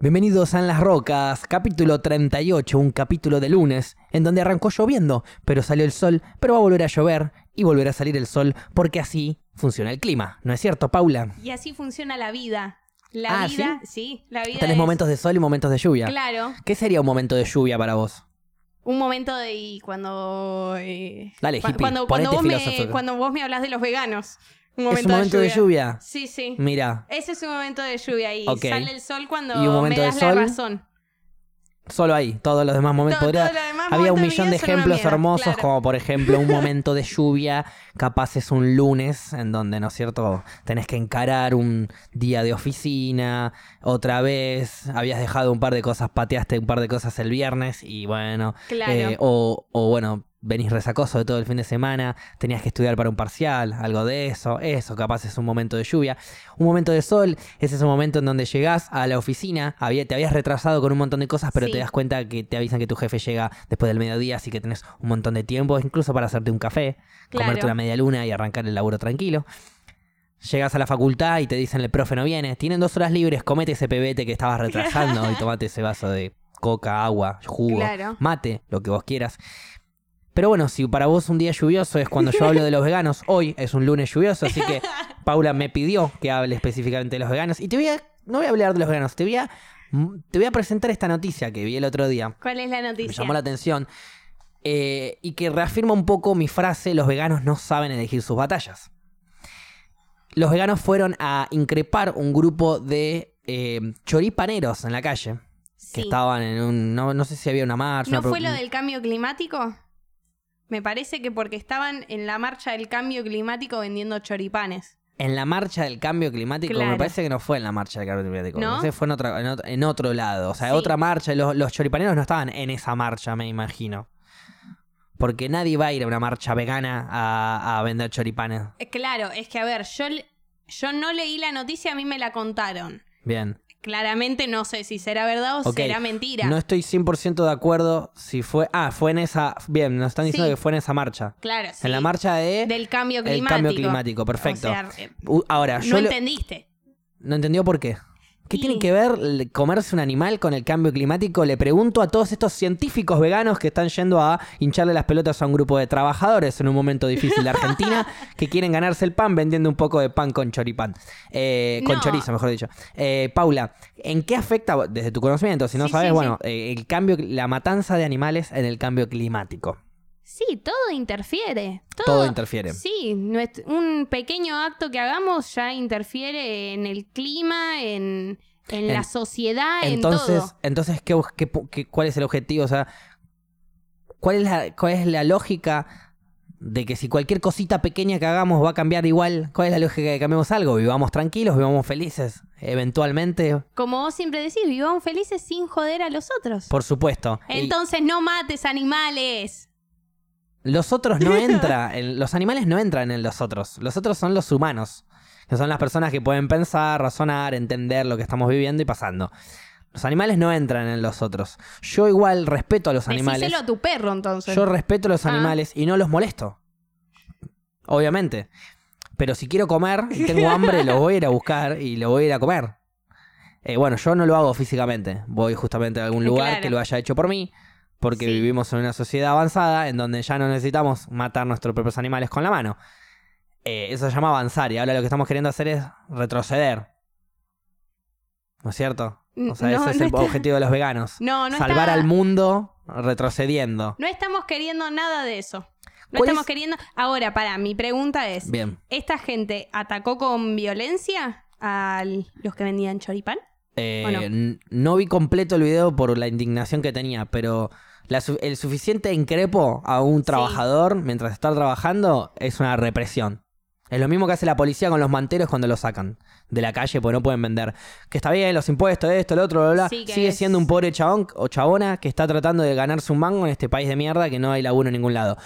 Bienvenidos a En las Rocas, capítulo 38, un capítulo de lunes, en donde arrancó lloviendo, pero salió el sol, pero va a volver a llover y volverá a salir el sol, porque así funciona el clima, ¿no es cierto, Paula? Y así funciona la vida. La Ah, vida, sí, la vida. Tenés es- momentos de sol y momentos de lluvia. Claro, ¿Qué sería un momento de lluvia para vos? un momento de y cuando. eh, Dale, cua- hippie, ponete cuando, cuando, vos me, filósofo. cuando vos me hablas de los veganos. Un ¿Es un momento de lluvia? Sí, sí. Mira, Ese es un momento de lluvia y Ok. sale el sol cuando ¿Y un momento de me das sol? la razón. solo ahí, todos los demás momentos. Todo- podría- todo lo demás Había un momento millón de mío son una ejemplos mierda, hermosos, claro. como por ejemplo un momento de lluvia, capaz es un lunes, en donde, ¿no es cierto?, tenés que encarar un día de oficina, otra vez, habías dejado un par de cosas, pateaste un par de cosas el viernes y bueno, Claro. eh, o, o bueno, venís resacoso de todo el fin de semana, tenías que estudiar para un parcial, algo de eso, eso capaz es un momento de lluvia. Un momento de sol es ese momento en donde llegás a la oficina, había, te habías retrasado con un montón de cosas, pero Sí. te das cuenta que te avisan que tu jefe llega después del mediodía, así que tenés un montón de tiempo, incluso para hacerte un café, comerte Claro. una media luna y arrancar el laburo tranquilo. Llegas a la facultad y te dicen el profe no viene, tienen dos horas libres, comete ese pebete que estabas retrasando y tomate ese vaso de coca, agua, jugo, Claro. mate, lo que vos quieras. Pero bueno, si para vos un día lluvioso es cuando yo hablo de los veganos, hoy es un lunes lluvioso, así que Paula me pidió que hable específicamente de los veganos. Y te voy a, no voy a hablar de los veganos, te voy a, te voy a presentar esta noticia que vi el otro día. ¿Cuál es la Me noticia? llamó la atención. eh, y que reafirma un poco mi frase, los veganos no saben elegir sus batallas. Los veganos fueron a increpar un grupo de eh, choripaneros en la calle. Que Sí. estaban en un... No, no sé si había una marcha. ¿No una pro- fue lo del cambio climático? Me parece que porque estaban en la marcha del cambio climático vendiendo choripanes. En la marcha del cambio climático, me Claro. parece que no fue en la marcha del cambio climático. ¿No? No sé, fue en, otra- en otro, en otro lado. O sea, Sí. otra marcha. Los, los choripaneros no estaban en esa marcha, me imagino. Porque nadie va a ir a una marcha vegana a, a vender choripanes. Eh, Claro, es que a ver, yo, l- yo no leí la noticia, a mí me la contaron. Bien. Claramente no sé si será verdad o Ok. será mentira. No estoy 100% de acuerdo si fue. Ah, fue en esa. Bien, nos están diciendo Sí. que fue en esa marcha. Claro, sí. En la marcha de. del cambio el climático. cambio climático, perfecto. O sea, eh, U- Ahora, yo no lo- entendiste. no entendió por qué. ¿Qué Y- tiene que ver el comerse un animal con el cambio climático? Le pregunto a todos estos científicos veganos que están yendo a hincharle las pelotas a un grupo de trabajadores en un momento difícil de Argentina que quieren ganarse el pan vendiendo un poco de pan con choripán. Eh, con No. chorizo, mejor dicho. Eh, Paula, ¿en qué afecta, desde tu conocimiento, si no Sí, sabes, sí, bueno, eh, el cambio, la matanza de animales en el cambio climático? Sí, todo interfiere. Todo, Todo interfiere. Sí, nuestro- un pequeño acto que hagamos ya interfiere en el clima, en, en En- la sociedad, en Entonces, todo. entonces ¿qué, bus- qué pu- qué- ¿cuál es el objetivo? O sea, ¿cuál es, la, ¿cuál es la lógica de que si cualquier cosita pequeña que hagamos va a cambiar igual? ¿Cuál es la lógica de que cambiemos algo? Vivamos tranquilos, vivamos felices. Eventualmente, Como vos siempre decís, vivamos felices sin joder a los otros. por supusto. el- Entonces no mates animales. los otros no entra, en- los animales no entran en los otros. Los otros son los humanos, que son las personas que pueden pensar, razonar, entender lo que estamos viviendo y pasando. Los animales no entran en los otros. Yo igual respeto a los animales. Decíselo a tu perro entonces. Yo respeto a los Ah. animales y no los molesto. Obviamente. Pero si quiero comer y tengo hambre, lo voy a ir a buscar y lo voy a ir a comer. Eh, bueno, yo no lo hago físicamente. Voy justamente a algún lugar Eh, Claro. que lo haya hecho por mí. Porque Sí. vivimos en una sociedad avanzada en donde ya no necesitamos matar nuestros propios animales con la mano. Eh, eso se llama avanzar y ahora lo que estamos queriendo hacer es retroceder. ¿No es cierto? O sea, No, ese es no el está- objetivo de los veganos. No, no Salvar está- al mundo retrocediendo. No estamos queriendo nada de eso. No ¿Cuál estamos es- queriendo. Ahora, para, mi pregunta es: Bien. ¿esta gente atacó con violencia a los que vendían choripán? Eh, ¿O no? n- no vi completo el video por la indignación que tenía, pero la su- el suficiente increpo a un trabajador mientras está trabajando es una represión. Es lo mismo que hace la policía con los manteros cuando los sacan de la calle porque no pueden vender. Que está bien, los impuestos, esto, lo otro, bla, bla. Sí, que Sigue es- siendo un pobre chabón o chabona que está tratando de ganarse un mango en este país de mierda que no hay laburo en ningún lado.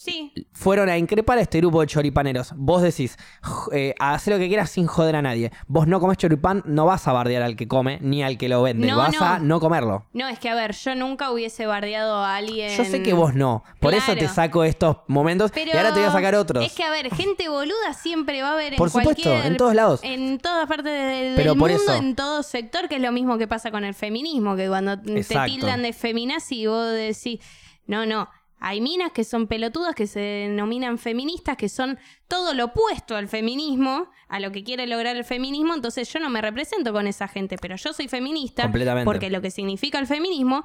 Sí, fueron a increpar a este grupo de choripaneros. Vos decís, "J- eh, haz lo que quieras sin joder a nadie. Vos no comés choripán, no vas a bardear al que come ni al que lo vende. No, vas no. a no comerlo. no, es que a ver, yo nunca hubiese bardeado a alguien. Yo sé que vos no. Por eso te Em, Claro. saco estos momentos Pero y ahora te voy a sacar otros. Es que, a ver, gente boluda siempre va a haber en Por supuesto, cualquier- en todos lados. En todas partes del, Pero del por mundo, eso. en todo sector, que es lo mismo que pasa con el feminismo, que cuando Exacto. te tildan de feminazi y vos decís, no, no. Hay minas que son pelotudas, que se denominan feministas, que son todo lo opuesto al feminismo, a lo que quiere lograr el feminismo, entonces yo no me represento con esa gente, pero yo soy feminista Completamente. porque lo que significa el feminismo,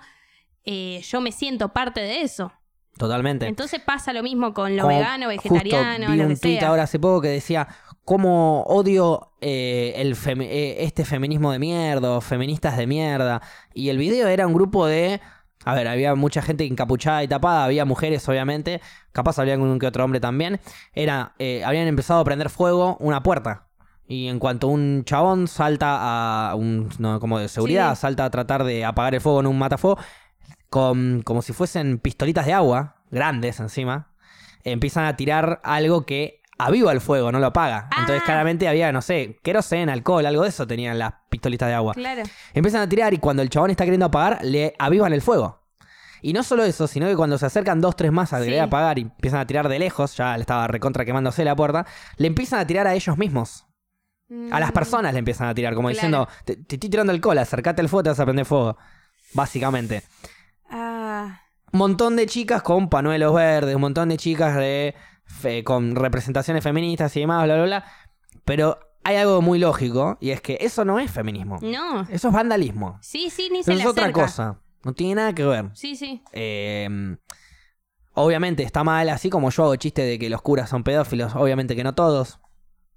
eh, yo me siento parte de eso. Totalmente. Entonces pasa lo mismo con lo Como vegano, justo vegetariano, vi lo que un tweet sea. ahora hace poco que decía cómo odio eh, el femi- eh, este feminismo de mierda, o feministas de mierda. Y el video era un grupo de a ver, había mucha gente encapuchada y tapada, había mujeres, obviamente, capaz había algún que otro hombre también. Era, eh, habían empezado a prender fuego una puerta. Y en cuanto un chabón salta a un, no, como de seguridad, Sí. salta a tratar de apagar el fuego en un matafuego, con, como si fuesen pistolitas de agua, grandes encima, empiezan a tirar algo que aviva el fuego, no lo apaga. Entonces Ah. claramente había, no sé, queroseno, alcohol, algo de eso tenían las pistolitas de agua. Claro. Empiezan a tirar y cuando el chabón está queriendo apagar, le avivan el fuego. Y no solo eso, sino que cuando se acercan dos, tres más a Sí. querer apagar y empiezan a tirar de lejos, ya le estaba recontra quemándose la puerta, le empiezan a tirar a ellos mismos. A las Mm. personas le empiezan a tirar, como Claro. diciendo, te, te estoy tirando alcohol, acercate al fuego, te vas a prender fuego. Básicamente. Ah, Un montón de chicas con panuelos verdes, un montón de chicas de, fe- con representaciones feministas y demás, bla, bla, bla. Pero hay algo muy lógico, y es que eso no es feminismo. no. Eso es vandalismo. Sí, sí, ni se Pero le es otra acerca. cosa. No tiene nada que ver. Sí, sí. Eh, obviamente está mal, así como yo hago chiste de que los curas son pedófilos. Obviamente que no todos.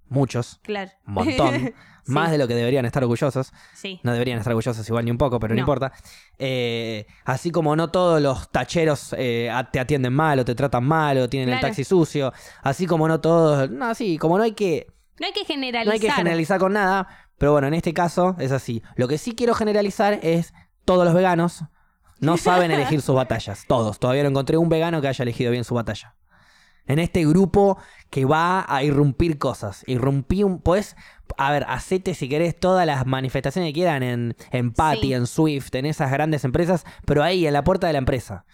Muchos. Claro. Un montón. Más de lo que deberían estar orgullosos. Sí. No deberían estar orgullosos igual ni un poco, pero no, No. importa. Eh, así como no todos los tacheros eh, a- te atienden mal o te tratan mal o tienen el Claro. taxi sucio. Así como no todos... No, así como no hay que... No hay que generalizar. No hay que generalizar con nada, pero bueno, en este caso es así. Lo que sí quiero generalizar es todos los veganos no saben elegir sus batallas. Todos. Todavía no encontré un vegano que haya elegido bien su batalla. En este grupo que va a irrumpir cosas. Irrumpí un. Podés. A ver, hacete si querés todas las manifestaciones que quieran en, en Patty, Sí. en Swift, en esas grandes empresas, pero ahí, en la puerta de la empresa.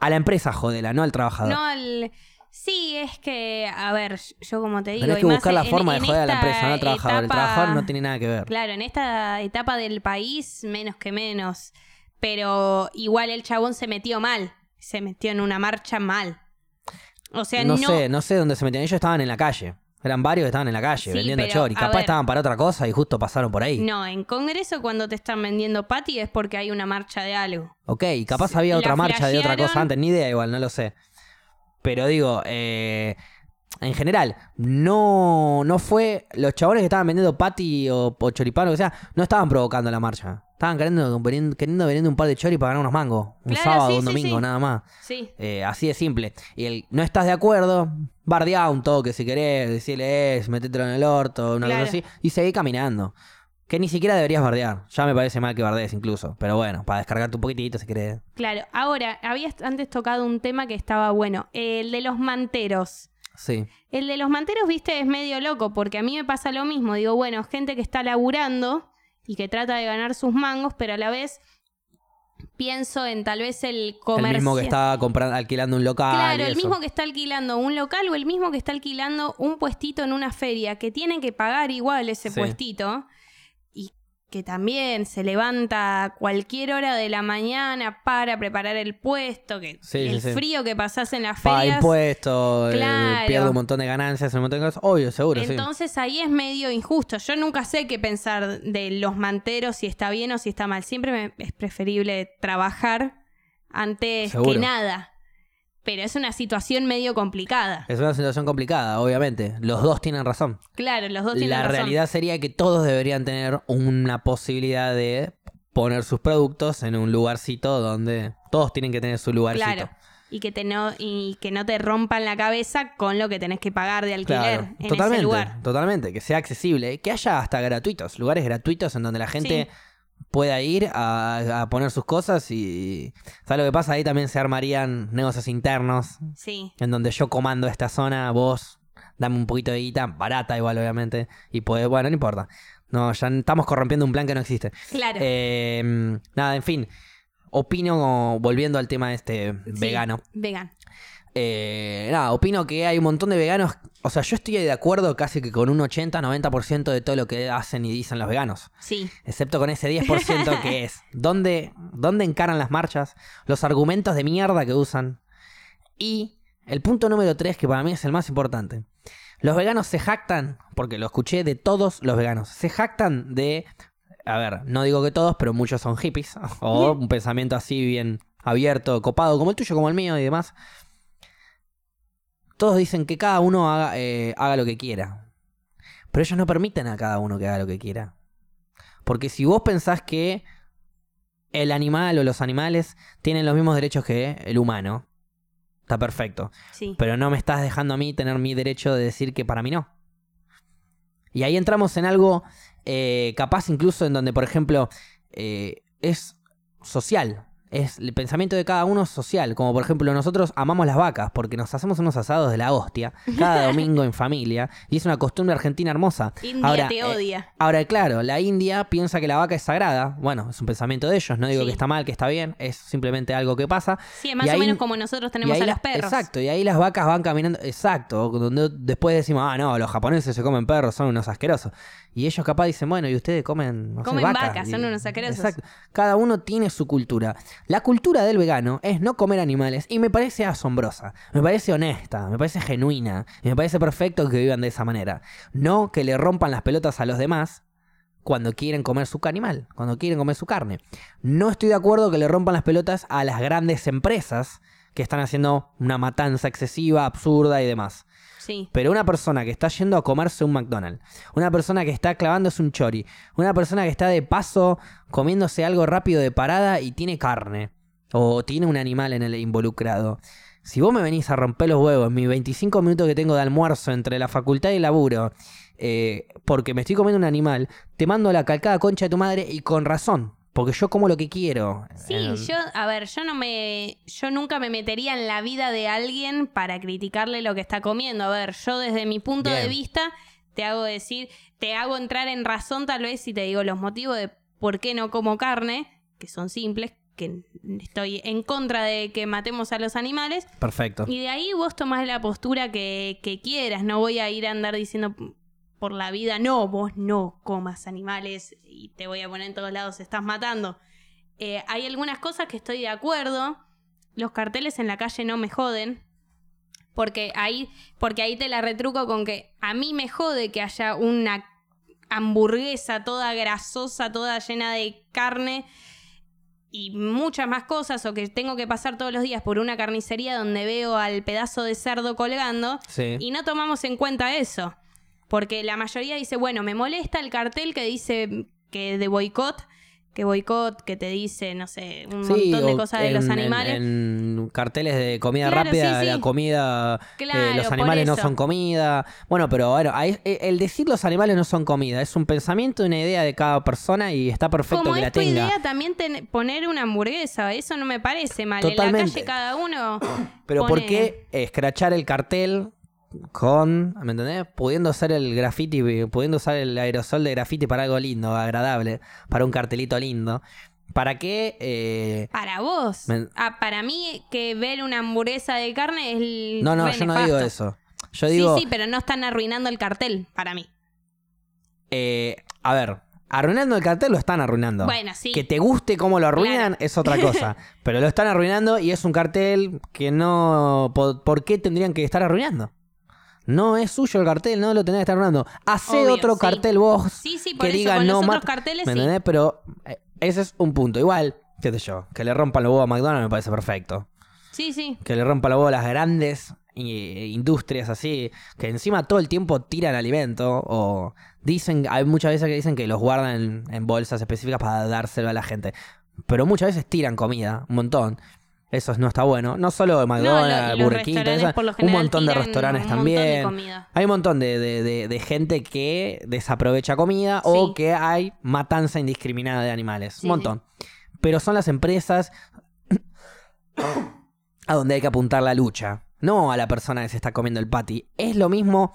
A la empresa, jodela, no al trabajador. No, el- Sí, es que, a ver, yo como te digo. Tenés y que más buscar la en- forma en de joder a la esta empresa, no al trabajador. El etapa- trabajador no tiene nada que ver. Claro, en esta etapa del país, menos que menos. Pero igual el chabón se metió mal. Se metió en una marcha mal. O sea, no, no. sé, no sé dónde se metían. Ellos estaban en la calle. Eran varios que estaban en la calle Sí, vendiendo pero, chori. a Capaz ver. estaban para otra cosa y justo pasaron por ahí. No, en Congreso cuando te están vendiendo patty es porque hay una marcha de algo. Ok, capaz había la otra marcha de otra cosa flashearon. antes. Ni idea igual, no lo sé. Pero digo, eh, en general, no, no fue... Los chabones que estaban vendiendo pati o, o choripán o lo que sea, no estaban provocando la marcha. Estaban queriendo, queriendo vender un par de chori para ganar unos mangos. Un Claro, sábado, sí, un sí, domingo, sí. nada más. Sí. Eh, así de simple. Y el no estás de acuerdo, bardeá un toque si querés, decirle es, metételo en el orto, una Claro. cosa así, y seguí caminando. Que ni siquiera deberías bardear. Ya me parece mal que bardees incluso. Pero bueno, para descargarte un poquitito si querés. Claro. Ahora, habías antes tocado un tema que estaba bueno, el de los manteros. Sí. El de los manteros, viste, es medio loco, porque a mí me pasa lo mismo. Digo, bueno, gente que está laburando y que trata de ganar sus mangos, pero a la vez pienso en tal vez el comercio. El mismo que está comprando, alquilando un local. Claro, y el eso. mismo que está alquilando un local o el mismo que está alquilando un puestito en una feria, que tiene que pagar igual ese Sí. puestito y que también se levanta a cualquier hora de la mañana para preparar el puesto, que Sí, el sí, sí. frío que pasás en las Paga ferias. impuestos, eh, Claro. pierde un montón de ganancias, un montón de cosas. Obvio, seguro, sí. Entonces ahí es medio injusto. Yo nunca sé qué pensar de los manteros, si está bien o si está mal. Siempre me- es preferible trabajar antes Seguro. que nada. Pero es una situación medio complicada. Es una situación complicada, obviamente. Los dos tienen razón. Claro, los dos tienen La razón. realidad sería que todos deberían tener una posibilidad de poner sus productos en un lugarcito donde todos tienen que tener su lugarcito. Claro. Y que, te no, y que no te rompan la cabeza con lo que tenés que pagar de alquiler Claro. en totalmente, ese lugar. totalmente, que sea accesible, que haya hasta gratuitos, lugares gratuitos en donde la gente pueda ir a, a poner sus cosas y... ¿Sabes lo que pasa? Ahí también se armarían negocios internos Sí. en donde yo comando esta zona, vos dame un poquito de guita, barata igual obviamente, y pues bueno, no importa. No, ya estamos corrompiendo un plan que no existe. Claro. Eh, nada, en fin. Opino, volviendo al tema este Sí, vegano. Vegano. Eh, nada, opino que hay un montón de veganos. O sea, yo estoy de acuerdo casi que con un 80-90% de todo lo que hacen y dicen los veganos. Sí. Excepto con ese 10% que es. ¿Dónde, ¿Dónde encaran las marchas? Los argumentos de mierda que usan. Y el punto número 3, que para mí es el más importante. Los veganos se jactan, porque lo escuché de todos los veganos, se jactan de... A ver, no digo que todos, pero muchos son hippies. O un pensamiento así bien abierto, copado, como el tuyo, como el mío y demás. Todos dicen que cada uno haga, eh, haga lo que quiera. Pero ellos no permiten a cada uno que haga lo que quiera. Porque si vos pensás que el animal o los animales tienen los mismos derechos que el humano, está perfecto. Sí. Pero no me estás dejando a mí tener mi derecho de decir que para mí no. Y ahí entramos en algo eh, capaz incluso en donde, por ejemplo, eh, es social. Es, el pensamiento de cada uno es social. Como por ejemplo, nosotros amamos las vacas porque nos hacemos unos asados de la hostia cada domingo en familia. Y es una costumbre argentina hermosa. India Ahora, te eh, odia. Ahora, claro, la India piensa que la vaca es sagrada. Bueno, es un pensamiento de ellos. No digo Sí. que está mal, que está bien. Es simplemente algo que pasa. Sí, es más y o ahí- menos como nosotros tenemos Y ahí a los la- perros. Exacto, y ahí las vacas van caminando. Exacto, donde después decimos, ah, no, los japoneses se comen perros, son unos asquerosos. Y ellos capaz dicen, bueno, y ustedes comen. No sé, Comen vacas, vacas, y- son unos asquerosos. Exacto. Cada uno tiene su cultura. La cultura del vegano es no comer animales y me parece asombrosa, me parece honesta, me parece genuina, y me parece perfecto que vivan de esa manera. No que le rompan las pelotas a los demás cuando quieren comer su animal, cuando quieren comer su carne. No estoy de acuerdo que le rompan las pelotas a las grandes empresas que están haciendo una matanza excesiva, absurda y demás. Sí. Pero una persona que está yendo a comerse un McDonald's, una persona que está clavándose un chori, una persona que está de paso comiéndose algo rápido de parada y tiene carne, o tiene un animal en el involucrado. Si vos me venís a romper los huevos en mis 25 minutos que tengo de almuerzo entre la facultad y el laburo, eh, porque me estoy comiendo un animal, te mando la calcada concha de tu madre y con razón, porque yo como lo que quiero. Sí, Eh, yo, a ver, yo no me, yo nunca me metería en la vida de alguien para criticarle lo que está comiendo. A ver, yo desde mi punto de Bien. vista te hago decir, te hago entrar en razón tal vez y te digo los motivos de por qué no como carne, que son simples, que estoy en contra de que matemos a los animales. Perfecto. Y de ahí vos tomás la postura que, que quieras. No voy a ir a andar diciendo por la vida, no, vos no comas animales y te voy a poner en todos lados, estás matando. Eh, hay algunas cosas que estoy de acuerdo. Los carteles en la calle no me joden. Porque ahí, porque ahí te la retruco con que a mí me jode que haya una hamburguesa toda grasosa, toda llena de carne y muchas más cosas, o que tengo que pasar todos los días por una carnicería donde veo al pedazo de cerdo colgando, Sí. y no tomamos en cuenta eso. Porque la mayoría dice, bueno, me molesta el cartel que dice que de boicot, que boicot, que te dice, no sé, un Sí, montón de o cosas de en- los en- animales. En, carteles de comida Claro, rápida, sí, sí. la comida. Claro, eh, los por animales no eso. son comida. Bueno, pero bueno, ahí- eh, el decir los animales no son comida es un pensamiento, una idea de cada persona y está perfecto Como que es la tu tenga. idea también ten- poner una hamburguesa, eso no me parece mal. En la Totalmente. calle cada uno. Pero pone- ¿por qué escrachar el cartel con, ¿me entendés? Pudiendo usar el graffiti, pudiendo usar el aerosol de graffiti para algo lindo, agradable, para un cartelito lindo. ¿Para qué? eh, Para vos. Me- Ah, para mí que ver una hamburguesa de carne es el no, no, re yo no nefasto. digo eso. Yo digo, sí, sí, pero no están arruinando el cartel para mí. eh, a ver, arruinando el cartel lo están arruinando. Bueno, sí. Que te guste cómo lo arruinan es otra cosa. Pero lo están arruinando y es un cartel que no. po- ¿Por qué tendrían que estar arruinando? No es suyo el cartel, no lo tendrían que estar arruinando. Hacé Obvio, otro sí. cartel vos. Sí, sí, por que eso diga con no los otros más. carteles ¿Me sí. entendés? Pero eh, ese es un punto. Igual, qué sé yo, que le rompan los huevos a McDonald's me parece perfecto. Sí, sí. Que le rompan los huevos a las grandes eh, industrias así, que encima todo el tiempo tiran alimento o dicen, hay muchas veces que dicen que los guardan en, en bolsas específicas para dárselo a la gente. Pero muchas veces tiran comida, un montón. Eso no está bueno. No solo No, lo- McDonald's, los Burger King, restaurantes, todo eso, por lo un general, montón de tiran restaurantes un montón de también. comida. Hay un montón de, de- de- de gente que desaprovecha comida Sí. o que hay matanza indiscriminada de animales. Sí, un montón. Pero son las empresas a donde hay que apuntar la lucha. No a la persona que se está comiendo el patty. Es lo mismo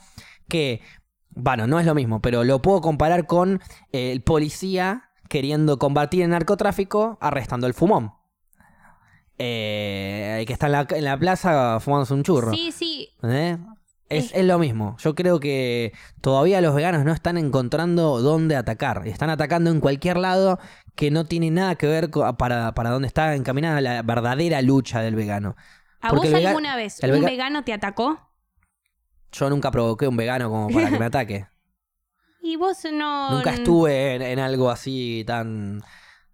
que. Bueno, no es lo mismo, pero lo puedo comparar con eh, el policía queriendo combatir el narcotráfico arrestando el fumón. Eh, el que está en la, en la plaza fumándose un churro. Sí, sí. ¿Eh? Es, Sí. es lo mismo. Yo creo que todavía los veganos no están encontrando dónde atacar. Están atacando en cualquier lado que no tiene nada que ver co- para, para dónde está encaminada la verdadera lucha del vegano. ¿A Porque el vos vega- alguna vez el un vega- vegano te atacó? Yo nunca provoqué un vegano como para que me ataque. Y vos no. Nunca estuve en, en algo así tan...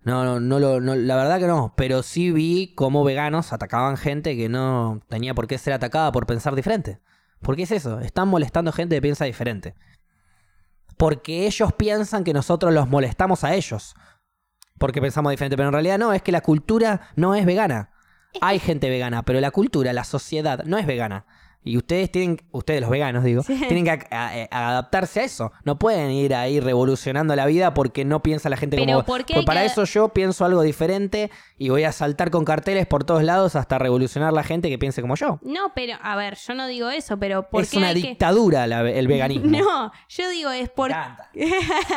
No, no, no, lo- no, la verdad que no. Pero sí vi cómo veganos atacaban gente que no tenía por qué ser atacada por pensar diferente. Porque es eso, están molestando gente que piensa diferente. Porque ellos piensan que nosotros los molestamos a ellos. Porque pensamos diferente, pero en realidad no, es que la cultura no es vegana. Hay gente vegana, pero la cultura, la sociedad no es vegana. Y ustedes tienen, ustedes los veganos digo, Sí. tienen que a- a- eh, adaptarse a eso. No pueden ir ahí revolucionando la vida porque no piensa la gente Pero como... ¿por qué Pues hay para que- eso yo pienso algo diferente y voy a saltar con carteles por todos lados hasta revolucionar la gente que piense como yo. No, pero. A ver, yo no digo eso, pero. ¿por es qué una hay que- dictadura la- el veganismo. No, yo digo es por. Encanta.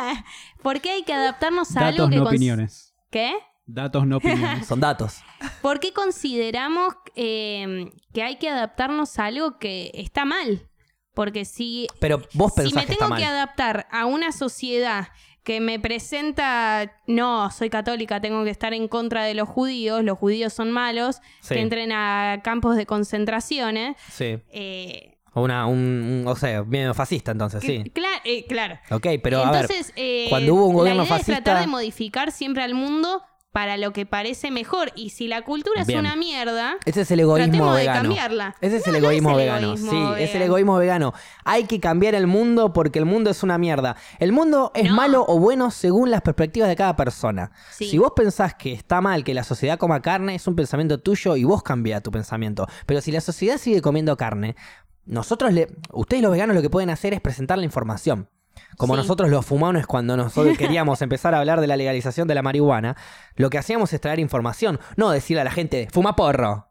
¿Por qué hay que adaptarnos a algo Datos que. no cons- opiniones. ¿Qué? Datos no opiniones. Son datos. ¿Por qué consideramos eh, que hay que adaptarnos a algo que está mal? Porque si, Pero vos si pensás me que está tengo mal. que adaptar a una sociedad que me presenta, no, soy católica, tengo que estar en contra de los judíos, los judíos son malos, Sí. que entren a campos de concentraciones. Sí. eh, O Una, un, un- o sea, miedo fascista entonces, cl- sí. cla- eh, claro. Ok, pero a ver, Entonces, eh, cuando hubo un gobierno la idea es tratar fascista- de modificar siempre al mundo para lo que parece mejor. Y si la cultura Bien. es una mierda, ese es el egoísmo tratemos de vegano. cambiarla. Ese es No, el no egoísmo es el vegano. egoísmo sí, es el vegano. egoísmo vegano. Hay que cambiar el mundo porque el mundo es una mierda. El mundo es No. malo o bueno según las perspectivas de cada persona. Sí. Si vos pensás que está mal que la sociedad coma carne, es un pensamiento tuyo y vos cambia tu pensamiento. Pero si la sociedad sigue comiendo carne, nosotros le. Ustedes los veganos lo que pueden hacer es presentar la información. Como Sí. nosotros los fumanos cuando nosotros queríamos empezar a hablar de la legalización de la marihuana, lo que hacíamos es traer información, no decirle a la gente, fuma porro.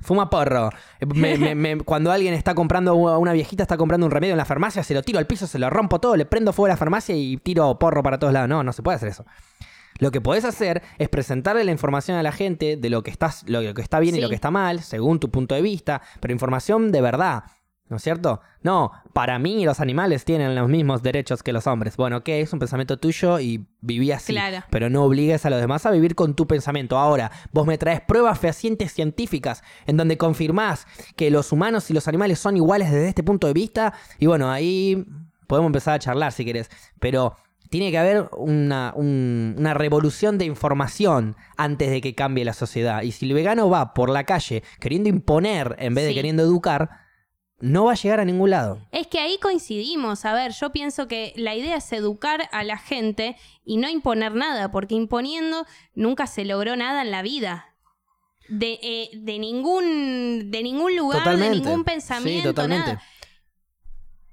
Fuma porro. Me- me- me- cuando alguien está comprando, una viejita está comprando un remedio en la farmacia, se lo tiro al piso, se lo rompo todo, le prendo fuego a la farmacia y tiro porro para todos lados. No, no se puede hacer eso. Lo que podés hacer es presentarle la información a la gente de lo que, estás, lo, lo que está bien y Sí. lo que está mal, según tu punto de vista, pero información de verdad, ¿no es cierto? No, para mí los animales tienen los mismos derechos que los hombres. Bueno, ok, es un pensamiento tuyo y viví así, Claro. pero no obligues a los demás a vivir con tu pensamiento. Ahora, vos me traes pruebas fehacientes científicas en donde confirmás que los humanos y los animales son iguales desde este punto de vista, y bueno, ahí podemos empezar a charlar si querés, pero... Tiene que haber una, un- una revolución de información antes de que cambie la sociedad. Y si el vegano va por la calle queriendo imponer en vez de Sí. queriendo educar, no va a llegar a ningún lado. Es que ahí coincidimos. A ver, yo pienso que la idea es educar a la gente y no imponer nada, porque imponiendo nunca se logró nada en la vida. De, eh, de ningún de ningún lugar, totalmente. de ningún sí, pensamiento, totalmente. nada.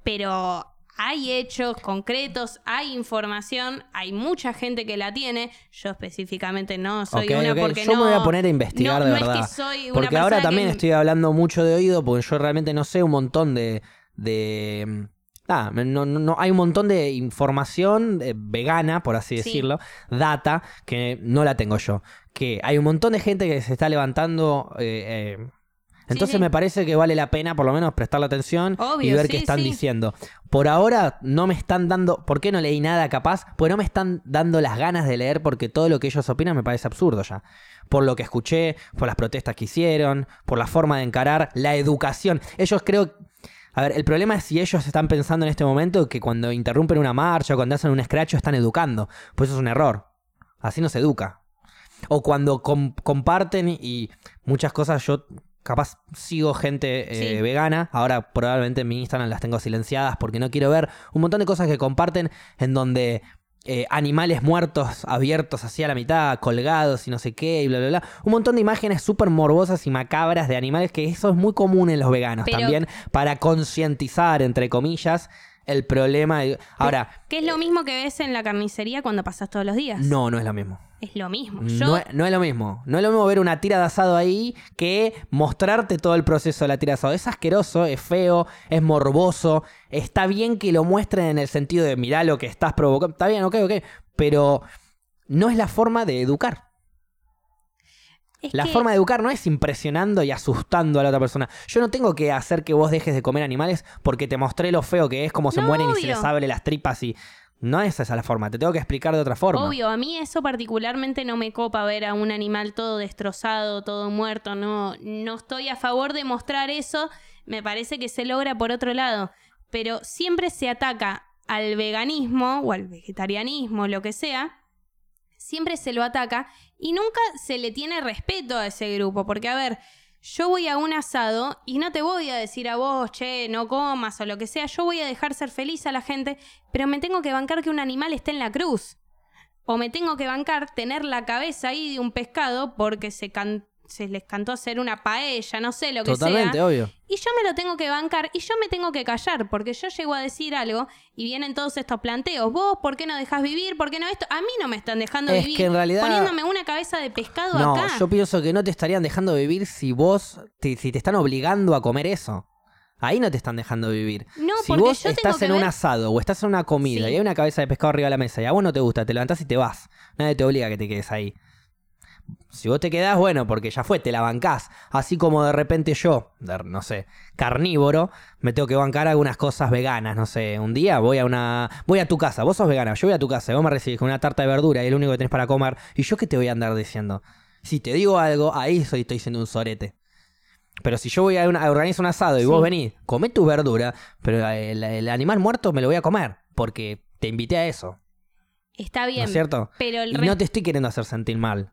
Pero hay hechos concretos, hay información, hay mucha gente que la tiene. Yo específicamente no soy Ok, una ok, porque Yo no. me voy a poner a investigar no- de no es que verdad. soy una porque ahora persona también que- estoy hablando mucho de oído, porque yo realmente no sé un montón de. de ah, no, no, no- hay un montón de información eh, vegana, por así Sí. decirlo, data, que no la tengo yo. Que hay un montón de gente que se está levantando. eh, eh, entonces sí. me parece que vale la pena por lo menos prestarle atención y Obvio, ver sí, qué están sí. diciendo. Por ahora no me están dando, ¿por qué no leí nada capaz? Pues no me están dando las ganas de leer porque todo lo que ellos opinan me parece absurdo ya. Por lo que escuché, por las protestas que hicieron, por la forma de encarar la educación. Ellos creo a ver, el problema es si ellos están pensando en este momento que cuando interrumpen una marcha o cuando hacen un escracho están educando. Pues eso es un error. Así no se educa. O cuando com- comparten y muchas cosas yo capaz sigo gente eh, Sí. vegana. Ahora probablemente en mi Instagram las tengo silenciadas porque no quiero ver un montón de cosas que comparten en donde eh, animales muertos abiertos así a la mitad, colgados y no sé qué, y bla, bla, bla. Un montón de imágenes súper morbosas y macabras de animales, que eso es muy común en los veganos Pero- también, para concientizar, entre comillas, el problema. de- Ahora, Que es lo mismo que ves en la carnicería cuando pasas todos los días. no, no es lo mismo. Es lo mismo. Yo, No, es- no es lo mismo. No es lo mismo ver una tira de asado ahí que mostrarte todo el proceso de la tira de asado. Es asqueroso, es feo, es morboso. Está bien que lo muestren en el sentido de mirá lo que estás provocando. Está bien, ok, ok. Pero no es la forma de educar. es La que- forma de educar no es impresionando y asustando a la otra persona. Yo no tengo que hacer que vos dejes de comer animales porque te mostré lo feo que es, cómo se No, mueren y se obvio. les abre las tripas y... No es esa la forma, te tengo que explicar de otra forma. Obvio, a mí eso particularmente no me copa ver a un animal todo destrozado, todo muerto. No, no estoy a favor de mostrar eso. Me parece que se logra por otro lado. Pero siempre se ataca al veganismo o al vegetarianismo, lo que sea. Siempre se lo ataca y nunca se le tiene respeto a ese grupo. Porque, a ver, yo voy a un asado y no te voy a decir a vos, che, no comas o lo que sea. Yo voy a dejar ser feliz a la gente, pero me tengo que bancar que un animal esté en la cruz o me tengo que bancar tener la cabeza ahí de un pescado porque se, can- se les cantó hacer una paella, no sé lo que Totalmente, sea. obvio. Y yo me lo tengo que bancar y yo me tengo que callar porque yo llego a decir algo y vienen todos estos planteos. Vos, ¿por qué no dejás vivir? ¿Por qué no esto? A mí no me están dejando Es vivir. que en realidad- Poniéndome una cabeza de pescado No, acá. yo pienso que no te estarían dejando vivir si vos, te- si te están obligando a comer eso. Ahí no te están dejando vivir. No, si porque vos yo tengo estás que en un ver- asado o estás en una comida Sí. y hay una cabeza de pescado arriba de la mesa y a vos no te gusta, te levantás y te vas. Nadie te obliga a que te quedes ahí. Si vos te quedás, bueno, porque ya fue, te la bancás. Así como de repente yo, de- no sé, carnívoro, me tengo que bancar algunas cosas veganas, no sé. Un día voy a una. Voy a tu casa, vos sos vegana, yo voy a tu casa, y vos me recibís con una tarta de verdura y es lo único que tenés para comer. ¿Y yo qué te voy a andar diciendo? Si te digo algo, ahí soy, estoy siendo un sorete. Pero si yo voy a, una- a organizar un asado y Sí. vos venís, comé tu verdura, pero eh, el, el animal muerto me lo voy a comer, porque te invité a eso, Está bien. ¿no es cierto? Pero el Y re- no te estoy queriendo hacer sentir mal.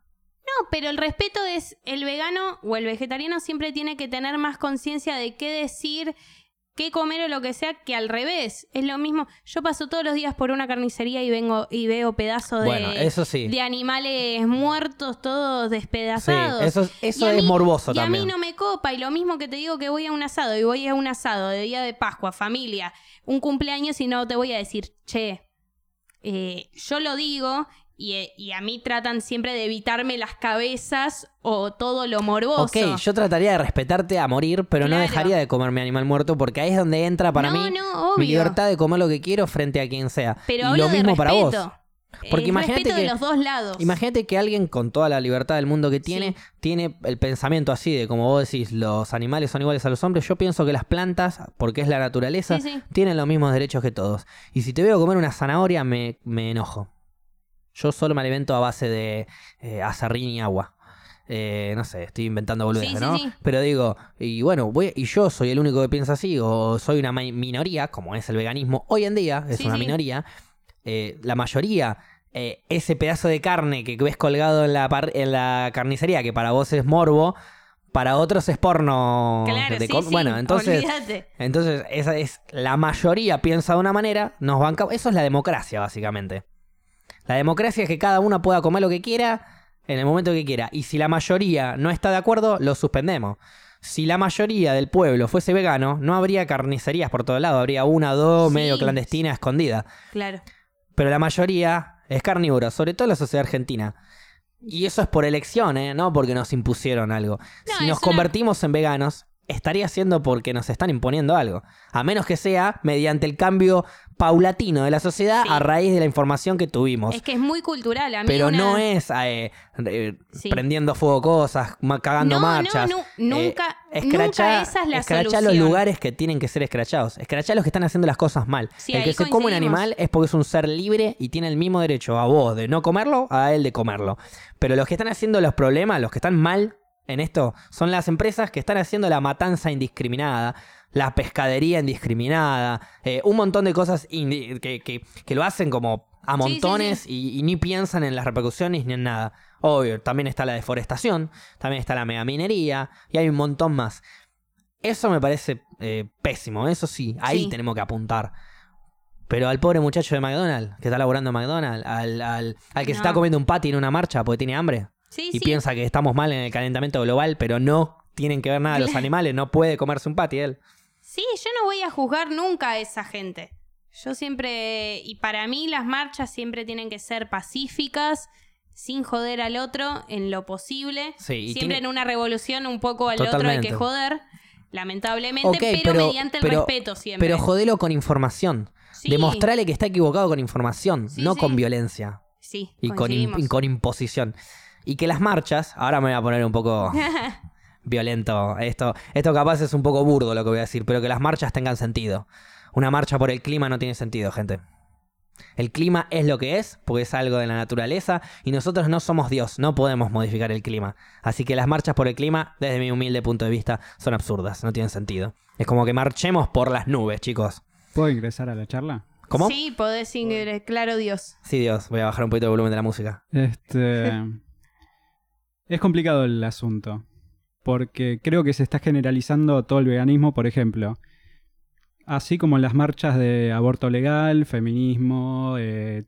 No, pero el respeto es el vegano o el vegetariano siempre tiene que tener más conciencia de qué decir, qué comer o lo que sea, que al revés. Es lo mismo. Yo paso todos los días por una carnicería y vengo y veo pedazos de, bueno, eso sí. de animales muertos, todos Sí, despedazados. eso, es- Y eso a es mí- morboso y también. a mí no me copa, y lo mismo que te digo que voy a un asado, y voy a un asado de día de Pascua, familia, un cumpleaños, y no te voy a decir, che, eh, yo lo digo, y, eh, y a mí tratan siempre de evitarme las cabezas o todo lo morboso. Ok, yo trataría de respetarte a morir, pero no Claro. dejaría de comer mi animal muerto porque ahí es donde entra para no, mí no, obvio. mi libertad de comer lo que quiero frente a quien sea. pero y hablo lo de mismo para vos. respeto. Porque El imagínate respeto que- de los dos lados. Imagínate que alguien con toda la libertad del mundo que tiene, Sí. tiene el pensamiento así de como vos decís, los animales son iguales a los hombres. Yo pienso que las plantas, porque es la naturaleza, Sí, sí. tienen los mismos derechos que todos. Y si te veo comer una zanahoria, me, me enojo. Yo solo me alimento a base de eh, azarrín y agua. Eh, no sé, estoy inventando boludeces, Sí, sí, ¿no? sí. Pero digo, y bueno, voy, y yo soy el único que piensa así, o soy una ma- minoría, como es el veganismo hoy en día, es Sí, una sí. minoría. eh, la mayoría, eh, ese pedazo de carne que ves colgado en la, par- en la carnicería, que para vos es morbo, para otros es porno. Claro, de sí, com- sí, bueno, entonces olvídate. entonces, esa es la mayoría piensa de una manera, nos banca. Eso es la democracia, básicamente. La democracia es que cada uno pueda comer lo que quiera en el momento que quiera. Y si la mayoría no está de acuerdo, lo suspendemos. Si la mayoría del pueblo fuese vegano, no habría carnicerías por todo lado. Habría una, dos, Sí. medio clandestina, escondida. Claro. Pero la mayoría es carnívora, sobre todo en la sociedad argentina. Y eso es por elección, ¿eh? No porque nos impusieron algo. No, si es nos una- convertimos en veganos, estaría siendo porque nos están imponiendo algo. A menos que sea mediante el cambio paulatino de la sociedad Sí. a raíz de la información que tuvimos. Es que es muy cultural, a mí Pero una- no es eh, eh, Sí. prendiendo fuego cosas, ma- cagando No, no, marchas. eh, no, nunca- nunca esa es la escrachá los solución. lugares que tienen que ser escrachados. Escrachá los que están haciendo las cosas mal. Sí, el ahí que se come un coincidimos. animal es porque es un ser libre y tiene el mismo derecho a vos de no comerlo, a él de comerlo. Pero los que están haciendo los problemas, los que están mal en esto, son las empresas que están haciendo la matanza indiscriminada, la pescadería indiscriminada, eh, un montón de cosas indi- que, que- que lo hacen como a Sí, sí, montones Y, y ni piensan en las repercusiones ni en nada. Obvio, también está la deforestación, también está la megaminería y hay un montón más. Eso me parece eh, pésimo, eso sí, ahí Sí. tenemos que apuntar. Pero al pobre muchacho de McDonald's, que está laburando en McDonald's, al, al, al que se No. está comiendo un patty en una marcha porque tiene hambre Sí, y sí. piensa que estamos mal en el calentamiento global, pero no tienen que ver nada los animales, no puede comerse un patty él. Sí, yo no voy a juzgar nunca a esa gente. Yo siempre, y para mí las marchas siempre tienen que ser pacíficas, sin joder al otro en lo posible. Sí, y siempre tiene- en una revolución un poco al otro hay Totalmente. que joder, lamentablemente, Ok, pero, mediante el pero- respeto siempre. Pero jodelo con información. Sí. Demostrale que está equivocado con información, Sí, no sí. con violencia sí, y con, im- coincidimos. y con imposición. Y que las marchas, ahora me voy a poner un poco violento esto, esto capaz es un poco burdo lo que voy a decir, pero que las marchas tengan sentido. Una marcha por el clima no tiene sentido, gente. El clima es lo que es, porque es algo de la naturaleza, y nosotros no somos Dios, no podemos modificar el clima. Así que las marchas por el clima, desde mi humilde punto de vista, son absurdas, no tienen sentido. Es como que marchemos por las nubes, chicos. ¿Puedo ingresar a la charla? ¿Cómo? Sí, podés ingresar, claro Dios. Sí, Dios, voy a bajar un poquito el volumen de la música. Este. es complicado el asunto. Porque creo que se está generalizando todo el veganismo, por ejemplo. Así como las marchas de aborto legal, feminismo, eh,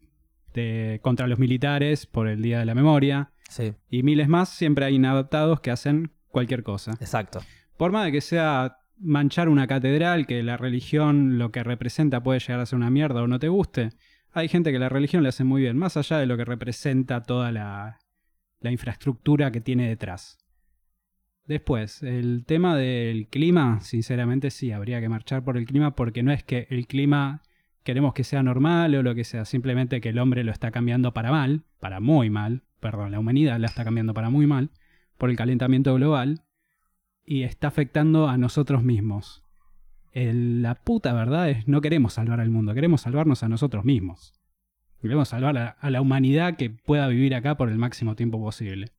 de- contra los militares por el Día de la Memoria Sí, y miles más, siempre hay inadaptados que hacen cualquier cosa. exacto. Por más de que sea manchar una catedral, que la religión lo que representa puede llegar a ser una mierda o no te guste, hay gente que la religión le hace muy bien, más allá de lo que representa toda la, la infraestructura que tiene detrás. Después, el tema del clima, sinceramente sí, habría que marchar por el clima porque no es que el clima queremos que sea normal o lo que sea, simplemente que el hombre lo está cambiando para mal, para muy mal, perdón, la humanidad la está cambiando para muy mal, por el calentamiento global y está afectando a nosotros mismos. El- la puta verdad es no queremos salvar al mundo, queremos salvarnos a nosotros mismos. Queremos salvar a, a la humanidad que pueda vivir acá por el máximo tiempo posible.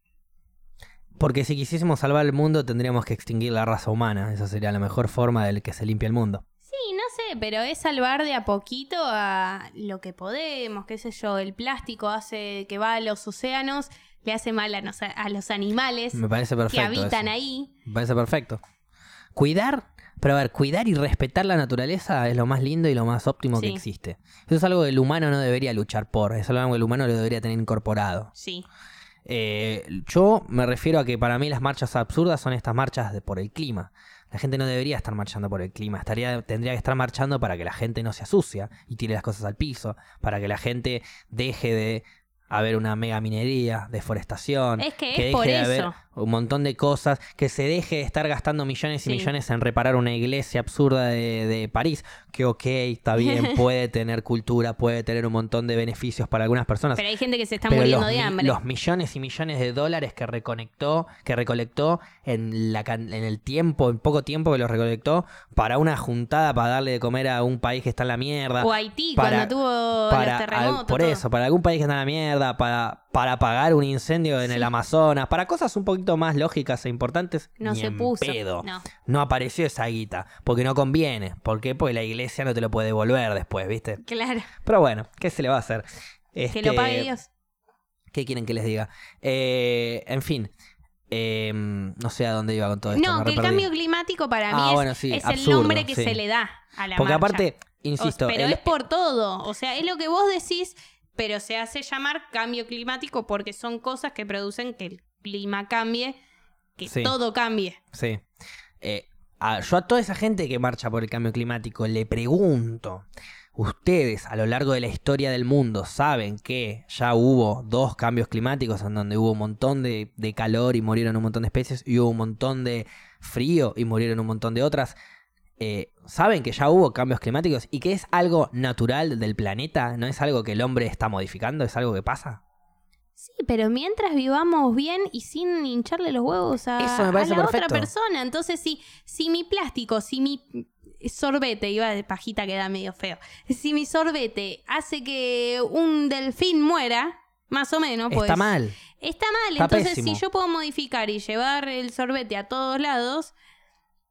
Porque si quisiésemos salvar el mundo, tendríamos que extinguir la raza humana. Esa sería la mejor forma de que se limpie el mundo. Sí, no sé, pero es salvar de a poquito a lo que podemos, qué sé yo, el plástico hace que va a los océanos, le hace mal a, nos- a los animales Me parece que perfecto. habitan eso. ahí. Me parece perfecto. Cuidar, pero a ver, cuidar y respetar la naturaleza es lo más lindo y lo más óptimo que Sí. existe. Eso es algo que el humano no debería luchar por, es algo que el humano lo debería tener incorporado. Sí, Eh, yo me refiero a que para mí las marchas absurdas son estas marchas de, por el clima. La gente no debería estar marchando por el clima, estaría, tendría que estar marchando para que la gente no se asucia y tire las cosas al piso, para que la gente deje de haber una mega minería, deforestación, es que, que deje es por de haber eso. un montón de cosas, que se deje de estar gastando millones y Sí. millones en reparar una iglesia absurda de, de París, que ok, está bien, puede tener cultura, puede tener un montón de beneficios para algunas personas, Pero hay gente que se está pero muriendo los, de mi- hambre. los millones y millones de dólares que reconectó, que recolectó en la can- en el tiempo, en poco tiempo que los recolectó para una juntada para darle de comer a un país que está en la mierda. O Haití, para- cuando tuvo para los al- terremotos. por todo. eso, para algún país que está en la mierda, para, para pagar un incendio en el Amazonas, para cosas un poquito más lógicas e importantes, No ni se en puso. pedo. No. No apareció esa guita, porque no conviene. ¿Por qué? Porque pues, la iglesia no te lo puede devolver después, ¿viste? Claro, Pero bueno, ¿qué se le va a hacer? que Este, lo pague Dios. ¿Qué quieren que les diga? Eh, en fin. eh, no sé a dónde iba con todo esto. No, me que el reperdí. cambio climático para mí Ah, es, bueno, sí, es el absurdo, nombre que sí. se le da a la Porque marcha. aparte, O- insisto, pero el- es por todo. O sea, es lo que vos decís, pero se hace llamar cambio climático porque son cosas que producen que el clima cambie, que Sí. todo cambie. Sí. Eh, a- yo a toda esa gente que marcha por el cambio climático le pregunto, ustedes a lo largo de la historia del mundo saben que ya hubo dos cambios climáticos en donde hubo un montón de, de calor y murieron un montón de especies y hubo un montón de frío y murieron un montón de otras. Eh, saben que ya hubo cambios climáticos y que es algo natural del planeta, no es algo que el hombre está modificando, es algo que pasa. Sí, pero mientras vivamos bien y sin hincharle los huevos a, Eso me a parece la otra perfecto. persona. Entonces, si, si mi plástico, si mi sorbete, iba de pajita queda medio feo, si mi sorbete hace que un delfín muera, más o menos, pues... Está mal. Está mal, Está entonces pésimo. si yo puedo modificar y llevar el sorbete a todos lados,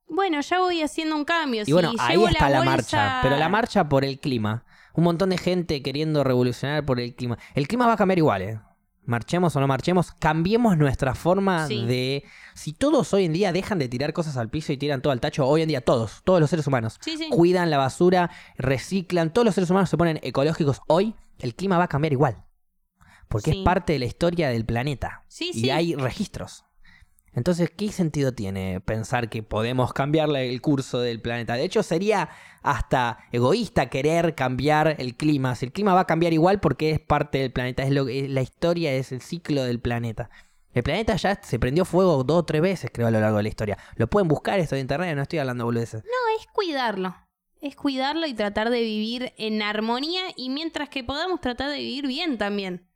bueno, ya voy haciendo un cambio. Y bueno, si ahí llevo está la, bolsa- marcha, pero la marcha por el clima. Un montón de gente queriendo revolucionar por el clima. El clima va a cambiar igual, ¿eh? marchemos o no marchemos, cambiemos nuestra forma Sí. de... Si todos hoy en día dejan de tirar cosas al piso y tiran todo al tacho, hoy en día todos, todos los seres humanos, Sí, sí. cuidan la basura, reciclan, todos los seres humanos se ponen ecológicos hoy, el clima va a cambiar igual. Porque Sí. es parte de la historia del planeta. Sí, y sí. hay registros. Entonces, ¿qué sentido tiene pensar que podemos cambiar la- el curso del planeta? De hecho, sería hasta egoísta querer cambiar el clima. Si el clima va a cambiar igual porque es parte del planeta, es, lo, que- es la historia, es el ciclo del planeta. El planeta ya se prendió fuego dos o tres veces, creo, a lo largo de la historia. Lo pueden buscar esto de internet, no estoy hablando boludeces. es cuidarlo. Es cuidarlo y tratar de vivir en armonía y mientras que podamos tratar de vivir bien también.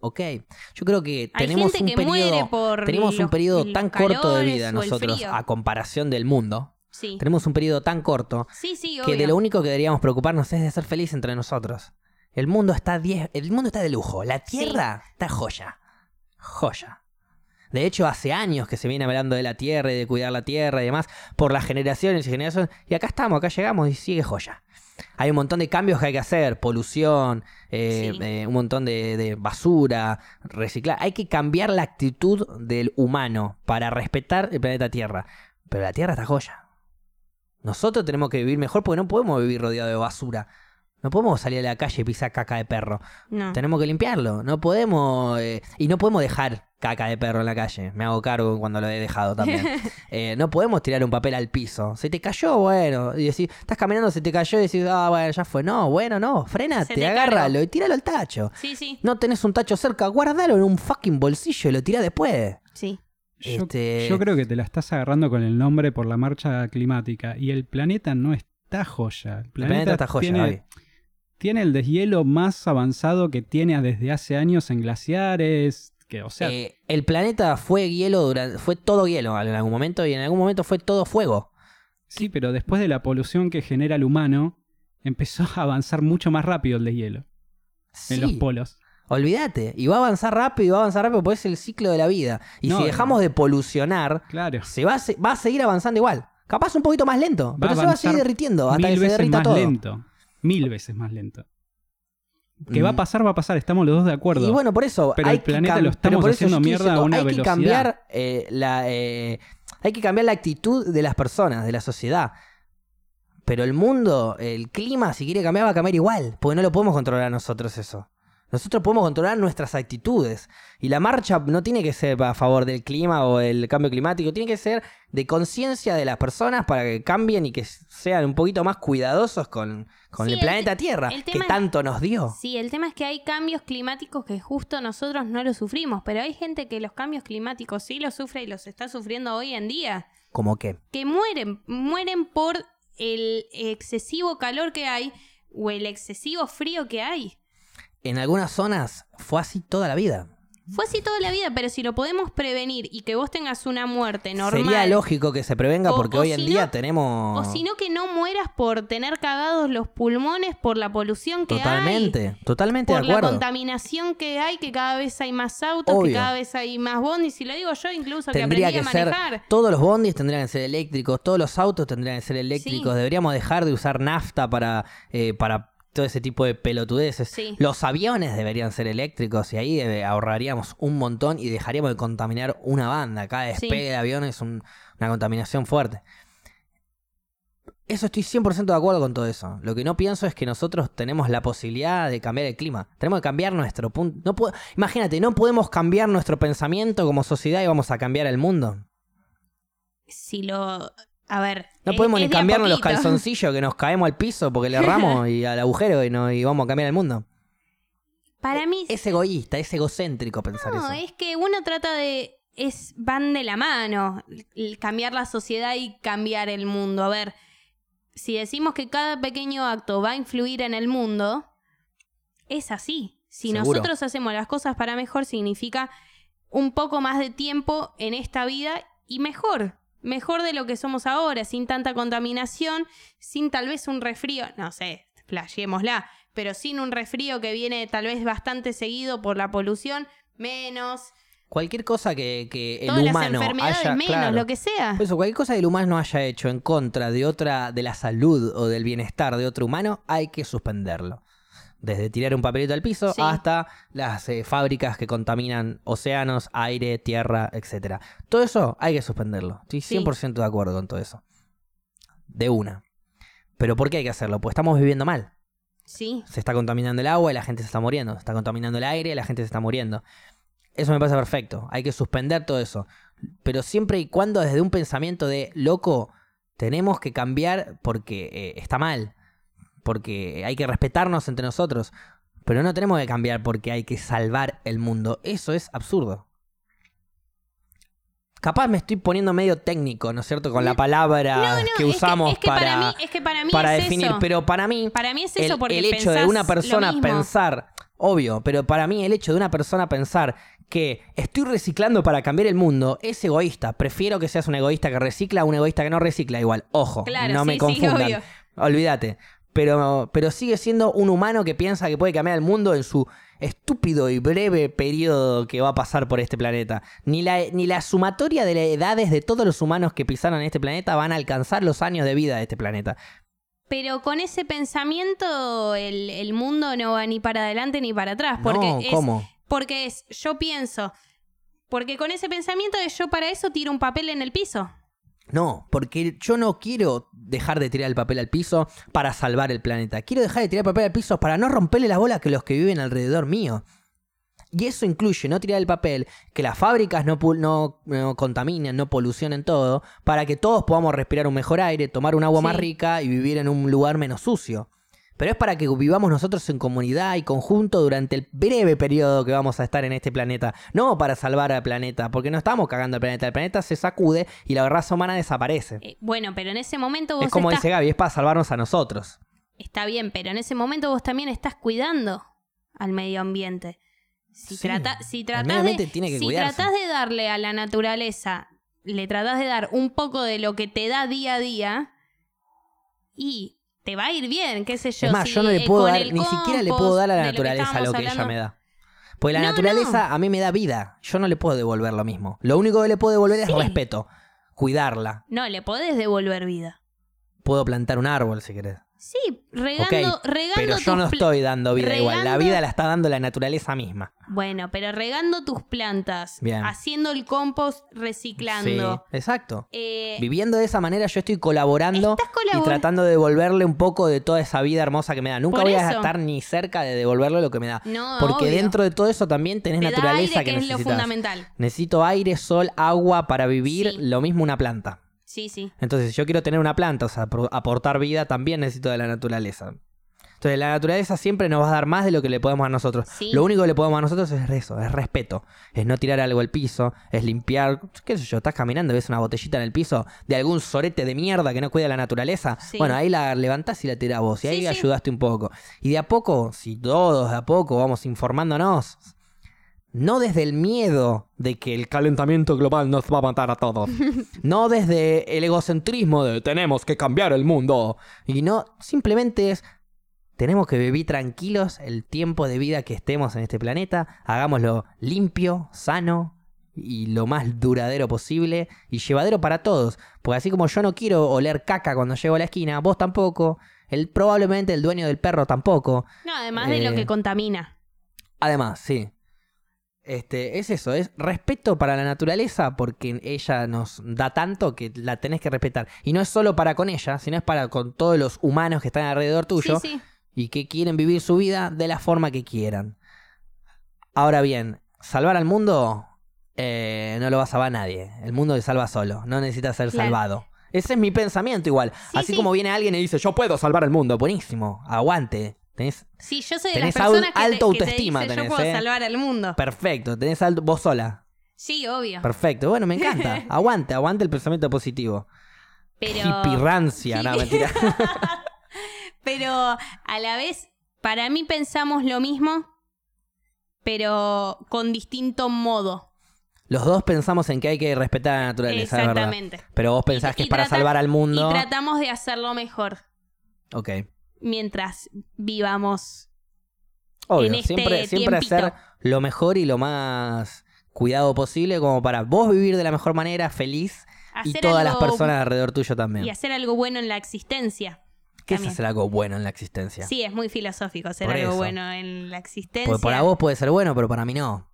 Ok, yo creo que Hay tenemos gente un que muere periodo, por tenemos un los- periodo los tan corto de calores o vida el nosotros frío. a comparación del mundo. Sí. Tenemos un periodo tan corto Sí, sí, que obvio. de lo único que deberíamos preocuparnos es de ser feliz entre nosotros. El mundo está diez- el mundo está de lujo, la tierra está joya. Joya. De hecho, hace años que se viene hablando de la tierra y de cuidar la tierra y demás por las generaciones y generaciones y acá estamos, acá llegamos y sigue joya. Hay un montón de cambios que hay que hacer, polución, eh, Sí. eh, un montón de, de basura, reciclar. Hay que cambiar la actitud del humano para respetar el planeta Tierra. Pero la Tierra está joya. Nosotros tenemos que vivir mejor porque no podemos vivir rodeado de basura. No podemos salir a la calle y pisar caca de perro. No. Tenemos que limpiarlo. No podemos. eh, y no podemos dejar caca de perro en la calle. Me hago cargo cuando lo he dejado también. Eh, no podemos tirar un papel al piso. Se te cayó, bueno. Y decir, estás caminando, se te cayó y decís, ah, bueno, ya fue. No, bueno, no. Se Frenate, te agárralo cargó. y tíralo al tacho. Sí, sí, No tenés un tacho cerca, guárdalo en un fucking bolsillo y lo tirá después. sí. Yo, Este- yo creo que te la estás agarrando con el nombre por la marcha climática. Y el planeta no está joya. El El planeta está joya, tiene, Gaby. tiene el deshielo más avanzado que tiene desde hace años en glaciares. Que, o sea, Eh, el planeta fue hielo durante, fue todo hielo en algún momento y en algún momento fue todo fuego. sí, pero después de la polución que genera el humano, empezó a avanzar mucho más rápido el deshielo en los Sí, polos. olvídate. Y va a avanzar rápido y va a avanzar rápido porque es el ciclo de la vida. Y No, si no. dejamos de polucionar, Claro. se va a, se- va a seguir avanzando igual. Capaz un poquito más lento, Va pero a se va a avanzar seguir derritiendo hasta que mil se veces derrita más todo. lento. Mil veces más lento. Que va a Mm. pasar, va a pasar. Estamos los dos de acuerdo. Y bueno, por eso. Pero hay el que planeta cam- lo estamos pero por eso haciendo yo estoy mierda a una hay velocidad. Que cambiar, eh, la, eh, hay que cambiar la actitud de las personas, de la sociedad. Pero el mundo, el clima, si quiere cambiar, va a cambiar igual. Porque no lo podemos controlar nosotros eso. Nosotros podemos controlar nuestras actitudes. Y la marcha no tiene que ser a favor del clima o del cambio climático. Tiene que ser de conciencia de las personas para que cambien y que sean un poquito más cuidadosos con, con Sí, el el te- planeta Tierra, el que tema es- tanto nos dio. Sí, el tema es que hay cambios climáticos que justo nosotros no los sufrimos, pero hay gente que los cambios climáticos sí los sufre y los está sufriendo hoy en día. Como que. que mueren, mueren por el excesivo calor que hay o el excesivo frío que hay. en algunas zonas fue así toda la vida. Fue así toda la vida, pero si lo podemos prevenir y que vos tengas una muerte normal, Sería lógico que se prevenga O- porque o hoy si en no- día o tenemos si no que no mueras por tener cagados los pulmones por la polución que hay, totalmente, totalmente de por la acuerdo. contaminación que hay, que cada vez hay más autos, Obvio. que cada vez hay más bondis, y lo digo yo incluso Tendría que que aprendí a ser manejar. todos los bondis tendrían que ser eléctricos, todos los autos tendrían que ser eléctricos. Sí. Deberíamos dejar de usar nafta para eh, para todo ese tipo de pelotudeces. Sí. Los aviones deberían ser eléctricos y ahí debe- ahorraríamos un montón y dejaríamos de contaminar una banda. Cada Sí. despegue de avión es un- una contaminación fuerte. Eso estoy 100% de acuerdo con todo eso. Lo que no pienso es que nosotros tenemos la posibilidad de cambiar el clima. Tenemos que cambiar nuestro punto. No puedo- Imagínate, no podemos cambiar nuestro pensamiento como sociedad y vamos a cambiar el mundo. Si lo... A ver... No es- podemos es ni de a cambiarnos los poquito. calzoncillos que nos caemos al piso porque le erramos y al agujero y, no, y vamos a cambiar el mundo. Para mí Es egoísta, es egocéntrico pensar No, eso. es que uno trata de. Es, van de la mano. el cambiar la sociedad y cambiar el mundo. A ver, si decimos que cada pequeño acto va a influir en el mundo, es así. Si Seguro. nosotros hacemos las cosas para mejor, significa un poco más de tiempo en esta vida y mejor. Mejor de lo que somos ahora, sin tanta contaminación, sin tal vez un resfrío, no sé, flasheémosla, pero sin un resfrío que viene tal vez bastante seguido por la polución, menos, Cualquier cosa que, que el todas las humano enfermedades haya... menos, claro. lo que sea. Por eso, cualquier cosa que el humano haya hecho en contra de otra, de la salud o del bienestar de otro humano, hay que suspenderlo. Desde tirar un papelito al piso Sí. hasta las eh, fábricas que contaminan océanos, aire, tierra, etcétera. Todo eso hay que suspenderlo. Estoy Sí. 100% de acuerdo con todo eso. De una. Pero ¿por qué hay que hacerlo? Pues estamos viviendo mal. Sí, Se está contaminando el agua y la gente se está muriendo. Se está contaminando el aire y la gente se está muriendo. Eso me parece perfecto. Hay que suspender todo eso. Pero siempre y cuando desde un pensamiento de, loco, tenemos que cambiar porque eh, está mal. Porque hay que respetarnos entre nosotros. Pero no tenemos que cambiar porque hay que salvar el mundo. Eso es absurdo. Capaz me estoy poniendo medio técnico, ¿no es cierto? Con la palabra No, no, que es usamos es que para, para, mí, es que para mí para es definir. eso. Pero para mí, para mí es el, eso porque el hecho de pensás una lo persona mismo. pensar, obvio, pero para mí el hecho de una persona pensar que estoy reciclando para cambiar el mundo es egoísta. Prefiero que seas un egoísta que recicla a un egoísta que no recicla igual. Ojo, Claro, no sí, me sí, confundan. obvio. Olvídate. Pero, pero sigue siendo un humano que piensa que puede cambiar el mundo en su estúpido y breve periodo que va a pasar por este planeta. Ni la, ni la sumatoria de las edades de todos los humanos que pisaron este planeta van a alcanzar los años de vida de este planeta. Pero con ese pensamiento el, el mundo no va ni para adelante ni para atrás. Porque no, es, ¿cómo? Porque es, yo pienso. Porque con ese pensamiento de yo para eso tiro un papel en el piso. No, porque yo no quiero dejar de tirar el papel al piso para salvar el planeta. Quiero dejar de tirar el papel al piso para no romperle las bolas que los que viven alrededor mío. Y eso incluye no tirar el papel, que las fábricas no, pul- no, no contaminen, no polucionen todo, para que todos podamos respirar un mejor aire, tomar un agua más Sí. rica y vivir en un lugar menos sucio. Pero es para que vivamos nosotros en comunidad y conjunto durante el breve periodo que vamos a estar en este planeta. No para salvar al planeta, porque no estamos cagando al planeta. El planeta se sacude y la raza humana desaparece. Eh, bueno, pero en ese momento vos Es como estás. dice Gaby, es para salvarnos a nosotros. Está bien, pero en ese momento vos también estás cuidando al medio ambiente. Si, Sí, trata- si el tratás medio ambiente de, tiene que si cuidarse. tratás de darle a la naturaleza, le tratás de dar un poco de lo que te da día a día y te va a ir bien, qué sé yo. es más, si, yo no le eh, puedo con dar, el ni siquiera le puedo compost, dar a la de naturaleza lo estábamos que ella hablando. me da. Porque la No, naturaleza a mí me da vida. Yo no le puedo devolver lo mismo. Lo único que le puedo devolver Sí. es respeto. Cuidarla. No, le podés devolver vida. Puedo plantar un árbol si querés. Sí, Ok, regando, regando pero yo tus no pla- estoy dando vida igual. La regando- vida la está dando la naturaleza misma. Bueno, pero regando tus plantas, Bien. haciendo el compost, reciclando. Sí, exacto. eh, Viviendo de esa manera yo estoy colaborando Estás y colabor- tratando de devolverle un poco de toda esa vida hermosa que me da. Nunca Por voy a eso. estar ni cerca de devolverle lo que me da. No, porque obvio. dentro de todo eso también tenés Te da naturaleza aire, que, es lo necesitas. fundamental. Necesito aire, sol, agua para vivir, Sí. lo mismo una planta. Sí, sí. Entonces, si yo quiero tener una planta, o sea, apro- aportar vida, también necesito de la naturaleza. Entonces, la naturaleza siempre nos va a dar más de lo que le podemos a nosotros. Sí. Lo único que le podemos a nosotros es eso, es respeto. Es no tirar algo al piso, es limpiar, qué sé yo, estás caminando y ves una botellita en el piso de algún sorete de mierda que no cuida la naturaleza. Sí. Bueno, ahí la levantás y la tirás vos, y Sí, ahí sí. ayudaste un poco. Y de a poco, si todos de a poco vamos informándonos, no desde el miedo de que el calentamiento global nos va a matar a todos. No desde el egocentrismo de tenemos que cambiar el mundo. Y no, simplemente es tenemos que vivir tranquilos el tiempo de vida que estemos en este planeta. Hagámoslo limpio, sano y lo más duradero posible y llevadero para todos. Porque así como yo no quiero oler caca cuando llego a la esquina, vos tampoco. El, probablemente el dueño del perro tampoco. No, además de lo Eh, que contamina. Además, sí. Este, es eso, es respeto para la naturaleza porque ella nos da tanto que la tenés que respetar. Y no es solo para con ella, sino es para con todos los humanos que están alrededor tuyo Sí, sí. y que quieren vivir su vida de la forma que quieran. Ahora bien, salvar al mundo eh, no lo va a salvar nadie. El mundo se salva solo, no necesita ser Claro. salvado. Ese es mi pensamiento igual. Sí, Así sí. como viene alguien y dice, yo puedo salvar al mundo, buenísimo, aguante. Tenés Sí, yo soy de las tenés personas au- que, alta te, que te autoestima dice, tenés, yo puedo eh". salvar al mundo. Perfecto, tenés algo vos sola. Sí, obvio. Perfecto, bueno, me encanta. Aguante, aguante el pensamiento positivo. Hippie Pero, rancia, no, Hippie. mentira. pero a la vez, para mí pensamos lo mismo, pero con distinto modo. Los dos pensamos en que hay que respetar a la naturaleza, es verdad. Exactamente. Pero vos pensás Y- que y es para trata- salvar al mundo. Y tratamos de hacerlo mejor Ok, mientras vivamos. obvio. En este siempre siempre tiempito. hacer lo mejor y lo más cuidado posible como para vos vivir de la mejor manera, feliz, Hacer y todas las algo- personas alrededor tuyo también. Y hacer algo bueno en la existencia. Que es También. hacer algo bueno en la existencia. Sí, es muy filosófico hacer Por algo eso. bueno en la existencia. Porque para vos puede ser bueno, pero para mí no.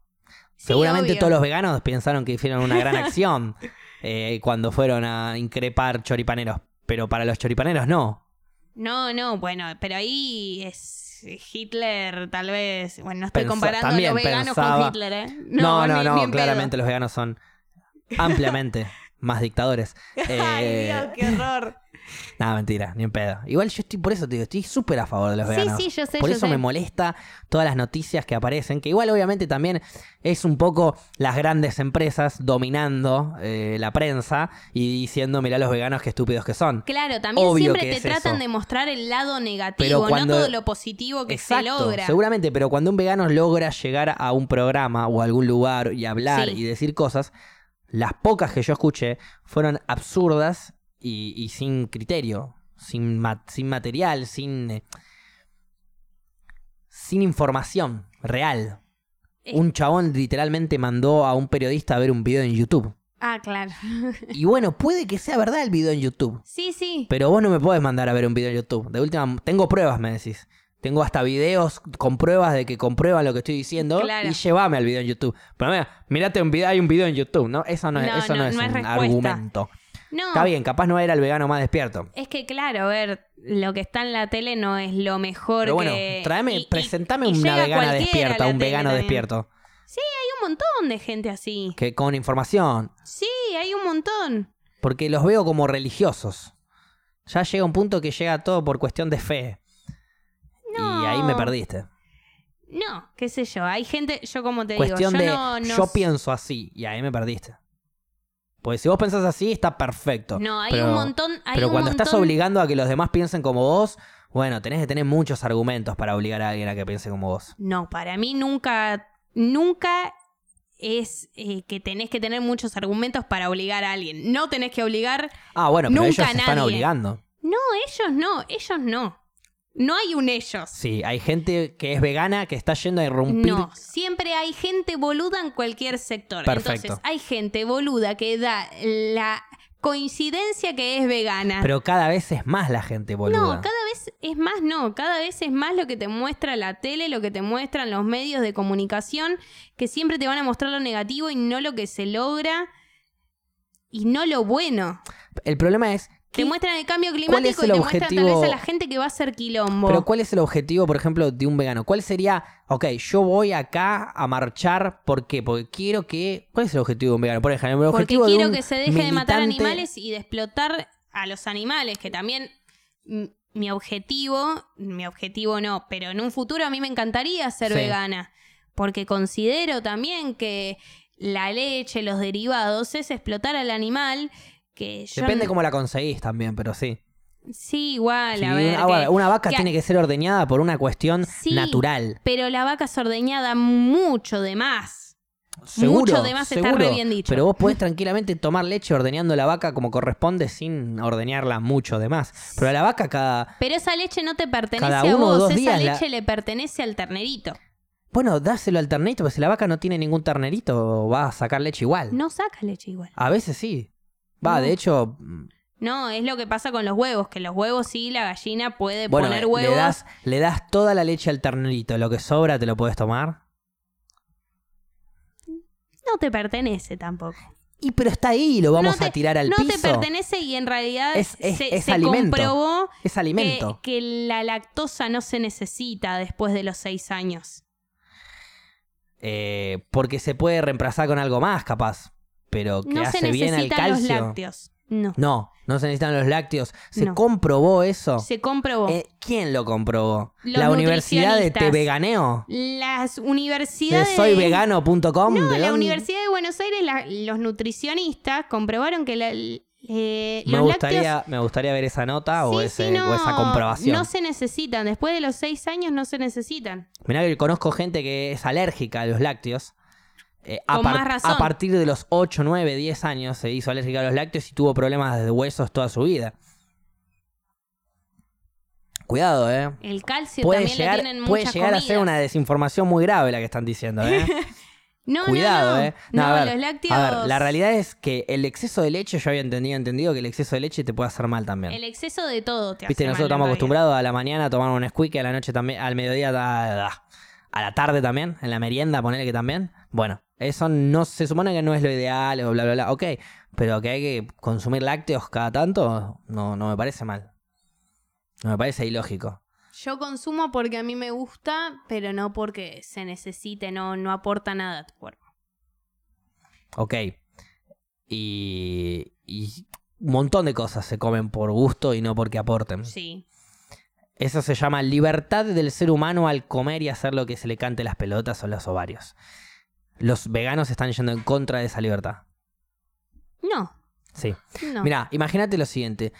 Sí, Seguramente obvio. todos los veganos pensaron que hicieron una gran acción eh, cuando fueron a increpar choripaneros. Pero para los choripaneros no. No, no, bueno, pero ahí es Hitler, tal vez. Bueno, no estoy Pensa- comparando a los también veganos pensaba- con Hitler, ¿eh? No, no, ni- no. ni en pedo. claramente los veganos son ampliamente más dictadores. Ay, Eh, Dios, qué horror. Nada, mentira, ni en pedo. Igual yo estoy, por eso te digo, estoy súper a favor de los Sí, veganos. sí, yo sé, Por yo eso sé. me molesta todas las noticias que aparecen, que igual obviamente también es un poco las grandes empresas dominando eh, la prensa y diciendo, mirá los veganos qué estúpidos que son. Claro, también Obvio siempre que te es tratan eso. de mostrar el lado Pero negativo, cuando- no todo lo positivo que se logra. seguramente, pero cuando un vegano logra llegar a un programa o a algún lugar y hablar Sí. y decir cosas, las pocas que yo escuché fueron absurdas y, y sin criterio, sin, ma- sin material, sin, eh, sin información real. Eh. Un chabón literalmente mandó a un periodista a ver un video en YouTube. Ah, claro. Y bueno, puede que sea verdad el video en YouTube. Sí, sí. Pero vos no me podés mandar a ver un video en YouTube. De última, tengo pruebas, me decís. Tengo hasta videos con pruebas de que comprueban lo que estoy diciendo Claro. y llevame al video en YouTube. Pero mira, mirate un video, hay un video en YouTube, ¿no? Eso no, es- No, eso no, no, es no es un respuesta. argumento. No, Está bien, capaz no era el vegano más despierto. es que claro, a ver, lo que está en la tele no es lo mejor Pero bueno, que... tráeme, y- y- presentame y una llega vegana cualquiera a despierta, la un tele vegano también. despierto. Hay un montón de gente así. Que con información. Sí, hay un montón. Porque los veo como religiosos. Ya llega un punto que llega todo por cuestión de fe. Y ahí me No. perdiste. No, qué sé yo. Hay gente, yo como te cuestión digo, yo de no, no yo s- pienso así y ahí me perdiste. Porque si vos pensás así, está perfecto. No, hay Pero- un montón. Hay pero un cuando estás montón- obligando a que los demás piensen como vos, bueno, tenés que tener muchos argumentos para obligar a alguien a que piense como vos. No, para mí nunca, nunca es eh, que tenés que tener muchos argumentos para obligar a alguien. No tenés que obligar. Ah, bueno, pero Nunca ellos se están nadie. obligando. No, ellos no, ellos no. No hay un ellos. Sí, hay gente que es vegana que está yendo a irrumpir. No, siempre hay gente boluda en cualquier sector. Perfecto. Entonces, hay gente boluda que da la coincidencia que es vegana. Pero cada vez es más la gente, boluda. No, cada vez es más, no, cada vez es más lo que te muestra la tele, lo que te muestran los medios de comunicación, que siempre te van a mostrar lo negativo y no lo que se logra y no lo bueno. El problema es. Te muestran el cambio ¿Cuál es climático y el te muestran tal objetivo? vez a la gente que va a hacer quilombo. Pero ¿cuál es el objetivo, por ejemplo, de un vegano? ¿Cuál sería, ok, yo voy acá a marchar, ¿por qué? Porque quiero que... ¿Cuál es el objetivo de un vegano? Por ejemplo, el Porque objetivo de quiero un que se deje de matar militante- animales y de explotar a los animales, que también mm, mi objetivo, mi objetivo no, pero en un futuro a mí me encantaría ser Sí. vegana, porque considero también que la leche, los derivados, es explotar al animal, que yo... Depende n- cómo la conseguís también, pero sí. Sí, igual, Sí, a ver. ah, bueno, que- una vaca que- tiene que ser ordeñada por una cuestión Sí. natural. Pero la vaca es ordeñada mucho de más. Seguro, Mucho de más está seguro. re bien dicho. Pero vos podés tranquilamente tomar leche ordeñando la vaca como corresponde sin ordeñarla mucho de más. Pero a la vaca cada... Pero esa leche no te pertenece Cada a uno o vos, dos esa días la- leche le pertenece al ternerito. Bueno, dáselo al ternito, porque si la vaca no tiene ningún ternerito, va a sacar leche igual. No saca leche igual. A veces sí. Va, No. de hecho, No, es lo que pasa con los huevos, que los huevos sí, la gallina puede Bueno, poner eh, huevos. Le das, le das toda la leche al ternerito, lo que sobra te lo puedes tomar. No te pertenece tampoco. Y pero está ahí, lo vamos No te- a tirar al no piso. te pertenece y en realidad Es- es- se, es se alimento. comprobó es que, alimento. que la lactosa no se necesita después de los seis años. Eh, porque se puede reemplazar con algo más, capaz. Pero que No se hace bien al necesitan los calcio. lácteos. No, No, no se necesitan los lácteos. Se No. comprobó eso. se comprobó. Eh, ¿Quién lo comprobó? Los ¿La universidad de Te nutricionistas. Veganeo? Las ¿De universidades... soyvegano.com? No, ¿De dónde? la Universidad de Buenos Aires, la- los nutricionistas comprobaron que la- eh, Me los lácteos gustaría, me gustaría ver esa nota o, Sí, ese- sí, no, o esa comprobación. No se necesitan. Después de los seis años no se necesitan. Mirá que conozco gente que es alérgica a los lácteos. Eh, a, Con par- más razón. a partir de los 8, 9, 10 años se hizo alérgica a los lácteos y tuvo problemas de huesos toda su vida. Cuidado, ¿eh? El calcio Puede también llegar, lo tienen puede muchas llegar a ser comidas. una desinformación muy grave la que están diciendo, ¿eh? No, Cuidado, no, no. eh. No, a ver, los lácteos. a ver, la realidad es que el exceso de leche, yo había entendido, entendido que el exceso de leche te puede hacer mal también. El exceso de todo te Viste, hace nosotros estamos mal en realidad. acostumbrados a la mañana a tomar un squeak, a la noche también, al mediodía, a, a- a la tarde también, en la merienda, ponele que también. Bueno, eso no se supone que no es lo ideal, o bla, bla, bla. Ok, pero que hay que consumir lácteos cada tanto, no, no me parece mal. No me parece ilógico. Yo consumo porque a mí me gusta, pero no porque se necesite, no, no aporta nada a tu cuerpo. Ok. Y, y un montón de cosas se comen por gusto y no porque aporten. Sí. Eso se llama libertad del ser humano al comer y hacer lo que se le cante las pelotas o los ovarios. Los veganos están yendo en contra de esa libertad. No, Sí. no. Mirá, imagínate lo siguiente.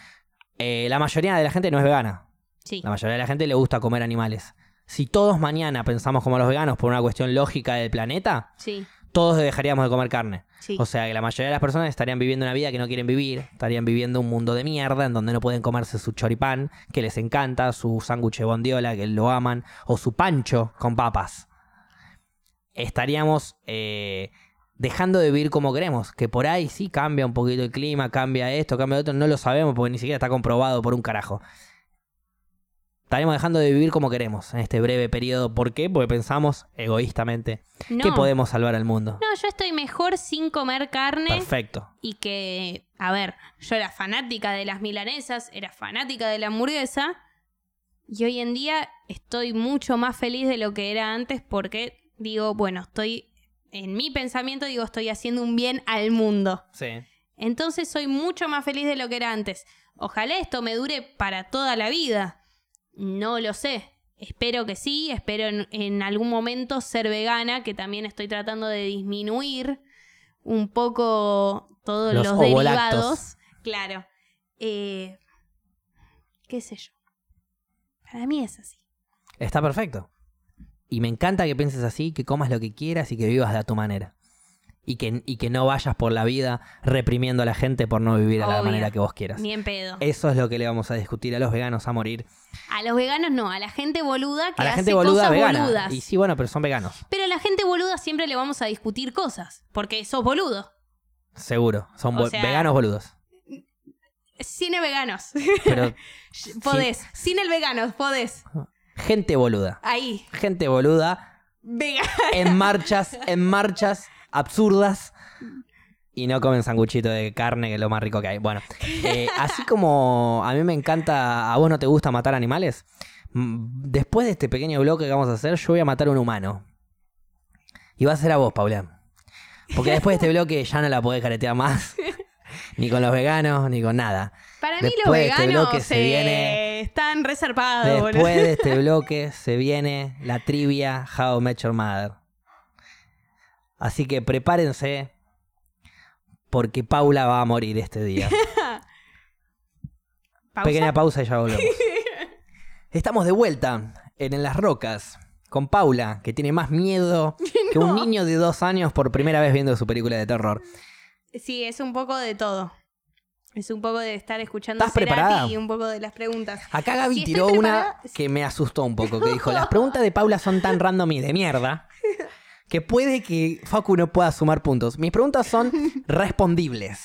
Eh, la mayoría de la gente no es vegana. sí. La mayoría de la gente le gusta comer animales. Si todos mañana pensamos como los veganos por una cuestión lógica del planeta, Sí. todos dejaríamos de comer carne. Sí. O sea que la mayoría de las personas estarían viviendo una vida que no quieren vivir, estarían viviendo un mundo de mierda en donde no pueden comerse su choripán, que les encanta, su sándwich de bondiola, que lo aman, o su pancho con papas. Estaríamos eh, dejando de vivir como queremos, que por ahí sí cambia un poquito el clima, cambia esto, cambia lo otro, no lo sabemos porque ni siquiera está comprobado por un carajo. Estaremos dejando de vivir como queremos en este breve periodo. ¿Por qué? Porque pensamos egoístamente no. que podemos salvar al mundo. No, yo estoy mejor sin comer carne Perfecto. y que, a ver, yo era fanática de las milanesas, era fanática de la hamburguesa y hoy en día estoy mucho más feliz de lo que era antes porque digo, bueno, estoy, en mi pensamiento digo, estoy haciendo un bien al mundo. Sí. Entonces soy mucho más feliz de lo que era antes. Ojalá esto me dure para toda la vida. No lo sé. Espero que sí, espero en, en algún momento ser vegana, que también estoy tratando de disminuir un poco todos Los los, ovolactos. derivados. Claro. Eh, ¿Qué sé yo? Para mí es así. Está perfecto. Y me encanta que pienses así, que comas lo que quieras y que vivas de a tu manera. Y que, y que no vayas por la vida reprimiendo a la gente por no vivir a la Obvio. manera que vos quieras. Ni en pedo. Eso es lo que le vamos a discutir a los veganos a morir. A los veganos no, a la gente boluda que A la hace gente boluda cosas vegana. boludas. Y sí, bueno, pero son veganos. Pero a la gente boluda siempre le vamos a discutir cosas, porque sos boludo. Seguro. Son O bo- sea- veganos boludos. Cine veganos. Pero podés. Cine el vegano, podés. gente boluda. Ahí. Gente boluda Vegano. en marchas, en marchas absurdas. Y no comen sanguchito de carne, que es lo más rico que hay. Bueno, eh, así como a mí me encanta, a vos no te gusta matar animales, mm, después de este pequeño bloque que vamos a hacer, yo voy a matar a un humano. Y va a ser a vos, Paula. Porque después de este bloque ya no la podés caretear más. ni con los veganos, ni con nada. Para mí los Después de este veganos bloque se eh, viene- están reservados, boludo. Después de este bloque se viene la trivia How I Met Your Mother. Así que prepárense porque Paula va a morir este día. Pausa. Pequeña pausa y ya volvemos. Estamos de vuelta en En las Rocas con Paula, que tiene más miedo que un niño de dos años por primera vez viendo su película de terror. Sí, es un poco de todo. Es un poco de estar escuchando ¿Estás a Cerati preparada? Ah, y un poco de las preguntas. Acá Gaby Si estoy tiró una preparada- que me asustó un poco, que dijo, las preguntas de Paula son tan random y de mierda que puede que Facu no pueda sumar puntos. Mis preguntas son respondibles.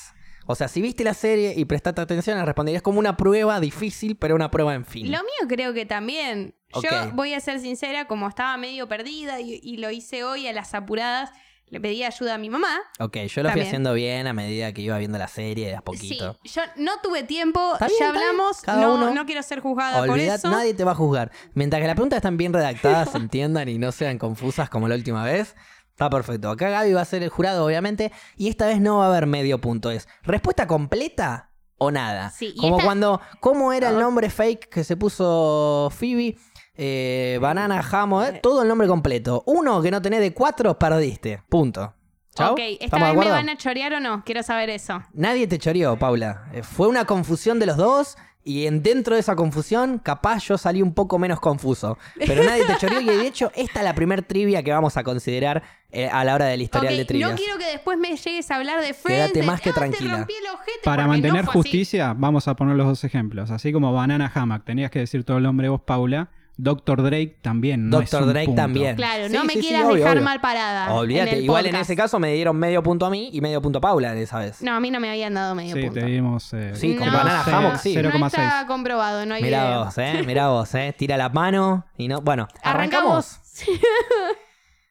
O sea, si viste la serie y prestaste atención a responder, es como una prueba difícil, pero una prueba en fin. Lo mío creo que también. Ok. Yo voy a ser sincera, como estaba medio perdida y, y lo hice hoy a las apuradas, le pedí ayuda a mi mamá. Ok, yo lo fui También. haciendo bien a medida que iba viendo la serie de a poquito. Sí, yo no tuve tiempo, Está ya bien, está bien. hablamos, Cada no, uno. no quiero ser juzgada por Olvidad, eso. nadie te va a juzgar. Mientras que las preguntas están bien redactadas, se entiendan y no sean confusas como la última vez, está perfecto. Acá Gaby va a ser el jurado, obviamente, y esta vez no va a haber medio punto. Es respuesta completa o nada. Sí, y como esta- cuando, ¿cómo era el Ah. nombre fake que se puso Phoebe? Eh, banana, jamo, eh, todo el nombre completo. Uno que no tenés de cuatro, perdiste. Punto. Chau. Ok, ¿esta ¿Estamos de vez me acuerdo? van a chorear o no? Quiero saber eso. Nadie te choreó, Paula. Eh, Fue una confusión de los dos y en, dentro de esa confusión, capaz yo salí un poco menos confuso. Pero nadie te choreó y de hecho esta es la primer trivia que vamos a considerar eh, a la hora del historial Ok, de trivias. no quiero que después me llegues a hablar de Friends. Quédate de, más que "Ah, te tranquila". rompí el ojete", porque Para no mantener fue así. justicia, vamos a poner los dos ejemplos. Así como Banana Hammock, tenías que decir todo el nombre vos, Paula. Doctor Drake también. no es Dr. un Drake punto. también. Claro, Sí, no me sí, sí, quieras obvio, dejar obvio. mal parada. Olvídate, en el igual en podcast. ese caso me dieron medio punto a mí y medio punto a Paula de esa vez. No, a mí no me habían dado medio Sí, punto. te dimos. eh, Sí, con como banana cero- hammock, sí. No 0,6. está comprobado, no hay mirá video. vos, eh, mirá vos, eh. Tira la mano y no. Bueno, ¿Arrancamos? arrancamos.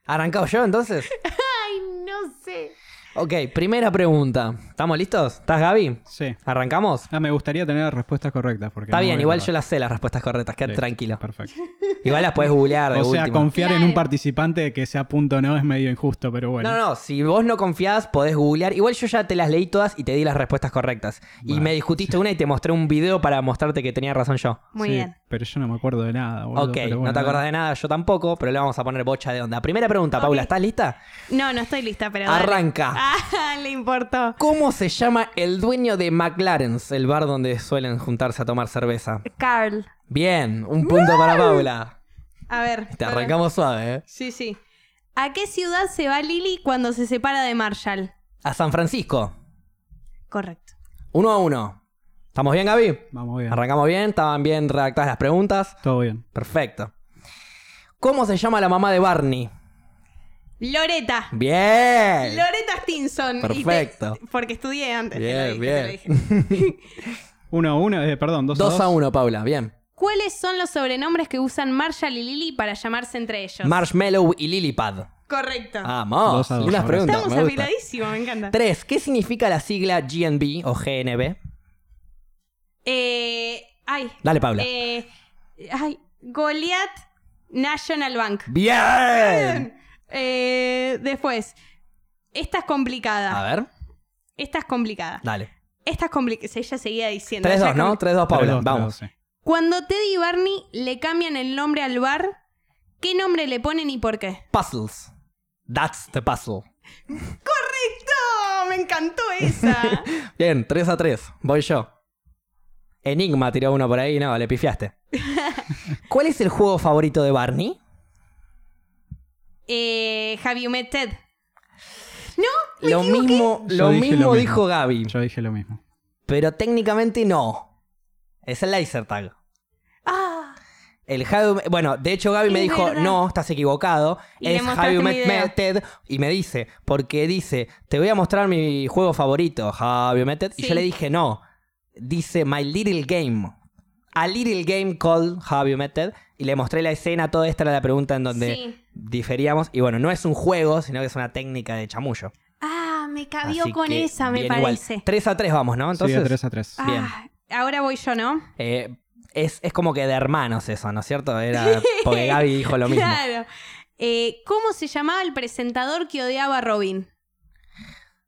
¿Arrancamos yo entonces? Ay, no sé. Ok, primera pregunta. ¿Estamos listos? ¿Estás Gaby? Sí. ¿Arrancamos? Ah, me gustaría tener las respuestas correctas. Porque Está no bien, me igual yo acuerdo. las sé las respuestas correctas, quedate Sí, tranquilo. Perfecto. Igual las puedes googlear de O sea, última. confiar en Claro. un participante que sea punto o no es medio injusto, pero bueno. No, no, si vos no confiás, podés googlear. Igual yo ya te las leí todas y te di las respuestas correctas. Y Vale. me discutiste una y te mostré un video para mostrarte que tenía razón yo. Muy Sí, bien. Pero yo no me acuerdo de nada, boludo, ok, pero bueno, no te acordás nada. de nada, yo tampoco, pero le vamos a poner bocha de onda. Primera pregunta, Ok. Paula, ¿estás lista? No, no estoy lista, pero. dale. Arranca. Ah, le importó. ¿Cómo se llama el dueño de McLaren's, el bar donde suelen juntarse a tomar cerveza? Carl. Bien, un punto para Paula. A ver. Te para- arrancamos suave, ¿eh? Sí, sí. ¿A qué ciudad se va Lily cuando se separa de Marshall? A San Francisco. Correcto. Uno a uno. ¿Estamos bien, Gaby? Vamos bien. Arrancamos bien, estaban bien redactadas las preguntas. Todo bien. Perfecto. ¿Cómo se llama la mamá de Barney? Loreta. Bien. Loreta Stinson. Y te- Perfecto. porque estudié antes. te lo Bien, dije, te lo bien. dije. Uno a uno, eh, perdón, dos, Dos a a dos. uno, Paula. Bien. ¿Cuáles son los sobrenombres que usan Marshall y Lily para llamarse entre ellos? Marshmallow y Lilipad. Correcto. Vamos. Dos a dos, Unas ahora preguntas. Ah. Estamos Ah, me gusta. afiladísimos, me encanta. Tres. ¿Qué significa la sigla GNB o GNB? Eh, ay. Dale, Paula. Eh, ay. Goliath National Bank. Bien. Eh, después. Esta es A complicada. ver, Esta es complicada. dale. Esta es complicada. Ella seguía diciendo. Tres ella dos, ¿no? compli- Tres dos, Tres, Paula. dos, tres, Vamos. dos, sí. Cuando Teddy y Barney le cambian el nombre al bar, ¿qué nombre le ponen y por qué? Puzzles. That's the puzzle. ¡Correcto! Oh, Me encantó esa. Bien, 3 a 3. Voy yo. Enigma tiró uno por ahí, no, le pifiaste. ¿Cuál es el juego favorito de Barney? eh, Have you met Ted? Lo mismo, lo Yo dije lo mismo mismo. dijo Gaby, Yo dije lo mismo. pero técnicamente no. Es el laser tag. Ah, El Have- bueno, de hecho Gaby me Es dijo, verdad. no, estás equivocado. Y le es mostraste Have You un Met video. Me- Ted. Y me dice, porque dice, te voy a mostrar mi juego favorito, Have You Met Ted. Y Sí. yo le dije, no. Dice, My Little Game. A Little Game called Have You Met Ted. Y le mostré la escena, toda esta era la pregunta en donde Sí. diferíamos. Y bueno, no es un juego, sino que es una técnica de chamullo. ah, me cabió Así con que, esa, me bien igual. parece. 3 a 3 vamos, ¿no? Entonces, sí, de tres a tres. Ah, Bien. ahora voy yo, ¿no? eh, es, es como que de hermanos eso, ¿no es cierto? Era porque Gaby dijo lo mismo. Claro. Eh, ¿Cómo se llamaba el presentador que odiaba a Robin?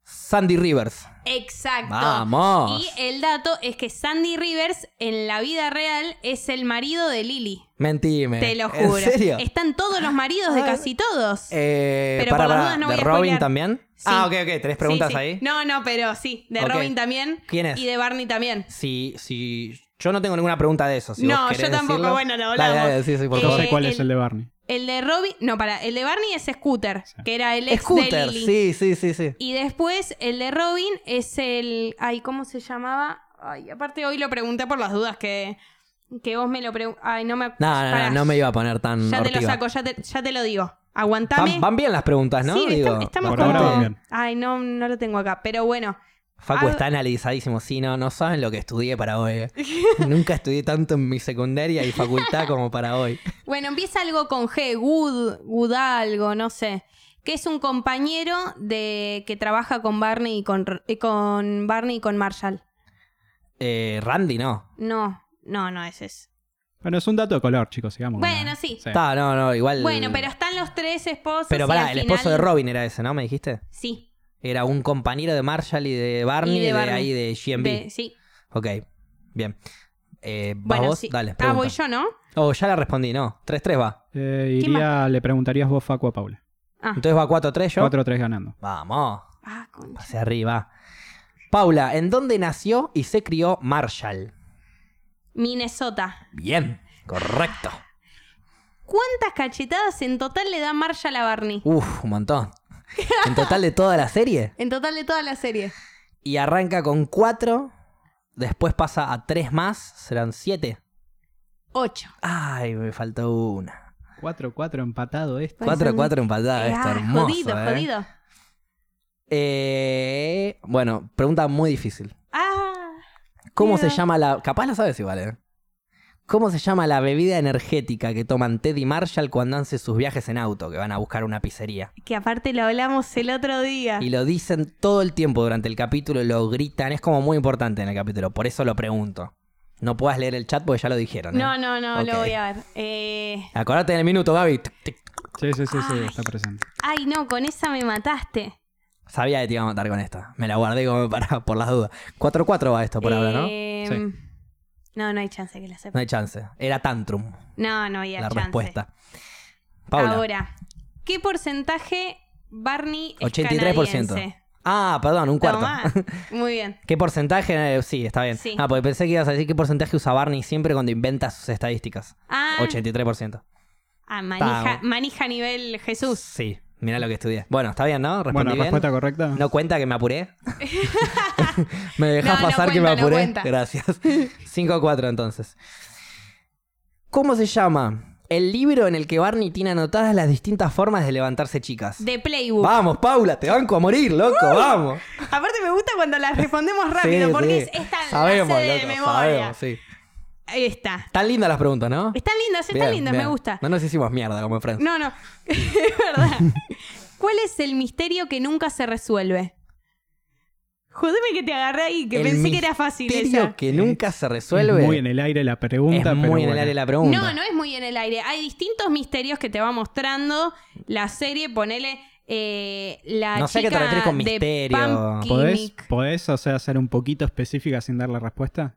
Sandy Rivers. Exacto. Vamos. Y el dato es que Sandy Rivers en la vida real es el marido de Lily. Mentime. Te lo juro. Eh. ¿En serio? Están todos los maridos de Ah. casi todos. Eh, Pero pará, por las pará, dudas no ¿De voy a Robin spoilear. también? Sí. Ah, ok, ok. Tres preguntas Sí, sí. ahí. No, no, pero sí. De Ok. Robin también. ¿Quién es? Y de Barney también. Si, si- Yo no tengo ninguna pregunta de eso. si vos No, querés yo tampoco, decirlo. bueno, lo Dale, hablamos. dale, sí, sí, por Eh, Yo favor. sé cuál es el- el de Barney. El de Robin. No, para. El de Barney es Scooter, Sí. que era el ex de Scooter, Lily. sí, sí, sí, sí. Y después el de Robin es el. Ay, ¿cómo se llamaba? Ay, aparte hoy lo pregunté por las dudas que, que vos me lo preguntaste. Ay, no me No, no, no, Pará, no me iba a poner tan Ya te lo hortiva. saco, ya te, ya te lo digo. Van, Aguantame. van bien las preguntas, ¿no? Sí, Digo, estam- estamos por ahora como- van bien. Ay, no, no lo tengo acá. Pero bueno, Facu Ah. está analizadísimo. Sí, no, no saben lo que estudié para hoy. eh. Nunca estudié tanto en mi secundaria y facultad como para hoy. Bueno, empieza algo con G, Good, Good algo, no sé. Que es un compañero de que trabaja con Barney y con, R- eh, con Barney y con Marshall. Eh, Randy, no. No, no, no ese es. Bueno, es un dato de color, chicos, sigamos. Bueno, sí. Está, no, no, igual. Bueno, pero están los tres esposos. Pero y pará, al el final- esposo de Robin era ese, ¿no? ¿Me dijiste? Sí. Era un compañero de Marshall y de Barney, Y de de, Barney. ahí de GMB. de- sí. Ok, bien. Eh, ¿vas Bueno, vos? sí. Dale, ah, pregunta. voy yo, ¿no? Oh, ya la respondí, no. 3-3 va. Eh, ¿Quién iría, le preguntarías vos, Facu, a Paula. Ah, Entonces va 4-3 yo. 4 a 3 ganando. Vamos, ah, con- hacia arriba. Paula, ¿en dónde nació y se crió Marshall? Minnesota. Bien, correcto. ¿Cuántas cachetadas en total le da Marshall a Barney? Uf, un montón. En total de toda la serie. En total de toda la serie. Y arranca con 4, después pasa a 3 más, serán 7. Ocho. Ay, me faltó una. 4-4 empatado esto. 4 a 4 Ah, empatada, está hermoso. jodido, eh. jodido. Eh, bueno, pregunta muy difícil. Ah, ¿Cómo Mira. se llama la. Capaz lo sabes igual, ¿eh? ¿Cómo se llama la bebida energética que toman Ted y Marshall cuando hacen sus viajes en auto, que van a buscar una pizzería? que aparte lo hablamos el otro día. Y lo dicen todo el tiempo durante el capítulo, lo gritan, es como muy importante en el capítulo, por eso lo pregunto. No puedas leer el chat porque ya lo dijeron. ¿eh? No, no, no, Ok. lo voy a ver. Eh, Acordate del minuto, Gaby. Tic, tic. Sí, sí, sí, sí, Ay. está presente. ay, no, con esa me mataste. Sabía que te iba a matar con esta. Me la guardé como para, por las dudas. 4-4 va esto por ahora, ¿no? Eh, Sí. No, no hay chance que la sepa. No hay chance. Era Tantrum No, no había la chance. respuesta. Paula. Ahora, ¿qué porcentaje Barney es 83%. canadiense? Ah, perdón, un cuarto. Tomá. Muy bien. ¿Qué porcentaje? Eh, Sí, está bien. Sí. Ah, porque pensé que ibas a decir qué porcentaje usa Barney siempre cuando inventa sus estadísticas. Ah, 83%. ah, manija, Está. manija nivel Jesús. Sí, mirá lo que estudié. Bueno, está bien, ¿no? Respondí Bueno, bien. respuesta correcta. ¿No cuenta que me apuré? ¿Me dejás No, no pasar que me cuenta, no apuré? cuenta. Gracias. 5-4 entonces. ¿Cómo se llama el libro en el que Barney tiene anotadas las distintas formas de levantarse chicas? De Playbook. Vamos, Paula, te banco a morir, loco, vamos. Aparte me gusta cuando las respondemos rápido, Sí, porque sí. es esta Sabemos, de loco, memoria. sabemos, sí. Ahí está. Están lindas las preguntas, ¿no? Están lindas, están Bien, lindas, bien. me gusta. No nos hicimos mierda como en Friends. No, no. es verdad. ¿Cuál es el misterio que nunca se resuelve? Jodeme que te agarré ahí, que El pensé que era fácil misterio esa. que nunca se resuelve. Muy en el aire la es pregunta. muy pero en el bueno. área la pregunta. No, no es muy en el aire. Hay distintos misterios que te va mostrando la serie. Ponele eh, la No sé a qué chica te referís con de misterio. Pumpkin ¿Podés, Nick. podés, o sea, ser un poquito específica sin dar la respuesta?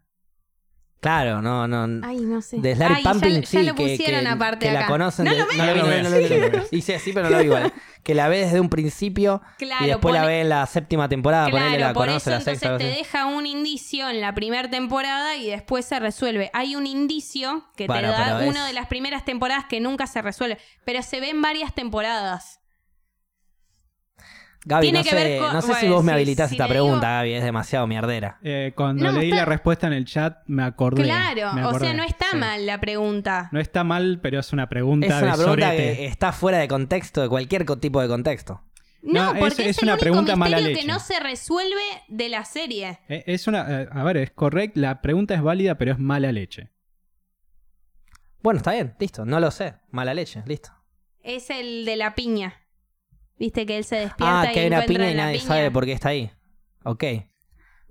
Claro, no, no. Ay, no sé. De Slary Ay, Pumpkin, ya, ya sí, lo que, pusieron que- aparte que acá. la conocen. No de- lo veo. la No lo vi, veas. no lo vi. Dice así, pero no lo vi igual. Que la ve desde un principio Claro, y después la pone- ve en la séptima temporada, Ah, ponele, Claro, la por conoce eso la entonces sexta. te algo así. deja un indicio en la primera temporada y después se resuelve. Hay un indicio que Para, te da pero es- una de las primeras temporadas que nunca se resuelve, pero se ven varias temporadas. Gaby, Tiene no que sé, ver con- no sé si bueno, vos me si- habilitás si esta le digo- pregunta, Gaby, es demasiado mierdera. Eh, cuando No, leí está- la respuesta en el chat, me acordé. me Claro, o sea, acordé, no está sí. mal la pregunta. No está mal, pero es una pregunta Es de una pregunta sorete. que eh, está fuera de contexto, de cualquier co- tipo de contexto. No, No, porque es- es, es el una único pregunta mala misterio que leche. no se resuelve de la serie. Eh, Es una, eh, a ver, es correcto, la pregunta es válida, pero es mala leche. Bueno, está bien, listo, no lo sé. Mala leche, listo. Es el de la piña. Viste que él se despierta Ah, y que hay una encuentra piña y la nadie piña. sabe por qué está ahí. Ok.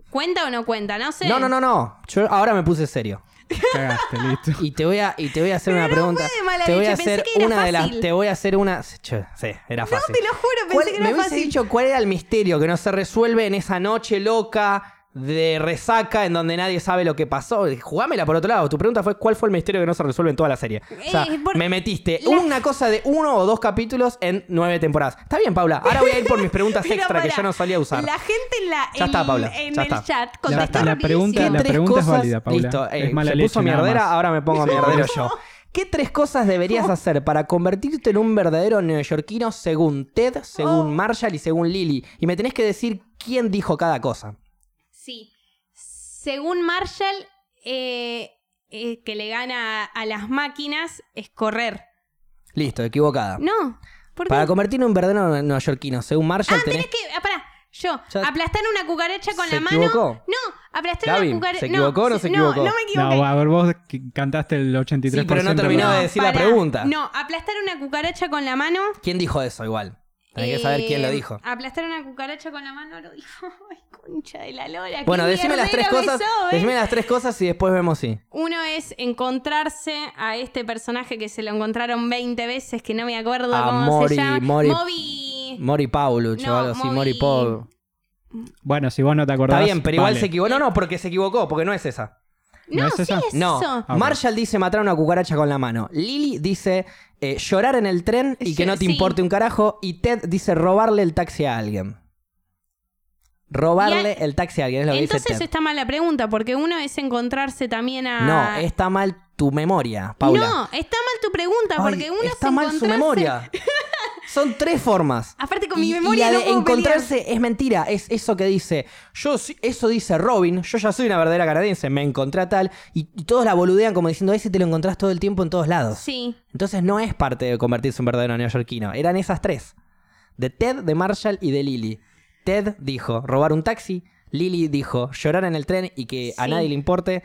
¿Cuenta o no cuenta? No sé. No, no, no, no. Yo ahora me puse serio. Cagaste, listo. Y te voy a, y te voy a hacer Pero una no pregunta. fue de mala te voy leche, a pensé hacer que era una de las. fácil. Te voy a hacer una. Che, sí, era fácil. Te lo juro, ¿Cuál- pensé que me era hubiese fácil. dicho cuál era el misterio que no se resuelve en esa noche loca de resaca en donde nadie sabe lo que pasó. Jugámela por otro lado. Tu pregunta fue cuál fue el misterio que no se resuelve en toda la serie. O sea, Eh, por- me metiste la- una cosa de uno o dos capítulos en nueve temporadas. Está bien, Paula. Ahora voy a ir por mis preguntas Pero extra que pará, yo no solía usar. La gente en, la, Ya está, en- Paula, en ya el está. chat Ya contestó está. La pregunta- ¿Qué rapidísimo. la tres pregunta es cosas- válida, Paula. Listo, Es eh, mala se leche, puso nada mierdera, más. ahora me pongo mierdero yo. ¿Qué tres cosas deberías hacer para convertirte en un verdadero neoyorquino según Ted, según Oh. Marshall y según Lily? Y me tenés que decir quién dijo cada cosa. Sí. Según Marshall, eh, eh, que le gana a, a las máquinas es correr. Listo, equivocada. No. ¿Por qué? Para convertirte en un verdadero neoyorquino, según Marshall, Ah, tenés tenés que. ah, pará. Yo, Ya- aplastar una cucaracha con ¿Se la mano. equivocó? No, aplastar Gaby, una cucaracha. ¿se equivocó o no se equivocó? No, no me equivoqué. No, a ver, vos que cantaste el 83%. Sí, pero no terminó ¿no? de decir la pará. pregunta. No, aplastar una cucaracha con la mano. ¿Quién dijo eso igual? Tenés que saber eh, quién lo dijo. Aplastar una cucaracha con la mano lo dijo. Ay, concha de la lora. qué Bueno, decime las tres mierdera me cosas. sobe. eh. Decime las tres cosas y después vemos si. Uno es encontrarse a este personaje que se lo encontraron 20 veces, que no me acuerdo A cómo Ah, Mori- se llama. Mori- Moby. Mori Pauluch o No, algo así, Mori Mori- Paul. Bueno, si vos no te acordás. Está bien, pero igual vale. se equivocó. No, no, porque se equivocó, porque no es esa. No, ¿No es sí esa? es No, eso. Ah, ok. Marshall dice matar una cucaracha con la mano. Lily dice eh, llorar en el tren y que Yo- no te sí. importe un carajo. Y Ted dice robarle el taxi a alguien. Y Robarle a- el taxi a alguien, es lo que Entonces dice Ted. está mal la pregunta, porque uno es encontrarse también a. No, está mal tu memoria, Paula. No, está mal tu pregunta, Ay, porque uno está es mal su encontrarse- memoria. Son tres formas. Aparte con mi Y- y memoria la no de puedo encontrarse es mentira, es eso que dice. Yo si- eso dice Robin, yo ya soy una verdadera canadiense, me encontré a tal y, y todos la boludean como diciendo, ese te lo encontrás todo el tiempo en todos lados. Sí. Entonces no es parte de convertirse en verdadero neoyorquino, eran esas tres. De Ted, de Marshall y de Lily. Ted dijo robar un taxi, Lily dijo llorar en el tren y que a Sí. nadie le importe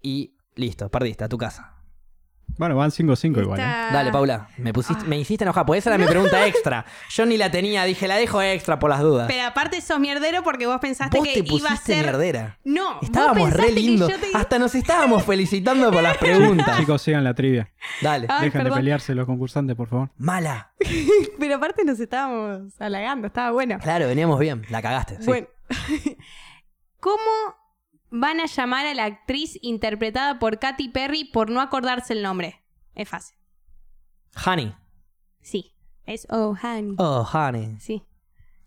y listo, perdiste a tu casa. Bueno, van 5-5 igual. ¿eh? Está- Dale, Paula, me pusiste, Ah. me hiciste enojar, porque esa era mi pregunta extra. Yo ni la tenía, dije, la dejo extra por las dudas. Pero aparte sos mierdero porque vos pensaste Vos que te iba a pusiste ser. mierdera. No, vos Estábamos re pensaste que lindos. Ah. yo te- Hasta nos estábamos felicitando por las Chi- preguntas. ¿eh? Chicos, sigan la trivia. Dale. Ay, Dejan perdón. de pelearse los concursantes, por favor. Mala. Pero aparte nos estábamos halagando, estaba bueno. Claro, veníamos bien. La cagaste. sí. Bueno. ¿Cómo van a llamar a la actriz interpretada por Katy Perry por no acordarse el nombre? Es fácil. Honey. Sí. Es Oh Honey. Oh, honey. Sí.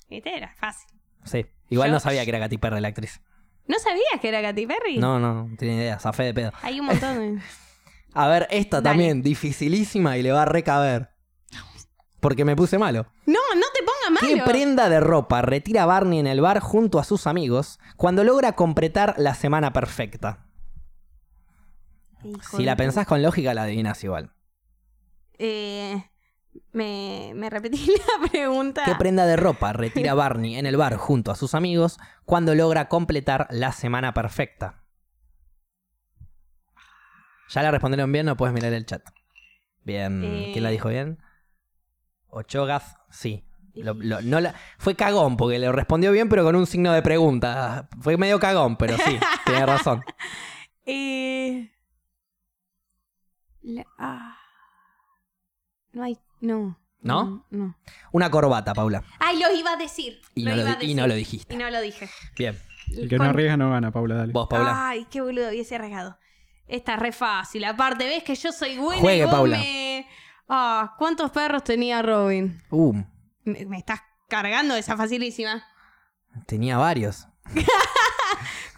Viste, era fácil. Sí. Igual Yo- no sabía que era Katy Perry la actriz. ¿No sabías que era Katy Perry? No, no, no tenía idea. Zafé de pedo. Hay un montón de... A ver, esta Dale. también, dificilísima y le va a recaber. Porque me puse malo. No, no te ponga ¿Qué malo. prenda de ropa retira Barney en el bar junto a sus amigos cuando logra completar la semana perfecta? Hijo Si de la puta. pensás con lógica, la adivinás igual. Eh, me, me repetí la pregunta. ¿Qué prenda de ropa retira Barney en el bar junto a sus amigos cuando logra completar la semana perfecta? ¿Ya la respondieron bien? No puedes mirar el chat. Bien. Eh. ¿Quién la dijo bien? Ochogas, sí. Lo- lo- no la- fue cagón, porque le respondió bien, pero con un signo de pregunta. Fue medio cagón, pero sí, tiene razón. Eh, la- ah. no hay. No. ¿No? No. Una corbata, Paula. Ay, lo iba a decir. Y no lo, iba a di- y decir. no lo dijiste. Y no lo dije. Bien. El que Con- no arriesga no gana, Paula, dale. Vos, Paula. Ay, qué boludo, hubiese arriesgado. Esta es re fácil. Aparte, ves que yo soy buena Juegue, y vos Paula. me- Ah, ¿cuántos perros tenía Robin? Uh, Me, me estás cargando esa facilísima. tenía varios.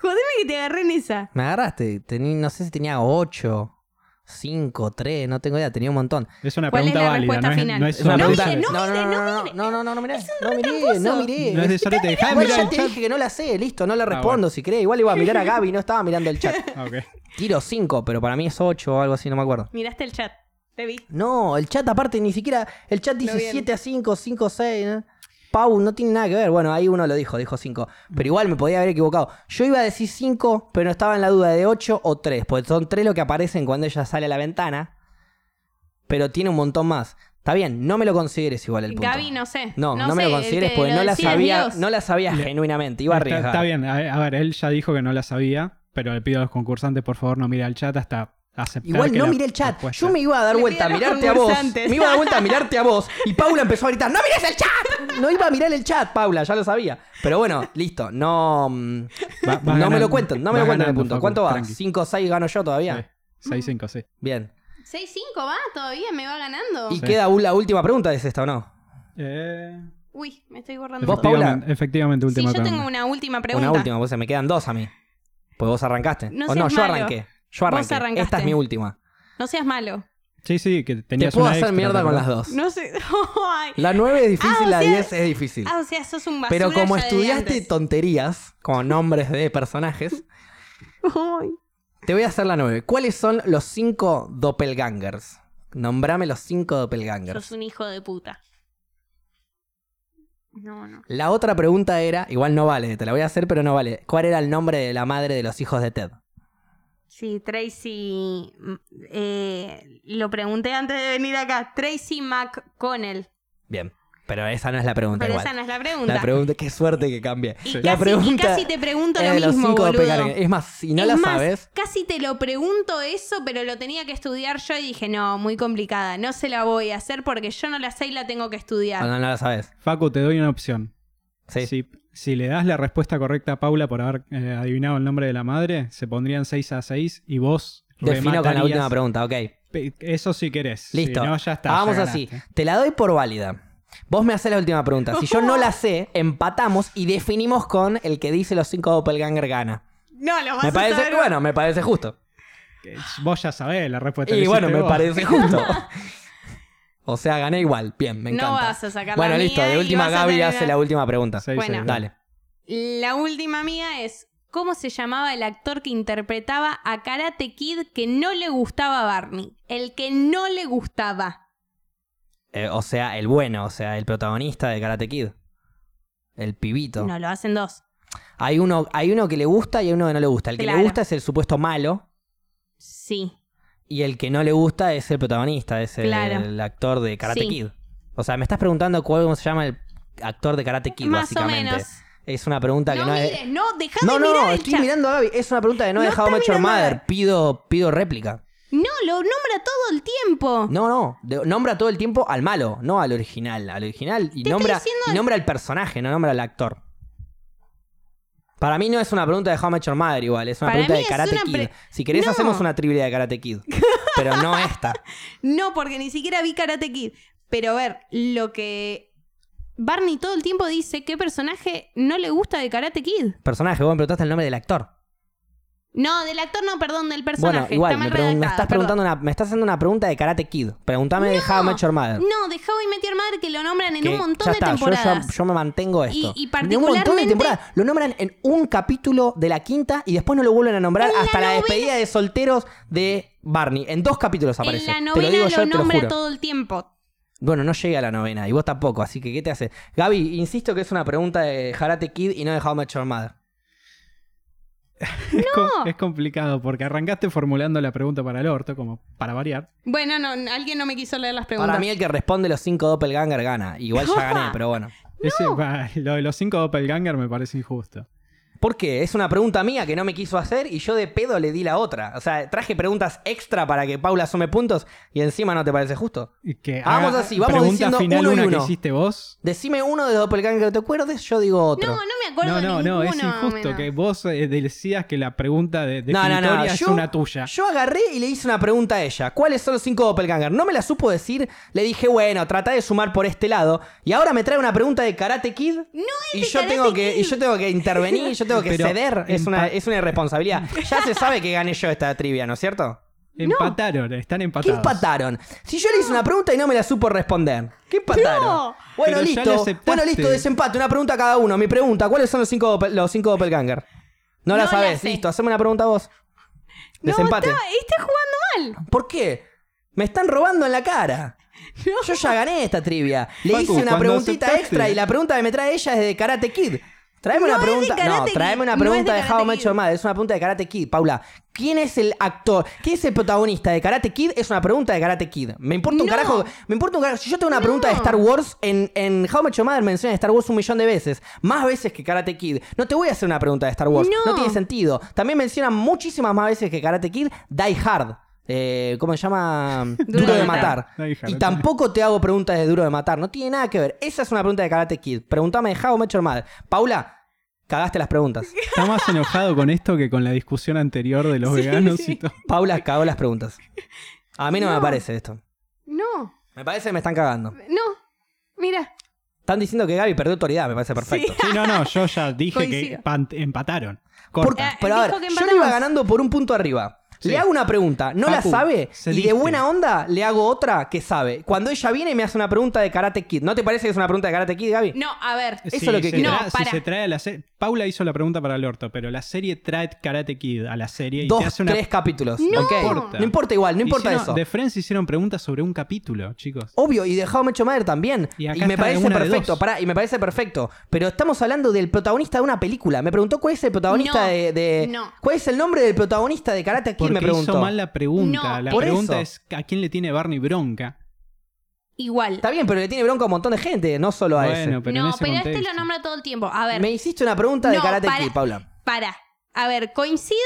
Jodeme que te agarré en esa. Me agarraste. Tení- no sé si tenía 8, 5, 3, no tengo idea. Tenía un montón. Es una ¿Cuál es pregunta la válida, respuesta no es, final? no es Es una solo pregunta. de- mire, no mire, no mire. no, no, no, no miré. un No miré, tramposo. no miré. No es de sorete, dejá de Igual mirar ya el te chat. Ah, dije que no la sé, listo, no la bueno. respondo si querés. Igual iba a mirar a Gaby, no estaba mirando el chat. Ah, ok. Tiro 5, pero para mí es 8 o algo así, no me acuerdo. Miraste el chat. Te vi. No, el chat aparte ni siquiera. El chat dice bien. 7 a 5, 5 a 6. ¿no? Pau, no tiene nada que ver. Bueno, ahí uno lo dijo, dijo 5. Mm. Pero igual me podía haber equivocado. Yo iba a decir 5, pero estaba en la duda de 8 o 3. Porque son 3 lo que aparecen cuando ella sale a la ventana. Pero tiene un montón más. Está bien, no me lo consideres igual el punto. Gaby, no sé. No, no, me sé, lo consideres que porque lo no la, decida sabía, Dios. no la sabía Le- genuinamente. Iba a Está, arriesgar. está bien, a, a ver, él ya dijo que no la sabía, pero le pido a los concursantes, por favor, no mire el chat hasta aceptar. Igual que no la miré el chat. respuesta- Yo me iba a dar Le vuelta a pido a los mirarte a vos. concursantes. Me iba a dar vuelta a mirarte a vos. Y Paula empezó a gritar: ¡No mires el chat! No iba a mirar el chat, Paula, ya lo sabía. Pero bueno, listo. No, mm, Va- vas no me ganando, lo cuenten, no me vas lo cuenten el ganando, punto. Facu, ¿Cuánto va? tranqui. ¿5 o 6 gano yo todavía? Sí, 6-5, sí. Bien. 6-5 va, todavía me va ganando. Y Sí. queda un- la última pregunta, ¿es esta o no? Eh, Uy, me estoy borrando. ¿Vos, todo. Paula? efectivamente, efectivamente, Sí, última yo tengo pregunta. una última pregunta. Una última, pues me quedan dos a mí. Pues vos arrancaste. No o no, seas yo malo. arranqué. Yo Vos arranqué. arrancaste. Esta es mi última. No seas malo. Sí, sí, que Te tenías puedo una hacer extra, mierda con ¿verdad? las dos. No sé. Ay. La 9 es difícil, Ah, o la sea- 10 es difícil. Ah, o sea, sos un basura. Pero como ya desde estudiaste antes. tonterías, como nombres de personajes, Ay. te voy a hacer la 9. ¿Cuáles son los 5 doppelgangers? Nombrame los 5 Sos doppelgangers. un hijo de puta. No, no. La otra pregunta era, igual no vale, te la voy a hacer, pero no vale. ¿Cuál era el nombre de la madre de los hijos de Ted? Sí, Tracy. mm, eh, lo pregunté antes de venir acá. Tracy McConnell. Bien, pero esa no es la pregunta Pero igual. esa no es la pregunta. La pregunta, qué suerte que cambié. y, Sí. casi, La y pregunta casi te pregunto Era lo de los mismo, cinco boludo. doppelgangers. Es más, si no Es la más, sabes, Casi te lo pregunto eso, pero lo tenía que estudiar yo y dije, no, muy complicada, no se la voy a hacer porque yo no la sé y la tengo que o estudiar. Ah, no, no la sabes. Facu, te doy una opción. Sí. Si, si le das la respuesta correcta a Paula por haber eh, adivinado el nombre de la madre, se pondrían 6 a 6 y vos Defino con la rematarías- última pregunta, ok. Pe- Eso si querés. Listo. Si no, ya está. Hagamos ya así. ganaste. Te la doy por válida. Vos me haces la última pregunta. Si yo no la sé, empatamos y definimos con el que dice los cinco doppelganger gana. No, lo vas Me a parece, saber. bueno, me parece justo. Que Vos ya sabés la respuesta. la Y hiciste bueno, me vos. parece justo. O sea, gané igual. Bien, me No encanta. vas a sacar la Bueno, listo. mía De y última, vas a Gaby tener hace la- la última pregunta. Seis, Bueno. seis, Dale. La última mía es, ¿cómo se llamaba el actor que interpretaba a Karate Kid que no le gustaba a Barney? El que no le gustaba. Eh, o sea, el bueno, o sea, el protagonista de Karate Kid. El pibito. No, lo hacen dos. Hay, uno, hay uno que le gusta y hay uno que no le gusta. El que le Claro. gusta es el supuesto malo. Sí. Y el que no le gusta es el protagonista, es el, Claro. el actor de Karate Sí. Kid. O sea, me estás preguntando cuál- cómo se llama el actor de Karate Kid, Más o básicamente. menos. Es una pregunta que No, no mires, es. no, dejá No, de no, mirar el estoy chat. mirando a Gaby. Es una pregunta que no, he No dejado está Macho mirando Mother. nada. Pido, pido réplica. No, lo nombra todo el tiempo. No, no. de- nombra todo el tiempo al malo, no al original. Al original. Y Te estoy nombra, diciendo y el- nombra al personaje, no nombra al actor. Para mí no es una pregunta de How I Met Your Mother igual, es una Para pregunta mí de es Karate una Kid. pre- Si querés No. hacemos una trivia de Karate Kid, pero no esta. No, porque ni siquiera vi Karate Kid. Pero a ver, lo que Barney todo el tiempo dice, ¿qué personaje no le gusta de Karate Kid? Personaje, vos me preguntaste el nombre del actor. No, del actor no, perdón, del personaje. bueno, igual, Está me, mal pregun- me redactada, estás perdón. preguntando una, me estás haciendo una pregunta de Karate Kid. Preguntame de How I Met Your Mother. No, de How I Met Your Mother que lo nombran en Que un montón ya de está, yo- temporadas. Yo, yo me mantengo esto. Y- y De un montón de particularmente- temporadas. Lo nombran en un capítulo de la quinta y después no lo vuelven a nombrar En la hasta la, novela- despedida de solteros de Barney. En dos capítulos aparece. en la te novela lo digo lo, yo, te lo nombra juro. todo el tiempo. Bueno, no llegué a la novena y vos tampoco, así que ¿qué te hace? Gaby, insisto que es una pregunta de Karate Kid y no de How I Met Your Mother. Es, com- es complicado porque arrancaste formulando la pregunta para el orto, como para variar. Bueno, no, alguien no me quiso leer las preguntas. Para mí el que responde los cinco doppelganger gana. Igual ya gané, pero bueno. Ese- bah, lo de los cinco doppelganger me parece injusto. ¿Por qué? Es una pregunta mía que no me quiso hacer y yo de pedo le di la otra. O sea, traje preguntas extra para que Paula sume puntos y encima no te parece justo. Y Que Vamos haga así, vamos pregunta diciendo final uno y una uno. que hiciste vos. Decime uno de los doppelganger que te acuerdes, yo digo otro. No, no me acuerdo no, de no, no, es ninguno, injusto menos. que vos eh, decías que la pregunta de definitoria es una tuya. Yo agarré y le hice una pregunta a ella. ¿Cuáles son los cinco doppelganger? No me la supo decir. Le dije, bueno, trata de sumar por este lado. Y ahora me trae una pregunta de Karate Kid. y de yo Karate tengo que, Kid. Y yo tengo que intervenir, yo tengo que Pero ceder. Es empa- una, es una irresponsabilidad. Ya se sabe que gané yo esta trivia, ¿no es cierto? Empataron, están ¿Qué empatados. empataron? Si yo le hice una pregunta y no me la supo responder. ¿Qué empataron? No. Bueno, Pero ya la listo. aceptaste. Bueno, listo, desempate. Una pregunta a cada uno. Mi pregunta, ¿cuáles son los cinco, doppel- los cinco doppelganger? No, la No la sabes. sé. listo, haceme una pregunta vos. No, Desempate. estaba- estás jugando mal. ¿Por qué? Me están robando en la cara. Yo ya gané esta trivia. Le Facu, hice una cuando preguntita aceptaste. extra y la pregunta que me trae ella es de Karate Kid. Traeme No una es de pregunta. Karate no, Kid, traeme una no pregunta es de de How I Karate Met Kid. Your Mother. Es una pregunta de Karate Kid, Paula. ¿Quién es el actor? ¿Quién es el protagonista de Karate Kid? Es una pregunta de Karate Kid. Me importa un No. carajo. Me importa un carajo. Si yo tengo una No. pregunta de Star Wars, en, en How I Met Your Mother mencionan Star Wars un millón de veces. Más veces que Karate Kid. No te voy a hacer una pregunta de Star Wars. No. tiene sentido. También mencionan muchísimas más veces que Karate Kid Die Hard. Eh, ¿Cómo se llama? Duro, de matar. Die Hard. Y tampoco te hago preguntas de duro de matar. No tiene nada que ver. Esa es una pregunta de Karate Kid. Pregúntame de How I Met Your Mother. Paula, cagaste las preguntas. Está más enojado con esto que con la discusión anterior de los veganos y todo. Paula cagó las preguntas. A mí no, me No. parece esto. No, Me parece que me están cagando. no. Mira, Están diciendo que Gaby perdió autoridad. Me parece perfecto. Sí, no, no, yo ya dije que Coincido. pan- empataron. Por- Corta. Eh, pero a ver, dijo que yo le iba empatamos. ganando por un punto arriba. Sí. Le hago una pregunta, no Facu, la sabe, y de cediste. buena onda le hago otra que sabe. Cuando ella viene y me hace una pregunta de Karate Kid, ¿no te parece que es una pregunta de Karate Kid, Gaby? no, a ver. Eso Si es lo que se quiero. tra- No, si para. se trae a la se- Paula hizo la pregunta para el orto, pero la serie trae Karate Kid a la serie y te Dos, hace una tres capítulos. No. ok. Importa. No importa igual, no importa Hicieron- eso. De Friends hicieron preguntas sobre un capítulo, chicos. Obvio, y de How I Met Your Mother también. Y Y, acá me está parece una de perfecto, dos. pará, y me parece perfecto. Pero estamos hablando del protagonista de una película. Me preguntó cuál es el protagonista No, de, de- no. ¿Cuál es el nombre del protagonista de Karate Kid? Porque Me preguntó. hizo mal la pregunta. No. la Por pregunta eso. es a quién le tiene Barney bronca. Igual. Está bien, pero le tiene bronca a un montón de gente, no solo a ese. Bueno, pero en no, ese pero este contexto. lo nombra todo el tiempo. A ver, Me hiciste una pregunta de No, Karate para. Kid, Paula. para. A ver, ¿coincido?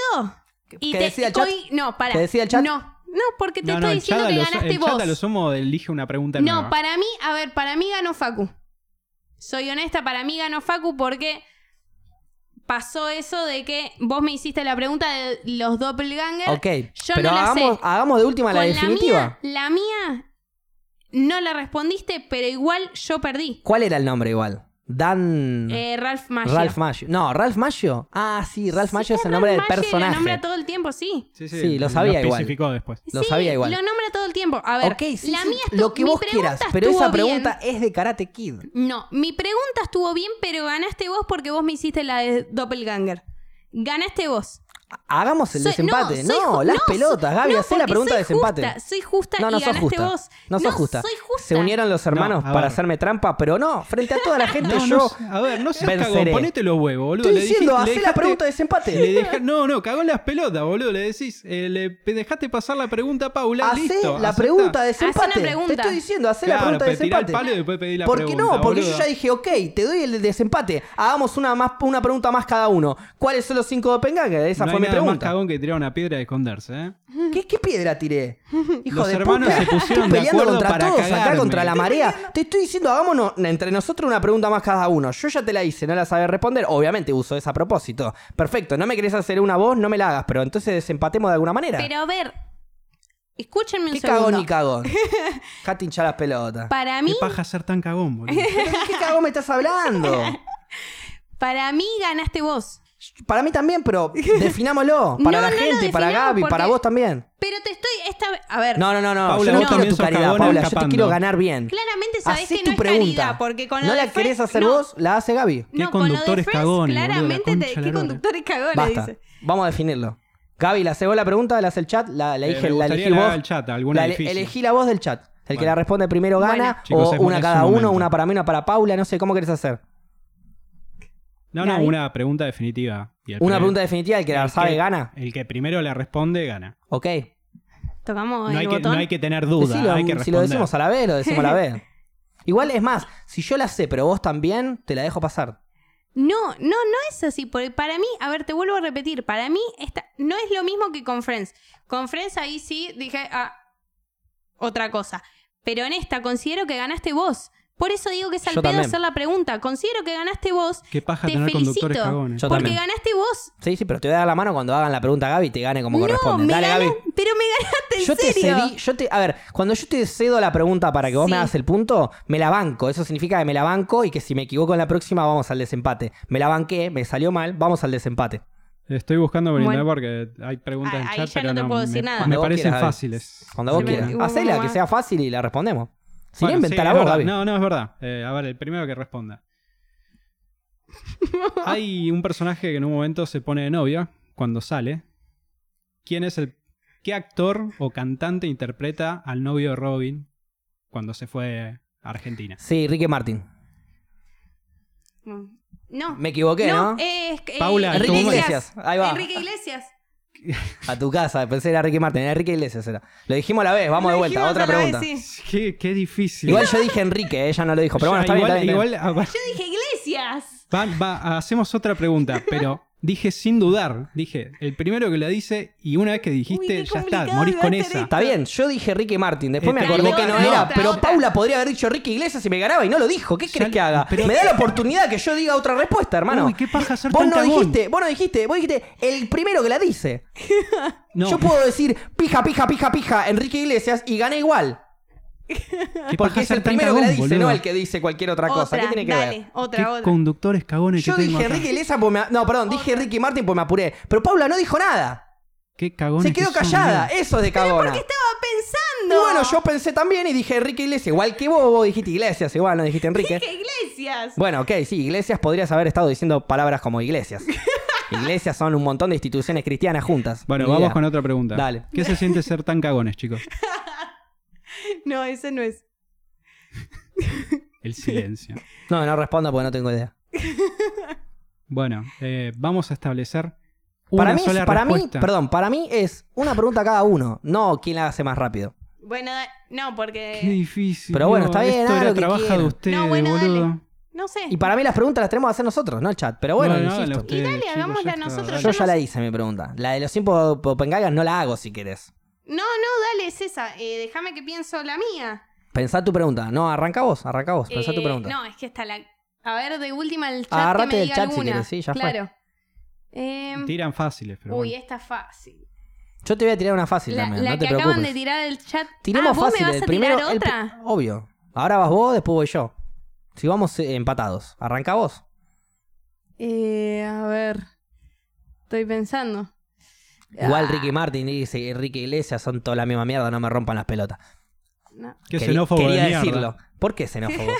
Y que te- decida el chat? coi- No, para. ¿Que decida el chat? No, no, porque te No, no, estoy el chat diciendo a que lo- ganaste el chat a lo vos. sumo elige una pregunta No, nueva. para mí, a ver, para mí ganó Facu. Soy honesta, para mí ganó Facu porque pasó eso de que vos me hiciste la pregunta de los doppelganger. Ok, yo pero no la hagamos, sé. hagamos de última Con la la definitiva. mía, la mía no la respondiste, pero igual yo perdí. ¿Cuál era el nombre igual? Dan. Eh, Ralph Maggio. Ralph Maggio. No, Ralph Maggio. Ah, sí, Ralph Sí, Maggio es el nombre Ralph del Maggio y Lo personaje. nombra todo el tiempo, sí. Sí, lo sabía igual. especificó después. Lo Sí, sabía igual. Lo nombra todo el tiempo. A ver, ok, sí, la sí, mía estu- lo que mi vos pregunta quieras, pero esa estuvo bien. pregunta es de Karate Kid. No, mi pregunta estuvo bien, pero ganaste vos porque vos me hiciste la de Doppelganger. Ganaste vos. Hagamos el Soy- desempate. soy No, ju- las no, pelotas, so- Gaby, no, hacé la porque pregunta de soy desempate. justa, soy justa No, no y sos ganaste justa. vos. No sos justa. soy justa. Se unieron los hermanos No, a para ver. hacerme trampa, pero no, frente a toda la gente No, yo. no, a ver, no seas venceré. cagón, ponete los huevos, boludo. Estoy Le dijiste- diciendo, le hacé la dejaste- pregunta de desempate. le deja- no, no, cagón las pelotas, boludo. Le decís, eh, le pe- dejaste pasar la pregunta a Paula, Hacé listo. la aceptá. pregunta de desempate. Hacé una pregunta. Te estoy diciendo, hacé la Claro, pregunta de pero tirá el desempate. palo y después pedí la ¿Por qué pregunta, no? Porque boluda. yo ya dije, ok, te doy el de desempate. Hagamos una, más, una pregunta más cada uno. ¿Cuáles son los cinco de Pengaga? Esa no fue hay mi nada más pregunta. cagón que tirar una piedra y esconderse, ¿eh? ¿Qué, qué piedra tiré? Hijo Los de hermanos puta. se pusieron Estoy de peleando acuerdo contra para todos acá, cagarme. contra la marea. Te estoy diciendo, hagámonos entre nosotros una pregunta más cada uno. Yo ya te la hice, no la sabes responder. Obviamente uso esa a propósito. Perfecto, no me querés hacer una voz, no me la hagas, pero entonces desempatemos de alguna manera. Pero a ver, escúchenme un ¿Qué segundo. cagón ni cagón? Jate hinchar las pelotas. Para ¿Qué mí, paja ser tan cagón, boludo? Eh, ¿Pero de qué cagón me estás hablando? para mí ganaste vos. Para mí también, pero definámoslo. Para No, la no lo gente, para definamos Gaby, para porque- vos también. Pero te estoy esta a ver. No, no, no, no. yo Paula, vos no quiero también tu sos caridad, cagona Paula. Yo te escapando. quiero ganar bien. Claramente sabés Hacé que no es tu pregunta. caridad, porque con lo no de la Fer- querés hacer no, vos, la hace Gaby. No, con lo de Qué conductores Fer, cagones, boludo, la claramente te, concha de la qué lora. conductores cagones Basta. dice. Vamos a definirlo. Gaby, la hace vos la pregunta, la hace el chat, la, la, Eh, dije- me la gustaría elegí la haga vos. el chat, alguna La ele- difícil. elegí la voz del chat. El que Bueno. la responde primero gana, Bueno. o Chicos, es una un- cada es un uno, momento. una para mí, una para Paula, no sé, ¿cómo querés hacer? No, no, Gaby. una pregunta definitiva. Y el Una primer- pregunta definitiva, el que la el sabe que- gana. El que primero la responde, gana. Ok. Tocamos No el hay, que, botón. no hay que tener duda, Decilo, hay si que lo responder. decimos a la vez, lo decimos a la vez. Igual es más, si yo la sé, pero vos también, te la dejo pasar. No, no, no es así. Porque para mí, a ver, te vuelvo a repetir, para mí esta, no es lo mismo que con Friends. Con Friends ahí sí dije, ah, otra cosa. Pero en esta considero que ganaste vos. Por eso digo que es al Yo pedo también. hacer la pregunta. Considero que ganaste vos. Qué paja Te tener conductores felicito. cagones. Yo porque también. ganaste vos. Sí, sí, pero te voy a dar la mano cuando hagan la pregunta a Gaby y te gane como No, corresponde. me Dale, ganas- Gaby. pero me ganaste en Yo te serio. cedí, yo te, a ver, cuando yo te cedo la pregunta para que vos me Sí. hagas el punto, me la banco. Eso significa que me la banco y que si me equivoco en la próxima, vamos al desempate. Me la banqué, me salió mal, vamos al desempate. Estoy buscando por Bueno. internet porque hay preguntas en Ahí chat, ya pero no te puedo me, decir nada. me Cuando vos parecen quieras, Gaby. fáciles. Cuando vos Sí, quieras. bueno. bueno. Hacela, que Bueno, sea fácil y la respondemos. Si Bueno, no, inventá sí, la es vos, verdad. Gaby. No, no, es verdad. Eh, a ver, el primero que responda. hay un personaje que en un momento se pone de novia cuando sale. ¿Quién es el. ¿Qué actor o cantante interpreta al novio de Robin cuando se fue a Argentina? Sí, Ricky Martin. No. Me equivoqué, ¿no? eh, es- eh, Paula, Enrique ¿cómo es? Iglesias. Ahí va. Enrique Iglesias. A tu casa, pensé era Ricky Martin, era Enrique Iglesias era. Lo dijimos a la vez, vamos Lo de vuelta, dijimos otra a la vez, pregunta. sí. Qué, qué difícil. Igual yo dije Enrique, ella no lo dijo, pero bueno, está Ya, bien, igual- está bien, está bien. igual, ah, va- Yo dije Iglesias. va- va, hacemos otra pregunta, pero dije sin dudar. Dije, el primero que la dice y una vez que dijiste, Uy, qué ya está, complicado morís va a con ser esa. Está bien, yo dije Ricky Martin, después me Está acordé bien. que no Este, No, era, otra, pero otra. Paula podría haber dicho Ricky Iglesias y me ganaba y no lo dijo. ¿Qué Ya crees lo- que haga? pero- Me da la oportunidad que yo diga otra respuesta, hermano. Uy, qué paja ser vos tan no cagón. dijiste, vos no dijiste, vos dijiste el primero que la dice. No, Yo puedo decir pija, pija, pija, pija, Enrique Iglesias y gana igual. qué paja Porque es ser el tan primero que la cagón, dice, boludo. no el que dice cualquier otra cosa. ¿Qué tiene que dale, ver? otra, Qué otra. conductores cagones Yo que tengo dije acá. Ricky Iglesias porque me. No, perdón, dije Ricky Martin porque me apuré. Pero Paula no dijo nada. Qué cagones Se quedó que son, callada. boludo. Eso es de ¿Por cagona. qué estaba pensando? Y bueno, yo pensé también y dije Enrique Iglesias, igual que vos, vos dijiste Iglesias, igual no dijiste Enrique. Dije Iglesias. Bueno, ok, sí, Iglesias podrías haber estado diciendo palabras como Iglesias. Iglesias son un montón de instituciones cristianas juntas. Bueno, Ni vamos idea. con otra pregunta. Dale. ¿Qué se siente ser tan cagones, chicos? No, ese no es. El silencio. No, no respondo porque no tengo idea. Bueno, eh, vamos a establecer una Para mí, sola para mí, respuesta. perdón, para mí es una pregunta cada uno, no quién la hace más rápido. Bueno, da- no, porque. Qué difícil. Pero bueno, no, está bien, Esto hagan era lo que trabajo quieran. de ustedes, No, bueno, dale. boludo. No sé. Y para mí las preguntas las tenemos que hacer nosotros, no el chat. Pero bueno, Bueno, háganlo insisto. ustedes, Y dale, chicos, hagámosla ya está, nosotros, dale. Yo yo ya no la sé. hice mi pregunta. La de los tiempos Popengagas no la hago si querés. No, no, dale, es esa. Eh, Déjame que pienso la mía. Pensá tu pregunta. No, arranca vos, arranca vos. Pensá Eh, tu pregunta. No, es que está la. A ver, de última el chat. Agarrate que me del diga chat si alguna. querés, sí, ya fue. claro. Em, Tiran fáciles, pero uy, eh. bueno. esta es fácil. Yo te voy a tirar una fácil La, también, la no que te preocupes. acaban de tirar el chat. Tiremos ah, ¿vos fácil. me vas el a primero, tirar el pri- otra? obvio. Ahora vas vos, después voy yo. Si vamos eh, empatados, arranca vos. Eh, a ver. Estoy pensando. Igual Ah, Ricky Martin y y Ricky Iglesias son toda la misma mierda, no me rompan las pelotas. no. Qué Queri- xenófobo de Quería mierda. decirlo. ¿Por qué xenófobo?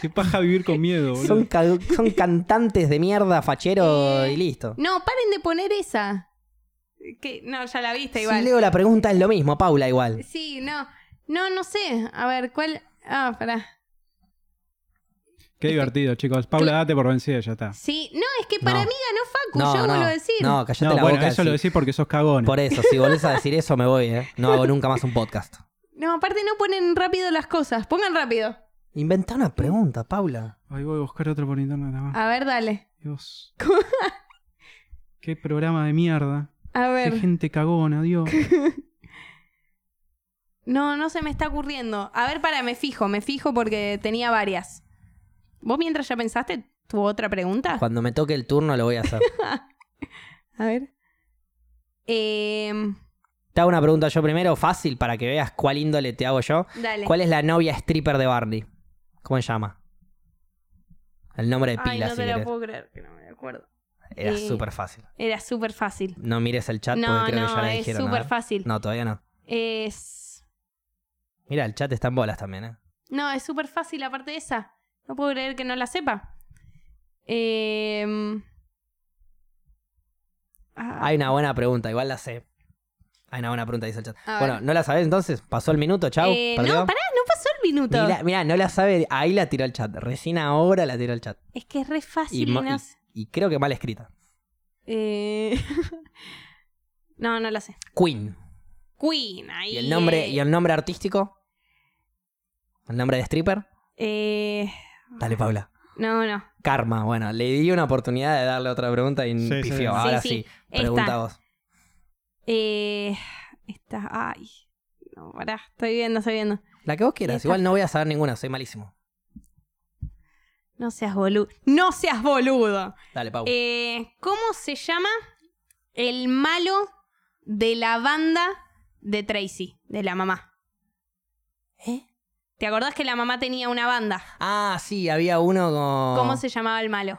Qué paja vivir con miedo, boludo. son, ca- son cantantes de mierda, fachero y listo. No, paren de poner esa. Que, no, ya la viste Si igual. leo la pregunta es lo mismo, Paula igual. Sí, no. No, no sé. A ver, ¿cuál? Ah, pará. Qué divertido, chicos. Paula, date por vencida, ya está. Sí, no, es que No. para mí ganó Facu, No, yo no, vuelvo a decir. no, callate No, la bueno, boca. eso lo sí. decís porque sos cagón. Por e- eso, si volvés a decir eso me voy, ¿eh? No hago nunca más un podcast. No, aparte no ponen rápido las cosas. Pongan rápido. Inventa una pregunta, Paula. Ahí voy a buscar otro por internet. nada más. A ver, dale. Dios. Qué programa de mierda. A Qué ver. gente cagona, Dios. No, no se me está ocurriendo. A ver, para, me fijo, me fijo porque tenía varias. ¿Vos mientras ya pensaste tu otra pregunta? Cuando me toque el turno lo voy a hacer. A ver. Em, Te hago una pregunta yo primero, fácil, para que veas cuál índole te hago yo. dale. ¿Cuál es la novia stripper de Barney? ¿Cómo se llama? El nombre de Ay, pila, no si te lo querés. puedo creer, que no me acuerdo. Era Eh, súper fácil. Era súper fácil. No mires el chat No, porque creo que ya no, la es dijeron. súper ¿no? fácil. No, todavía no. Es. Mira, el chat está en bolas también, ¿eh? No, es súper fácil aparte de esa. No puedo creer que no la sepa. Em, ah, Hay una buena pregunta, igual la sé. Hay una buena pregunta, dice el chat. A ver. Bueno, ¿no la sabés entonces? ¿Pasó el minuto? Chau. eh, ¿Perdió? no, pará, no pasó el minuto. Mirá, mirá, no la sabe. Ahí la tiró el chat. Recién ahora la tiró el chat. Es que es re Y, fácil. mo- y y- no sé. y creo que mal escrita. Eh, no, no la sé. Queen. Queen, ahí. ¿Y el nombre, eh, ¿Y el nombre artístico? ¿El nombre de stripper? eh, Dale, Paula. no, no. Karma, bueno, le di una oportunidad de darle otra pregunta y Sí, sí. pifió. Sí, Ahora sí, sí, esta. pregunta vos. Eh, esta, ay. No, pará, estoy viendo, estoy viendo. La que vos quieras, Esta. igual no voy a saber ninguna, soy malísimo. No seas boludo. No seas boludo. Dale, Pau. Eh, ¿Cómo se llama el malo de la banda de Tracy, de la mamá? ¿Eh? ¿Te acordás que la mamá tenía una banda? Ah, sí, había uno con... ¿Cómo se llamaba el malo?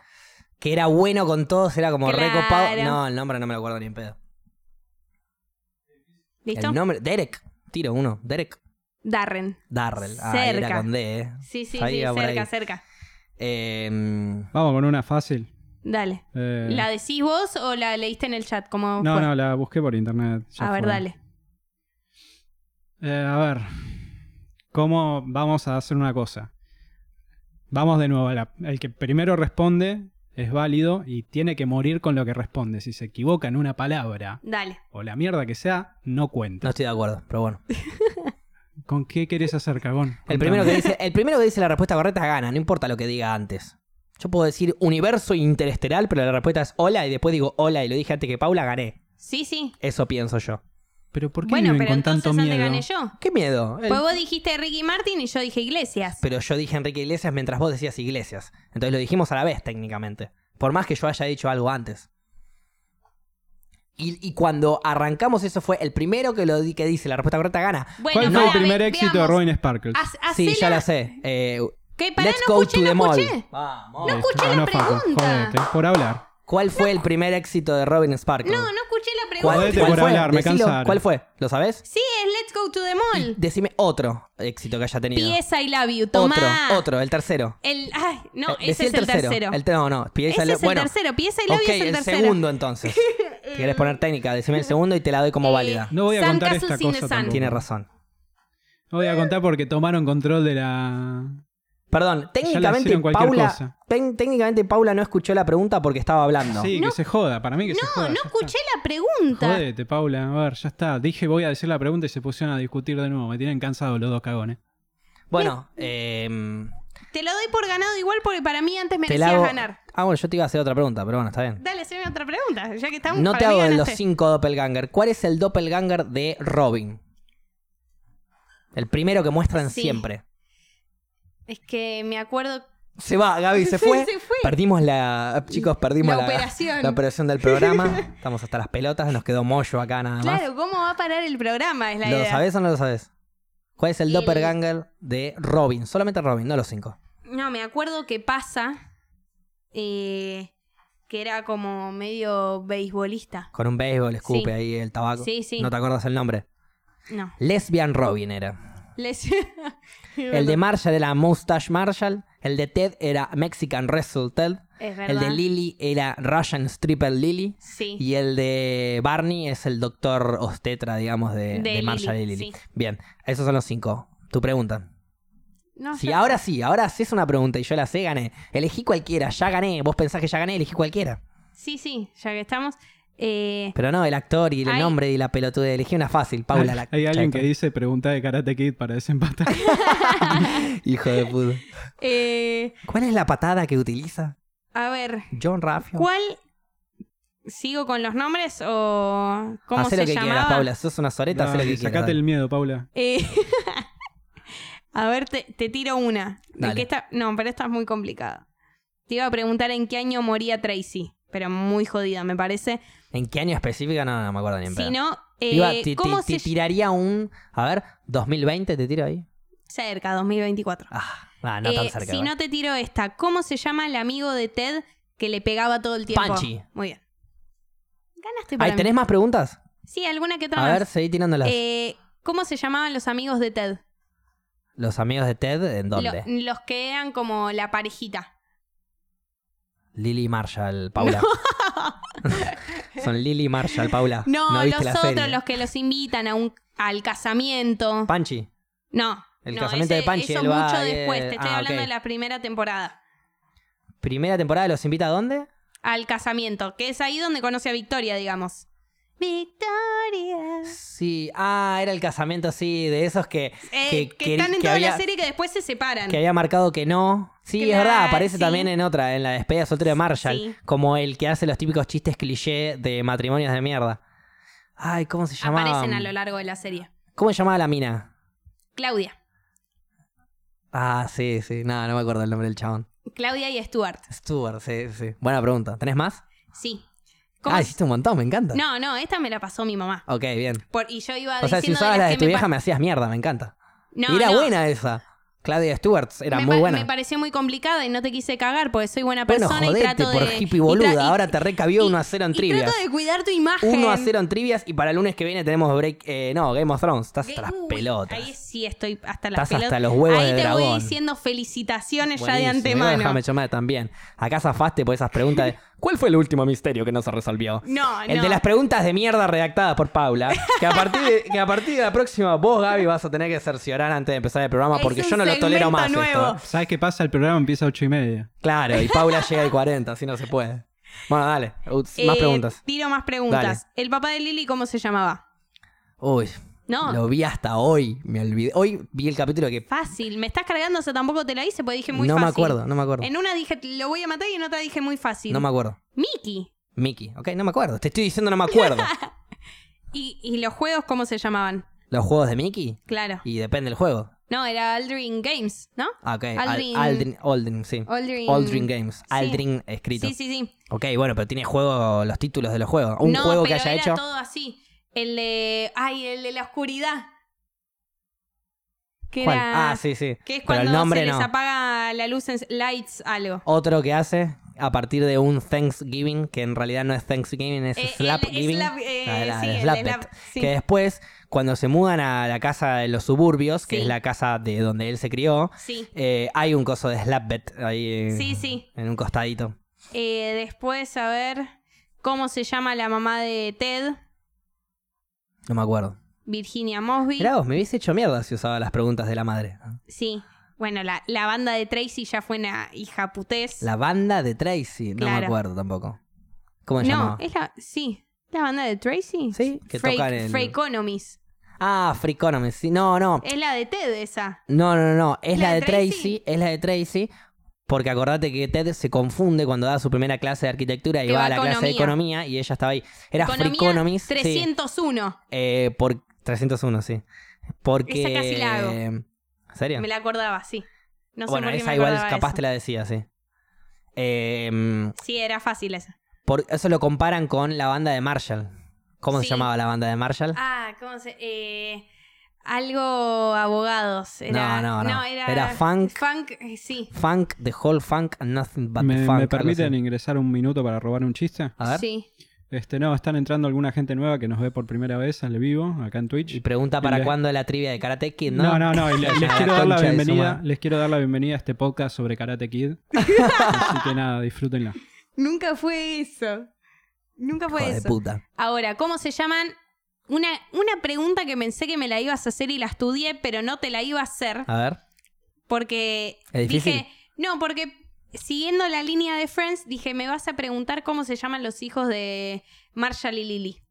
que era bueno con todos, era como Claro. recopado. No, el nombre no me lo acuerdo ni en pedo. ¿Listo? El nombre, Derek, tiro uno, Derek Darren. Darrell. Ah, Cerca. era con D, eh. Sí, sí, Sabía sí, por cerca, ahí. cerca. Eh, Vamos con una fácil. Dale. Eh, ¿La decís vos o la leíste en el chat? Como no, fue? no, la busqué por internet. ya A ver, fue. dale. Eh, a ver. ¿Cómo vamos a hacer una cosa? Vamos de nuevo. a la- el que primero responde es válido y tiene que morir con lo que responde. Si se equivoca en una palabra Dale. o la mierda que sea, no cuenta. no estoy de acuerdo, pero bueno. ¿Con qué querés hacer, cagón? El Contame. primero, que dice, el primero que dice la respuesta correcta gana, no importa lo que diga antes. Yo puedo decir universo interesteral, pero la respuesta es hola y después digo hola y lo dije antes que Paula, gané. Sí, sí. Eso pienso yo. ¿Pero por qué Bueno, viven pero con entonces tanto antes miedo? gané yo. ¿Qué miedo? El- Pues vos dijiste Ricky Martin y yo dije Iglesias. Pero yo dije Enrique Iglesias mientras vos decías Iglesias. Entonces lo dijimos a la vez técnicamente. Por más que yo haya dicho algo antes. Y, y cuando arrancamos eso fue el primero que lo di, que dice la respuesta correcta gana. Bueno, ¿Cuál fue pará, el primer ve- éxito de veamos. Ah, Robin Sparkles? Haz- Sí, ya hacela- la sé. Eh, ¿Qué? Pará, let's no go escuché, to the no mall. escuché. Vamos. No escuché la no, Facu, pregunta. jodete, por hablar. ¿Cuál fue el primer éxito de Robin Sparkle? No, no escuché la pregunta. ¿Cuál, Jodete cuál por fue? hablar, me Decilo, cansaron. ¿Cuál fue? ¿Lo sabes? Sí, es Let's Go to the Mall. Decime otro éxito que haya tenido. Pies I Love You, tomá. otro, otro, el tercero. El, ay, no, Eh, ese decí es el tercero. El te- no, no. Pies ese I Love- es el bueno, tercero. Pies I Love Ok, You es el, el, tercero. segundo entonces. Si querés poner técnica, decime el segundo y te la doy Eh, como válida. No voy a Sun contar Castles esta in the cosa Sun. tampoco. Tiene razón. No Eh. voy a contar porque tomaron control de la... Perdón, técnicamente hicieron cualquier Paula, cosa. tec- técnicamente Paula no escuchó la pregunta porque estaba hablando. Sí, que se joda, para mí que se No, joda. no ya escuché la está. pregunta. Jodete, Paula, a ver, ya está. Dije voy a decir la pregunta y se pusieron a discutir de nuevo. Me tienen cansado los dos cagones. Bueno, em, Te lo doy por ganado igual porque para mí antes te la merecías hago. ganar. Ah, bueno, yo te iba a hacer otra pregunta, pero bueno, está bien. Dale, haceme otra pregunta, ya que estamos No te para mí hago de los ganaste. cinco doppelganger. ¿Cuál es el doppelganger de Robin? El primero que muestran Sí. siempre. Es que me acuerdo Se va, Gaby, se fue. Se fue. Perdimos la. Chicos, perdimos La la, operación. la operación del programa. Estamos hasta las pelotas, nos quedó mollo acá nada más. Claro, ¿cómo va a parar el programa? Es la ¿Lo idea. Eh, sabes o no lo sabes? ¿Cuál es el El- doppelganger de Robin? Solamente Robin, no los cinco. No, me acuerdo que pasa eh, que era como medio beisbolista. Con un béisbol, escupe Sí. ahí el tabaco. Sí, sí. No te acuerdas el nombre. No. Lesbian Robin era. Les... El de Marshall era Mustache Marshall. El de Ted era Mexican Wrestle Ted. Es El verdad. de Lily era Russian Stripper Lily. Sí. Y el de Barney es el doctor obstetra, digamos, de, De de Marshall Lily, y Lily. sí. Bien, esos son los cinco. Tu pregunta. No, Sí, yo- ahora sí, ahora sí es una pregunta y yo la sé, gané. Elegí cualquiera, ya gané. Vos pensás que ya gané, elegí cualquiera. Sí, sí, ya que estamos. Eh, Pero no, el actor y el Ay. nombre y la pelotude. Elegí una fácil, Paula. la Hay alguien chato. que dice pregunta de Karate Kid para desempatar. Hijo de puta. eh, ¿Cuál es la patada que utiliza a ver, John Raffio? ¿cuál. ¿Sigo con los nombres o cómo Hacé se lo que llamaba? quieras, Paula. Sos una soreta, hacé lo que Dale, quieras. sacate el miedo, Paula. Eh, a ver, te, te tiro una. De Dale. que esta- no, pero esta es muy complicada. Te iba a preguntar en qué año moría Tracy, pero muy jodida, me parece. ¿En qué año específico? No, no me acuerdo ni en Si pedo. no, eh, Iba- te- te- ¿cómo te se ll- tiraría un. A ver, 2020 te tiro ahí. Cerca, 2024. Ah, ah, no tan Eh, cerca. si igual. no te tiro esta, ¿cómo se llama el amigo de Ted que le pegaba todo el tiempo? Panchi. Muy bien. Ganaste para Ay, mí. ¿tenés más preguntas? Sí, alguna que otra A más. ver, seguí tirándolas. Eh, ¿Cómo se llamaban los amigos de Ted? Los amigos de Ted, ¿en dónde? Lo- los que eran como la parejita. Lily Marshall, Paula. Son Lily Marshall, Paula. No, viste los la otros, serie. los que los invitan a un, al casamiento. Panchi. no. El no, casamiento ese- de Panchi, Eso él va mucho y, eh, después. Te estoy ah, hablando ok. de la primera temporada. Primera temporada los invita a dónde? Al casamiento, que es ahí donde conoce a Victoria, digamos. Victoria. Sí. Ah, era el casamiento, sí, de esos que, Eh, que, que, que- están en que toda había, la serie que después se separan. que había marcado que no. Sí, es Claro, verdad, aparece sí. también en otra, en la despedida soltera de Marshall, Sí. como el que hace los típicos chistes cliché de matrimonios de mierda. Ay, ¿cómo se llamaba? Aparecen a lo largo de la serie. ¿Cómo se llamaba la mina? Claudia. Ah, sí, sí. No, no me acuerdo el nombre del chabón. Claudia y Stuart. Stuart, sí, sí. Buena pregunta. ¿Tenés más? Sí. ¿Cómo Ah, se- hiciste un montón, me encanta. No, no, esta me la pasó mi mamá. Ok, bien. Por- y yo iba O sea, si diciendo usabas la las de que tu me vieja pa- me hacías mierda, me encanta. No, Y era no. buena esa. Claudia Stewart era me muy pa- buena. Me pareció muy complicada y no te quise cagar porque soy buena bueno, persona y jodete trato de. por hippie y tra- boluda. y- Ahora te recabió y- 1 a 0 en y trivias. trato de cuidar tu imagen. 1 a 0 en trivias y para el lunes que viene tenemos break. eh, no, Game of Thrones. Estás hasta las Uy, pelotas. uh, Ahí sí estoy hasta las Estás pelotas. hasta los huevos Ahí de te voy dragón. diciendo felicitaciones ya de Buenísimo. Igual antemano. Déjame llamar también. Acá zafaste por esas preguntas de ¿Cuál fue el último misterio que no se resolvió? No, El no. de las preguntas de mierda redactadas por Paula. Que a partir de, que a partir de la próxima, vos, Gaby, vas a tener que cerciorar antes de empezar el programa Es porque un yo no lo tolero segmento más. nuevo. esto. ¿eh? ¿Sabes qué pasa? El programa empieza a ocho y media. Claro, y Paula llega al 40, así no se puede. Bueno, dale. Ups, más Eh, preguntas. Tiro más preguntas. El papá de Lily, ¿cómo se llamaba? Uy, No. lo vi hasta hoy. Me olvidé. Hoy vi el capítulo que. Fácil. Me estás cargando, o sea, tampoco te la hice porque dije muy no fácil. me acuerdo, no me acuerdo. En una dije, lo voy a matar y en otra dije muy fácil. No me acuerdo. Mickey. Mickey, ok, no me acuerdo. Te estoy diciendo no me acuerdo. ¿Y, y los juegos cómo se llamaban? ¿Los juegos de Mickey? Claro. Y depende del juego. No, era Aldrin Games, ¿no? Ah, ok. Al- Aldrin. Aldrin. Aldrin, sí. Aldrin. Aldrin Games. Aldrin escrito. Sí, sí, sí. Ok, bueno, pero tiene juego, los títulos de los juegos. Un no, juego que pero haya era hecho. todo así. El de. Ay, el de la oscuridad. Que ¿Cuál? era. Ah, sí, sí. Que es pero cuando el nombre se no. Oh, les apaga la luz en lights algo. Otro que hace a partir de un Thanksgiving, que en realidad no es Thanksgiving, es Eh, el Slap Giving. slap, eh, Ah, era sí, el el slap slap, bet. sí. Que después, cuando se mudan a la casa de los suburbios, que Sí. es la casa de donde él se crió, Sí. eh, hay un coso de Slap Bet ahí eh, Sí, sí. en un costadito. Eh, después, a ver. ¿Cómo se llama la mamá de Ted? No me acuerdo. Virginia Mosby. Mirá vos, me hubiese hecho mierda si usaba las preguntas de la madre. Sí. Bueno, la, la banda de Tracy ya fue una hija putés. La banda de Tracy, no me Claro. acuerdo tampoco. ¿Cómo se no, llamaba? es la. Sí. ¿La banda de Tracy? Sí, que Freak- tocan el- Freakonomies. Ah, Freakonomy. Sí, no, no. Es la de Ted esa. No, no, no, no. Es la, de Tracy? es la de Tracy. Porque acordate que Ted se confunde cuando da su primera clase de arquitectura y Que va va a la a clase de economía y ella estaba ahí. Era Economía Freakonomies. sí. 301. Eh, por 301, sí. Porque. Esa casi la hago. ¿En serio? Me la acordaba, sí. No sé bueno, por qué esa me igual acordaba capaz eso. te la decía, sí. Eh, Sí, era fácil esa. Por eso lo comparan con la banda de Marshall. ¿Cómo se Sí. llamaba la banda de Marshall? Ah, ¿cómo se...? Eh... algo abogados. Era, No, no, no. era, Era funk. Funk, eh, sí. Funk, the whole funk and nothing but ¿Me, the eh? me funk. algo permiten así. ingresar un minuto para robar un chiste? A ver. Sí. Este, no, están entrando alguna gente nueva que nos ve por primera vez al vivo, acá en Twitch. Y pregunta Y para le- cuándo la trivia de Karate Kid, ¿no? No, no, no. y le- les, La quiero dar concha de la su bienvenida, madre. les quiero dar la bienvenida a este podcast sobre Karate Kid. Así que nada, disfrútenla. Nunca fue eso. Nunca fue Hijo de eso. puta. Ahora, ¿cómo se llaman? Una, una pregunta que pensé que me la ibas a hacer y la estudié, pero no te la iba a hacer. A ver. Porque ¿Es difícil? dije. No, porque siguiendo la línea de Friends, dije, me vas a preguntar cómo se llaman los hijos de Marshall y Lily.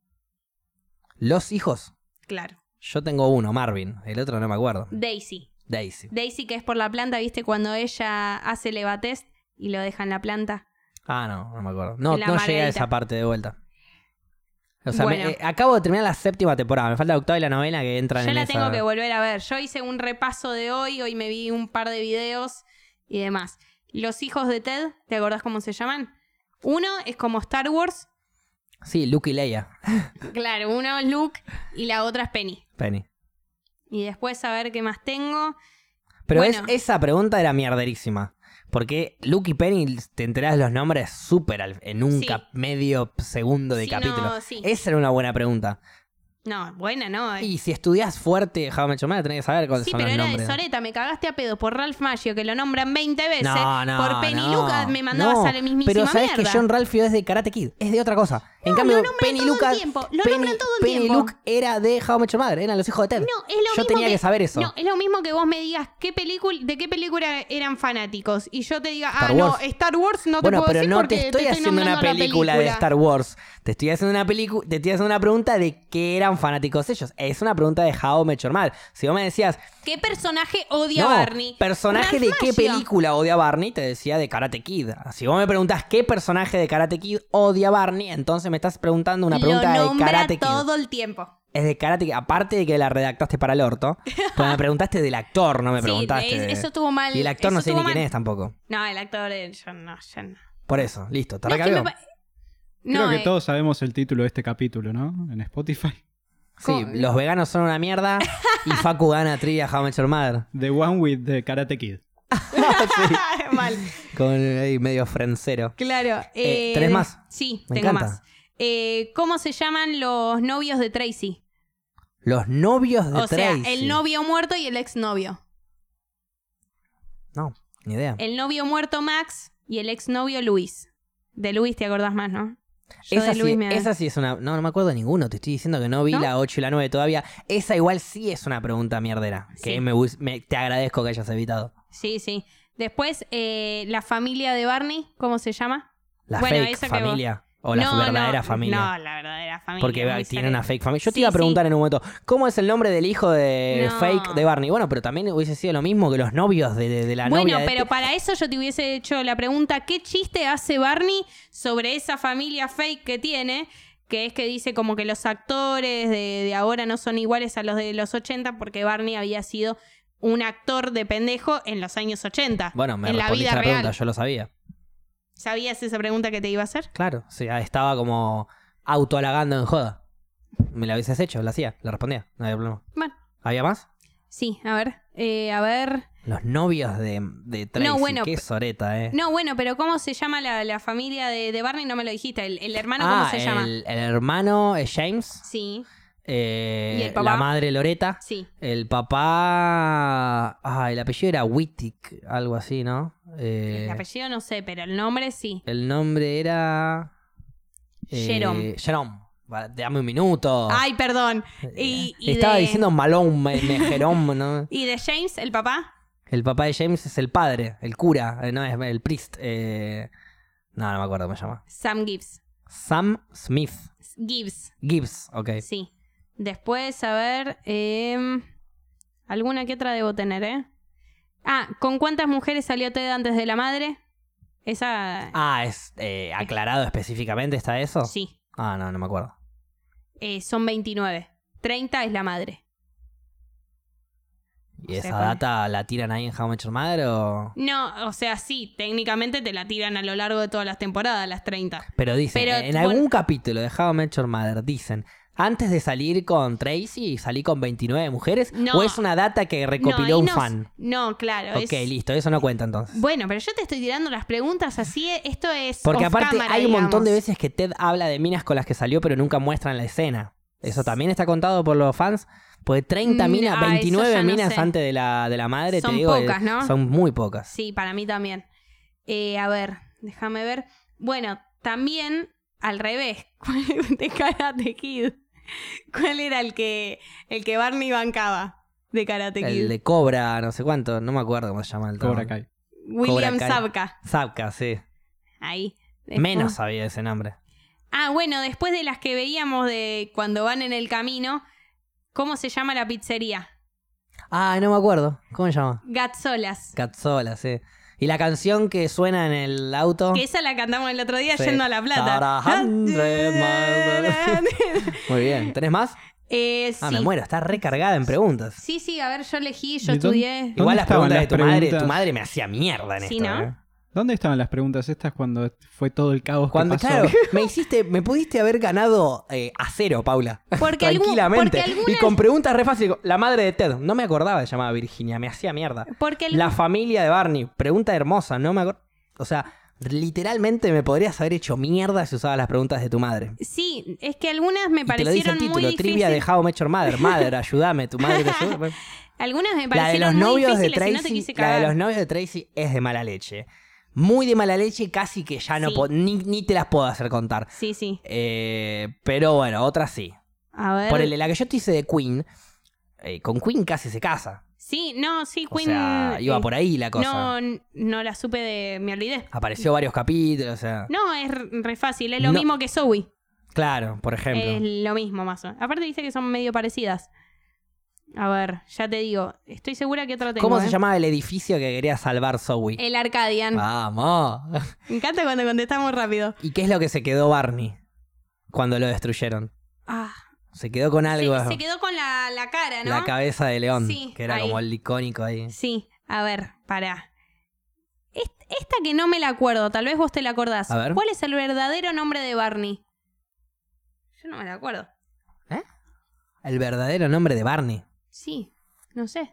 Los hijos. Claro. Yo tengo uno, Marvin. El otro no me acuerdo. Daisy. Daisy. Daisy, que es por la planta, ¿viste? Cuando ella hace el evatest y lo deja en la planta. Ah, no, no me acuerdo. No, La no llegué a Margarita. esa parte de vuelta. O sea, me- Bueno. eh, acabo de terminar la séptima temporada. Me falta la octava y la novena que entran Yo en la esa- tengo que volver a ver. Yo hice un repaso de hoy, hoy me vi un par de videos y demás. Los hijos de Ted, ¿te acordás cómo se llaman? Uno es como Star Wars, Sí, Luke y Leia. claro, uno es Luke y la otra es Penny. Penny. Y después a ver qué más tengo. Pero Bueno. es- esa pregunta era mierderísima. Porque Luke y Penny, te enterás de los nombres súper al- en un Sí. cap- medio segundo de Sí, capítulo. no, sí. Esa era una buena pregunta. No, buena, no. eh. Y si estudias fuerte How I Met Your Mother, tenés que saber cuáles Sí, son pero los era nombres. de Soreta, me cagaste a pedo por Ralph Maggio, que lo nombran 20 veces. No, no, por Penny no. Lucas me mandabas No, a la mismísima Pero sabes mierda. que John Ralphio es de Karate Kid, es de otra cosa. en No, cambio, lo nombran Penny todo el Lucas. tiempo, lo Penny, nombran todo el Penny tiempo. Luke era de How I Met Your Mother, eran los hijos de Ted. No, Yo es lo mismo tenía que, saber eso. No, es lo mismo que vos me digas qué película, de qué película eran fanáticos y yo te diga, Star ah, no, Wars. Star Wars no bueno, te puedo pero decir no porque te estoy haciendo una nombrando la película, de Star Wars. Te estoy haciendo una película, te estoy haciendo una pregunta de qué eran fanáticos ellos. Es una pregunta de How I Met Your Mother. Si vos me decías, ¿Qué personaje odia no, Barney? personaje Ralph de qué Macchio. película odia Barney, te decía de Karate Kid. Si vos me preguntás qué personaje de Karate Kid odia Barney, entonces me estás preguntando una pregunta lo de nombra Karate Kid. todo el tiempo. Es de karate, Kid, aparte de que la redactaste para el orto, pues me preguntaste del actor, no me Sí, preguntaste. es- de- eso estuvo mal, Y el actor eso no sé ni estuvo quién mal. es tampoco. No, el actor de John no, John no. Por eso, listo, te No, es que recargó. me pa- Creo No, que eh, todos sabemos el título de este capítulo, ¿no? En Spotify. Sí, ¿Cómo? los veganos son una mierda y Facu gana trivia How I Met Your Mother. The One with the Karate Kid. mal. Con ahí medio frencero. Claro. Eh, eh, ¿tenés más? Sí, Me tengo encanta. más. Eh, ¿Cómo se llaman los novios de Tracy? Los novios de O sea, Tracy. el novio muerto y el exnovio. No, ni idea. El novio muerto Max y el exnovio Luis. De Luis te acordás más, ¿no? Yo Esa de Luis sí, me- esa sí es una. No, no me acuerdo de ninguno. Te estoy diciendo que no vi ¿No? la 8 y la 9 todavía. Esa igual sí es una pregunta mierdera. Que Sí. me bus- me- te agradezco que hayas evitado. Sí, sí. Después, eh, la familia de Barney, ¿cómo se llama? La Bueno, fake esa que familia. O la No, verdadera no, familia. No, la verdadera familia. Porque muy tiene una cerca. fake familia. Yo te Sí, iba a preguntar sí. en un momento, ¿cómo es el nombre del hijo de No. fake de Barney? Bueno, pero también hubiese sido lo mismo que los novios de, de- de la Bueno, novia. de- pero para eso yo te hubiese hecho la pregunta, ¿qué chiste hace Barney sobre esa familia fake que tiene? Que es que dice como que los actores de, de ahora no son iguales a los de los 80 porque Barney había sido un actor de pendejo en los años 80. Bueno, me en la respondiste vida la, real. pregunta, yo lo sabía. ¿Sabías esa pregunta que te iba a hacer? Claro, o sea, estaba como autoalagando en joda. Me la hubieses hecho, la hacía, la respondía, no había problema. Bueno, ¿Había más? sí, a ver, eh, a ver. Los novios de, de Tracy, No, bueno, qué pe- soreta, eh. No, bueno, pero ¿cómo se llama la, la familia de, de Barney? No me lo dijiste. ¿El, el hermano ah, cómo se el, llama? el hermano eh, James, Sí, eh, ¿Y el papá? la madre Loreta, sí. el papá... Ah, el apellido era Wittig, algo así, ¿no? Eh, El apellido no sé, pero el nombre sí. El nombre era. eh, Jerome. Ah, Jerome. Va, Dame un minuto. Ay, perdón. Y, y Ah. Eh, Estaba de- diciendo Malone, eh, me- Jerome, ¿no? ¿Y de James, el papá? El papá de James es el padre, el cura, eh, no es el priest. eh, No, no me acuerdo cómo se llama. Sam Gibbs. Sam Smith. Gibbs, Gibbs, ok. sí. Después, a ver. em, alguna que otra debo tener, ¿eh? Ah, ¿con cuántas mujeres salió Ted antes de la madre? Esa. Ah, es eh, aclarado específicamente, ¿está eso? Sí. Ah, no, no me acuerdo. Eh, son 29. 30 es la madre. ¿Y O esa sea, fue- data la tiran ahí en How I Met Your Mother o.? No, o sea, sí, técnicamente te la tiran a lo largo de todas las temporadas, las 30. Pero dicen, Pero, en bueno- algún capítulo de How I Met Your Mother dicen, Antes de salir con Tracy, salí con 29 mujeres. No. ¿O es una data que recopiló No, y un no- fan? No, claro. Ok, es- listo, eso no cuenta entonces. Bueno, pero yo te estoy tirando las preguntas así. eh, Esto es. Porque off aparte cámara, hay un montón de digamos. veces que Ted habla de minas con las que salió, pero nunca muestran la escena. Eso también está contado por los fans. Pues 30 Mm, minas, ah, eso 29 ya no minas sé. antes de la, de la madre, Son te digo. eh, pocas, ¿no? Son muy pocas. Sí, para mí también. Eh, a ver, déjame ver. Bueno, también al revés. de Karate Kid. ¿Cuál era el que, el que Barney bancaba de Karate Kid? El de Cobra, no sé cuánto, no me acuerdo cómo se llama el Cobra chabón. Kai. William Cobra Kai. Zabka. Zapka, sí. Ahí. Después- Menos sabía ese nombre. Ah, bueno, después de las que veíamos de cuando van en el camino, ¿cómo se llama la pizzería? Ah, no me acuerdo. ¿Cómo se llama? Gatzolas. Cazzola, sí. Y la canción que suena en el auto. Que esa la cantamos el otro día Sí. yendo a La Plata. Ah, Tara hundred miles. Muy bien. ¿Tenés más? Eh, Ah, sí. me muero. Está recargada en preguntas. Sí, sí, a ver, yo elegí, yo ¿De dónde- estudié. Igual las estaban preguntas de las tu madre, preguntas? tu madre me hacía mierda en Sí, esto. ¿no? ¿eh? ¿Dónde estaban las preguntas estas cuando fue todo el caos Cuando, que pasó? claro, me hiciste, me pudiste haber ganado eh, a cero, Paula. Porque algún- tranquilamente. porque Y algunas- con preguntas re fáciles. La madre de Ted, no me acordaba, se llamaba Virginia, me hacía mierda. Porque el- La familia de Barney, pregunta hermosa, no me acuerdo. O sea, literalmente me podrías haber hecho mierda si usabas las preguntas de tu madre. sí, es que algunas me Y te lo dice parecieron el muy título, difíciles. trivia de How I Met Your Mother. Madre, ayúdame, tu madre te ayuda. Bueno. Algunas me La de los parecieron muy novios de difíciles Tracy, y no te quise la cagar. de los novios de Tracy es de mala leche. Muy de mala leche, casi que ya no Sí. po- ni, ni te las puedo hacer contar. Sí, sí. Eh, pero bueno, otras sí. A ver. Por el, la que yo te hice de Queen, eh, con Queen casi se casa. Sí, no, sí, O Queen. sea, iba eh, por ahí la cosa. No, n- no la supe de. Me olvidé. Apareció varios capítulos, o sea. No, es re re fácil. Es lo No. mismo que Zoe. Claro, por ejemplo. Es lo mismo, más o menos. Aparte, dice que son medio parecidas. A ver, ya te digo. Estoy segura que otra tengo. ¿Cómo se ¿eh? llamaba el edificio que quería salvar Zoe? El Arcadian. Ah. Vamos. Me encanta cuando contestamos rápido. ¿Y qué es lo que se quedó Barney cuando lo destruyeron? Ah, Se quedó con se, algo. se quedó con la, la cara, ¿no? La cabeza de león, Sí, que era ahí. como el icónico ahí. Sí, a ver, pará. Est- Esta que no me la acuerdo, tal vez vos te la acordás. A ver. ¿Cuál es el verdadero nombre de Barney? Yo no me la acuerdo. El verdadero nombre de Barney. Sí, no sé.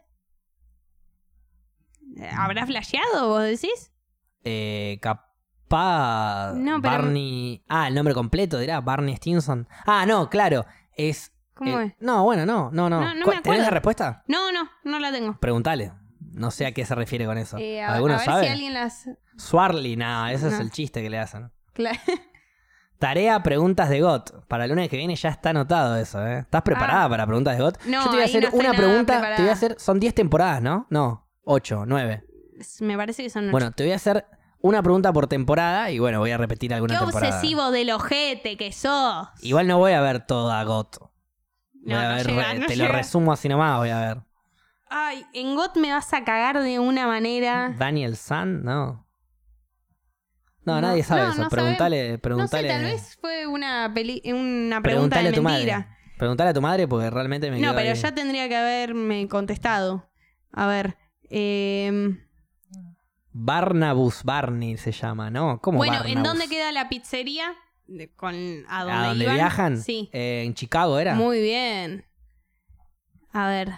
Eh, ¿Habrá flasheado, vos decís? Eh, capaz. No, pero- Barney. Ah, el nombre completo dirá Barney Stinson. Ah, no, claro. Es. ¿Cómo eh, es? No, bueno, no, no, no. No, no me ¿Cu- ¿Tenés acuerdo. la respuesta? No, no, no la tengo. Preguntale. No sé a qué se refiere con eso. Eh, a, ¿Alguno a ver sabe? si alguien las... Swarly, no, ese es No. el chiste que le hacen. Cla- Tarea preguntas de GOT. Para el lunes que viene ya está anotado eso, ¿eh? ¿Estás preparada para preguntas de GOT? Ah. Yo No, te voy a ahí no hacer estoy una nada pregunta. Te voy a preparada. hacer. Son 10 temporadas, ¿no? No, 8, 9. Me parece que son... ocho. Bueno, te voy a hacer una pregunta por temporada y bueno, voy a repetir alguna Qué temporada. obsesivo del ojete que sos. Igual no voy a ver toda GOT. Voy No, a no ver, llega, re- no te lo llega. resumo así nomás, voy a ver. Ay, en GOT me vas a cagar de una manera... Daniel San, no. No, No, nadie sabe no, eso. no preguntale, preguntale. No sé, tal vez fue una, peli una pregunta preguntale de a tu mentira. madre. Preguntale a tu madre porque realmente me No, quedo pero ahí. ya tendría que haberme contestado. A ver. em, Barnabus Barney se llama, ¿no? ¿Cómo bueno, ¿en Barnabus? dónde queda la pizzería? De- con, ¿A dónde, ¿A dónde iban? viajan? Sí. Eh, en Chicago era. Muy bien. A ver.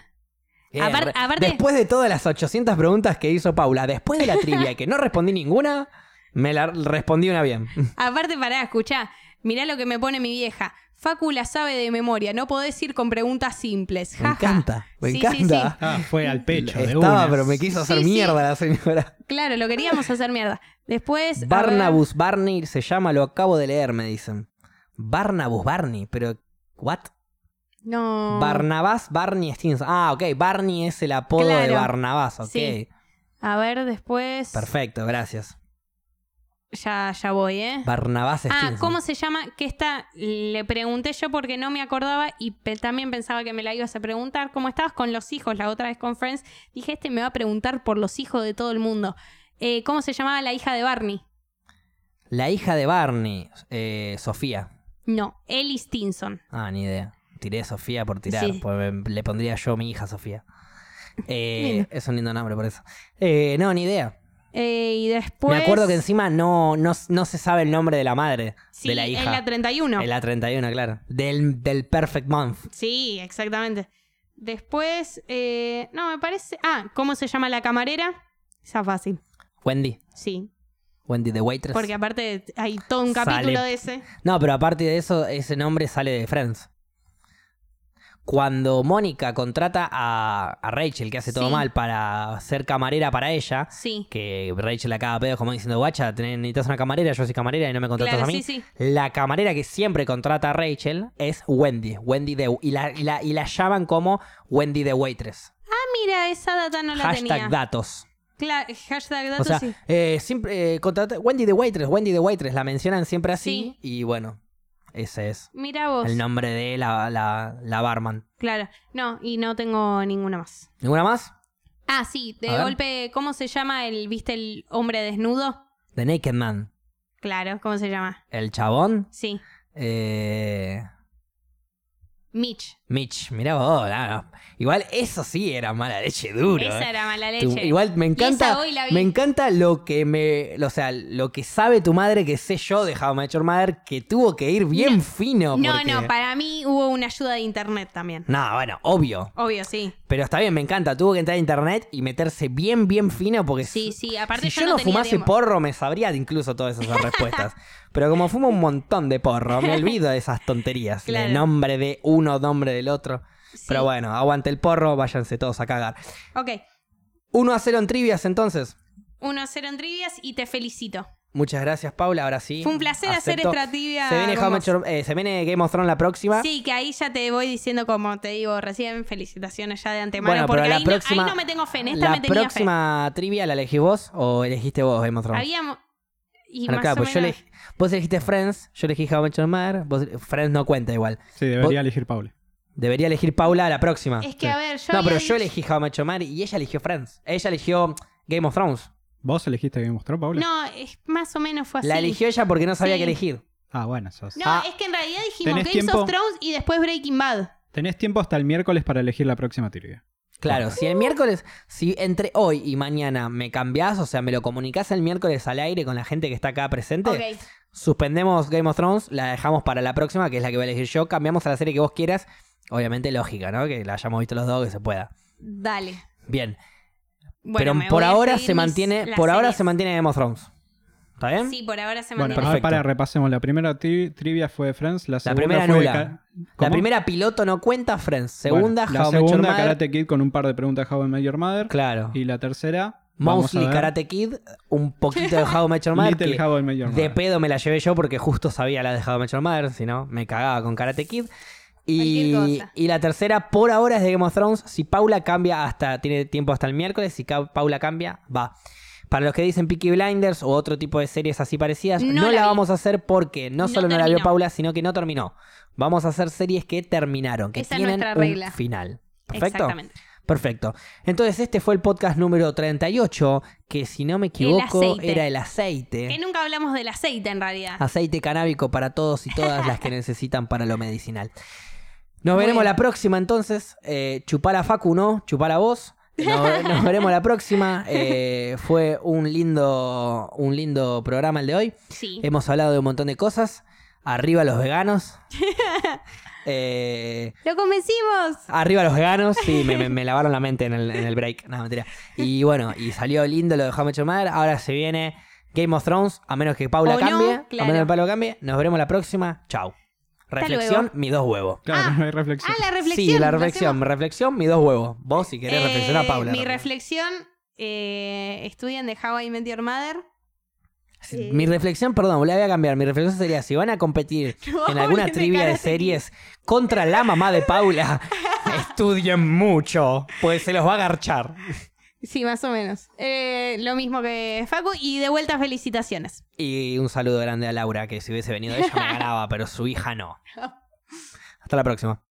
Eh, Apar- re- aparte- Después de todas las 800 preguntas que hizo Paula, después de la trivia y que no respondí ninguna, me la respondí una bien. Aparte, pará, escuchá. Mirá lo que me pone mi vieja. Facu la sabe de memoria. No podés ir con preguntas simples. Me Jaja. encanta, me Sí, sí, encanta. Ah, fue al pecho de Estaba, una. pero me quiso hacer Sí, sí. mierda la señora. sí. Claro, lo queríamos hacer mierda. Después. a ver, Barnabus Barney se llama, lo acabo de leer, me dicen. Barnabus Barney, pero ¿what? No. Barnabas Barney Stinson. Ah, ok, Barney es el apodo de Claro. Barnabas, ok. Sí. A ver, después. Perfecto, gracias. Ya, ya voy, ¿eh? Barnabas Ah, Stinson. ¿cómo se llama? Que esta le pregunté yo porque no me acordaba y pe- también pensaba que me la ibas a preguntar. ¿Cómo estabas con los hijos la otra vez con Friends? Dije, este me va a preguntar por los hijos de todo el mundo. Eh, ¿Cómo se llamaba la hija de Barney? La hija de Barney, eh, Sofía. No, Ellie Stinson. Ah, ni idea. Tiré Sofía por tirar. Sí. porque me- le pondría yo a mi hija Sofía. Eh, Lindo. es un lindo nombre por eso. Eh, no, ni idea. Eh, y después. Me acuerdo que encima no, no, no se sabe el nombre de la madre, Sí, de la hija. en la 31. En la 31, claro. Del, del Perfect Month. Sí, exactamente. Después, eh, no, me parece. Ah, ¿cómo se llama la camarera? Esa fácil. Wendy. Sí. Wendy the Waitress. Porque aparte hay todo un Sale. capítulo de ese. No, pero aparte de eso, ese nombre sale de Friends. Cuando Mónica contrata a, a Rachel, que hace todo Sí. mal, para ser camarera para ella, Sí. que Rachel acaba pedo como diciendo, guacha, tenés- necesitas una camarera, yo soy camarera y no me contratas Claro, a mí. sí, sí. La camarera que siempre contrata a Rachel es Wendy, Wendy de, y, la, y la- y la llaman como Wendy the Waitress. Ah, mira, esa data no la Hashtag tenía. datos. Claro, hashtag datos, O sea, sí. eh, siempre, eh, contrata- Wendy the Waitress, Wendy the Waitress, la mencionan siempre así Sí. y bueno, ese es. Mira vos. El nombre de la, la, la barman. Claro. No, y no tengo ninguna más. ¿Ninguna más? Ah, sí, de A ver. golpe, ¿cómo se llama el, viste, el hombre desnudo? The Naked Man. Claro, ¿cómo se llama? El chabón. Sí, eh, Mitch. Mitch. Mirá vos. ah, no. Igual eso sí era mala leche duro. Esa eh. era mala leche. Tu- igual me encanta. esa hoy la vi. Me encanta lo que me. O sea, lo que sabe tu madre, que sé yo de How I Met Your Mother, que tuvo que ir bien No. fino. no, porque- no, para mí hubo una ayuda de internet también. No, bueno, obvio. Obvio, sí. Pero está bien, me encanta. Tuvo que entrar a internet y meterse bien, bien fino porque Sí, sí, si aparte yo yo no no tenía fumase tiempo. porro, me sabría incluso todas esas respuestas. Pero como fumo un montón de porro, me olvido de esas tonterías. de Claro. nombre de uno, nombre del otro. Sí. Pero bueno, aguante el porro, váyanse todos a cagar. Ok, 1 a 0 en trivias entonces. 1-0 en trivias y te felicito. Muchas gracias, Paula. Ahora sí. Fue un placer hacer acepto. esta trivia Se viene, con How I vos. Met Your- eh, se viene Game of Thrones la próxima. Sí, que ahí ya te voy diciendo como te digo recién, felicitaciones ya de antemano, Bueno, porque pero la ahí, próxima. no, ahí no me tengo fe, en esta la me tenía próxima trivia la elegís vos o elegiste vos, Game of fe. Thrones. Habíamos... Y Bueno, más claro, o pues yo menos- elegí- vos elegiste Friends, yo elegí How I Met Your Mother, vos- Friends no cuenta igual. Sí, Vos- debería elegir Paula. Debería elegir Paula la próxima. Es que, a ver, yo no, había pero yo dicho- elegí How I Met Your Mother y ella eligió Friends. Ella eligió Game of Thrones. ¿Vos elegiste Game of Thrones, Paula? No, es, más o menos fue así. La eligió ella porque no sabía Ah, Sí. qué elegir. Ah, bueno, sos. No, Ah. es que en realidad dijimos ¿Tenés Games tiempo? of Thrones y después Breaking Bad. Tenés tiempo hasta el miércoles para elegir la próxima trivia. Claro, si el miércoles, si entre hoy y mañana me cambiás, o sea, me lo comunicás el miércoles al aire con la gente que está acá presente, Ok, suspendemos Game of Thrones, la dejamos para la próxima, que es la que voy a elegir yo, cambiamos a la serie que vos quieras, obviamente lógica, ¿no? Que la hayamos visto los dos, que se pueda. dale. Bien, Bueno, me pero por voy a ahora seguir se mis- mantiene, las por ahora series. se mantiene Game of Thrones. ¿Está bien? Sí, por ahora se Bueno, mantiene. perfecto. ahora para repasemos. La primera tri- trivia fue Friends, la segunda primera fue nula. Ca- La ¿Cómo? primera piloto no cuenta Friends. Segunda, Bueno, la How I Met Your segunda Mother. Karate Kid con un par de preguntas How I Met Your Mother. Claro. Y la tercera, vamos a Mostly ver, Karate Kid, un poquito de How I Met Your Mother. Little que How I Met Your de Mother. pedo me la llevé yo porque justo sabía la de How I Met Your Mother, si no, me cagaba con Karate Kid. Cualquier Y, cosa. y la tercera, por ahora, es de Game of Thrones. Si Paula cambia hasta, tiene tiempo hasta el miércoles, si ca- Paula cambia, va. Para los que dicen Peaky Blinders o otro tipo de series así parecidas, no, No la, la vi. vamos a hacer porque no No solo no la vio terminó. Paula, sino que no terminó. Vamos a hacer series que terminaron, que Esa es tienen nuestra un regla. final. ¿Perfecto? Exactamente. Perfecto. Entonces, este fue el podcast número 38, que si no me equivoco, aceite. era el aceite. Que nunca hablamos del aceite en realidad. Aceite canábico para todos y todas las que necesitan para lo medicinal. Nos Muy veremos bien. la próxima entonces. Eh, chupar a Facu, ¿no? Chupar a vos. Nos, nos veremos la próxima. Eh, fue un lindo, un lindo programa el de hoy. Sí. Hemos hablado de un montón de cosas. Arriba los veganos. Eh, ¡Lo convencimos! Arriba los veganos, sí, me, me- me lavaron la mente en el, en el break. No, mentira. Y bueno, y salió lindo lo de How I Met Your Mother. Ahora se viene Game of Thrones, a menos que Paula O Oh, no, cambie. A claro. menos que Paula cambie. Nos veremos la próxima. Chau. Reflexión, mis dos huevos. Claro, Ah. no hay reflexión. Ah, la reflexión. Sí, la ¿lo reflexión, hacemos? mi reflexión, mis dos huevos. Vos, si querés Eh, reflexionar, Paula. Mi reflexión. reflexión, eh, estudian de How I Met Your Mother. Sí, Mi reflexión, perdón, la voy a cambiar. Mi reflexión sería: si van a competir No, en alguna de trivia de Karate series contra la mamá de Paula, estudien mucho, pues se los va a agarchar. Sí, más o menos. Eh, lo mismo que Facu. Y de vuelta, felicitaciones. Y un saludo grande a Laura, que si hubiese venido ella me ganaba, pero su hija no. Hasta la próxima.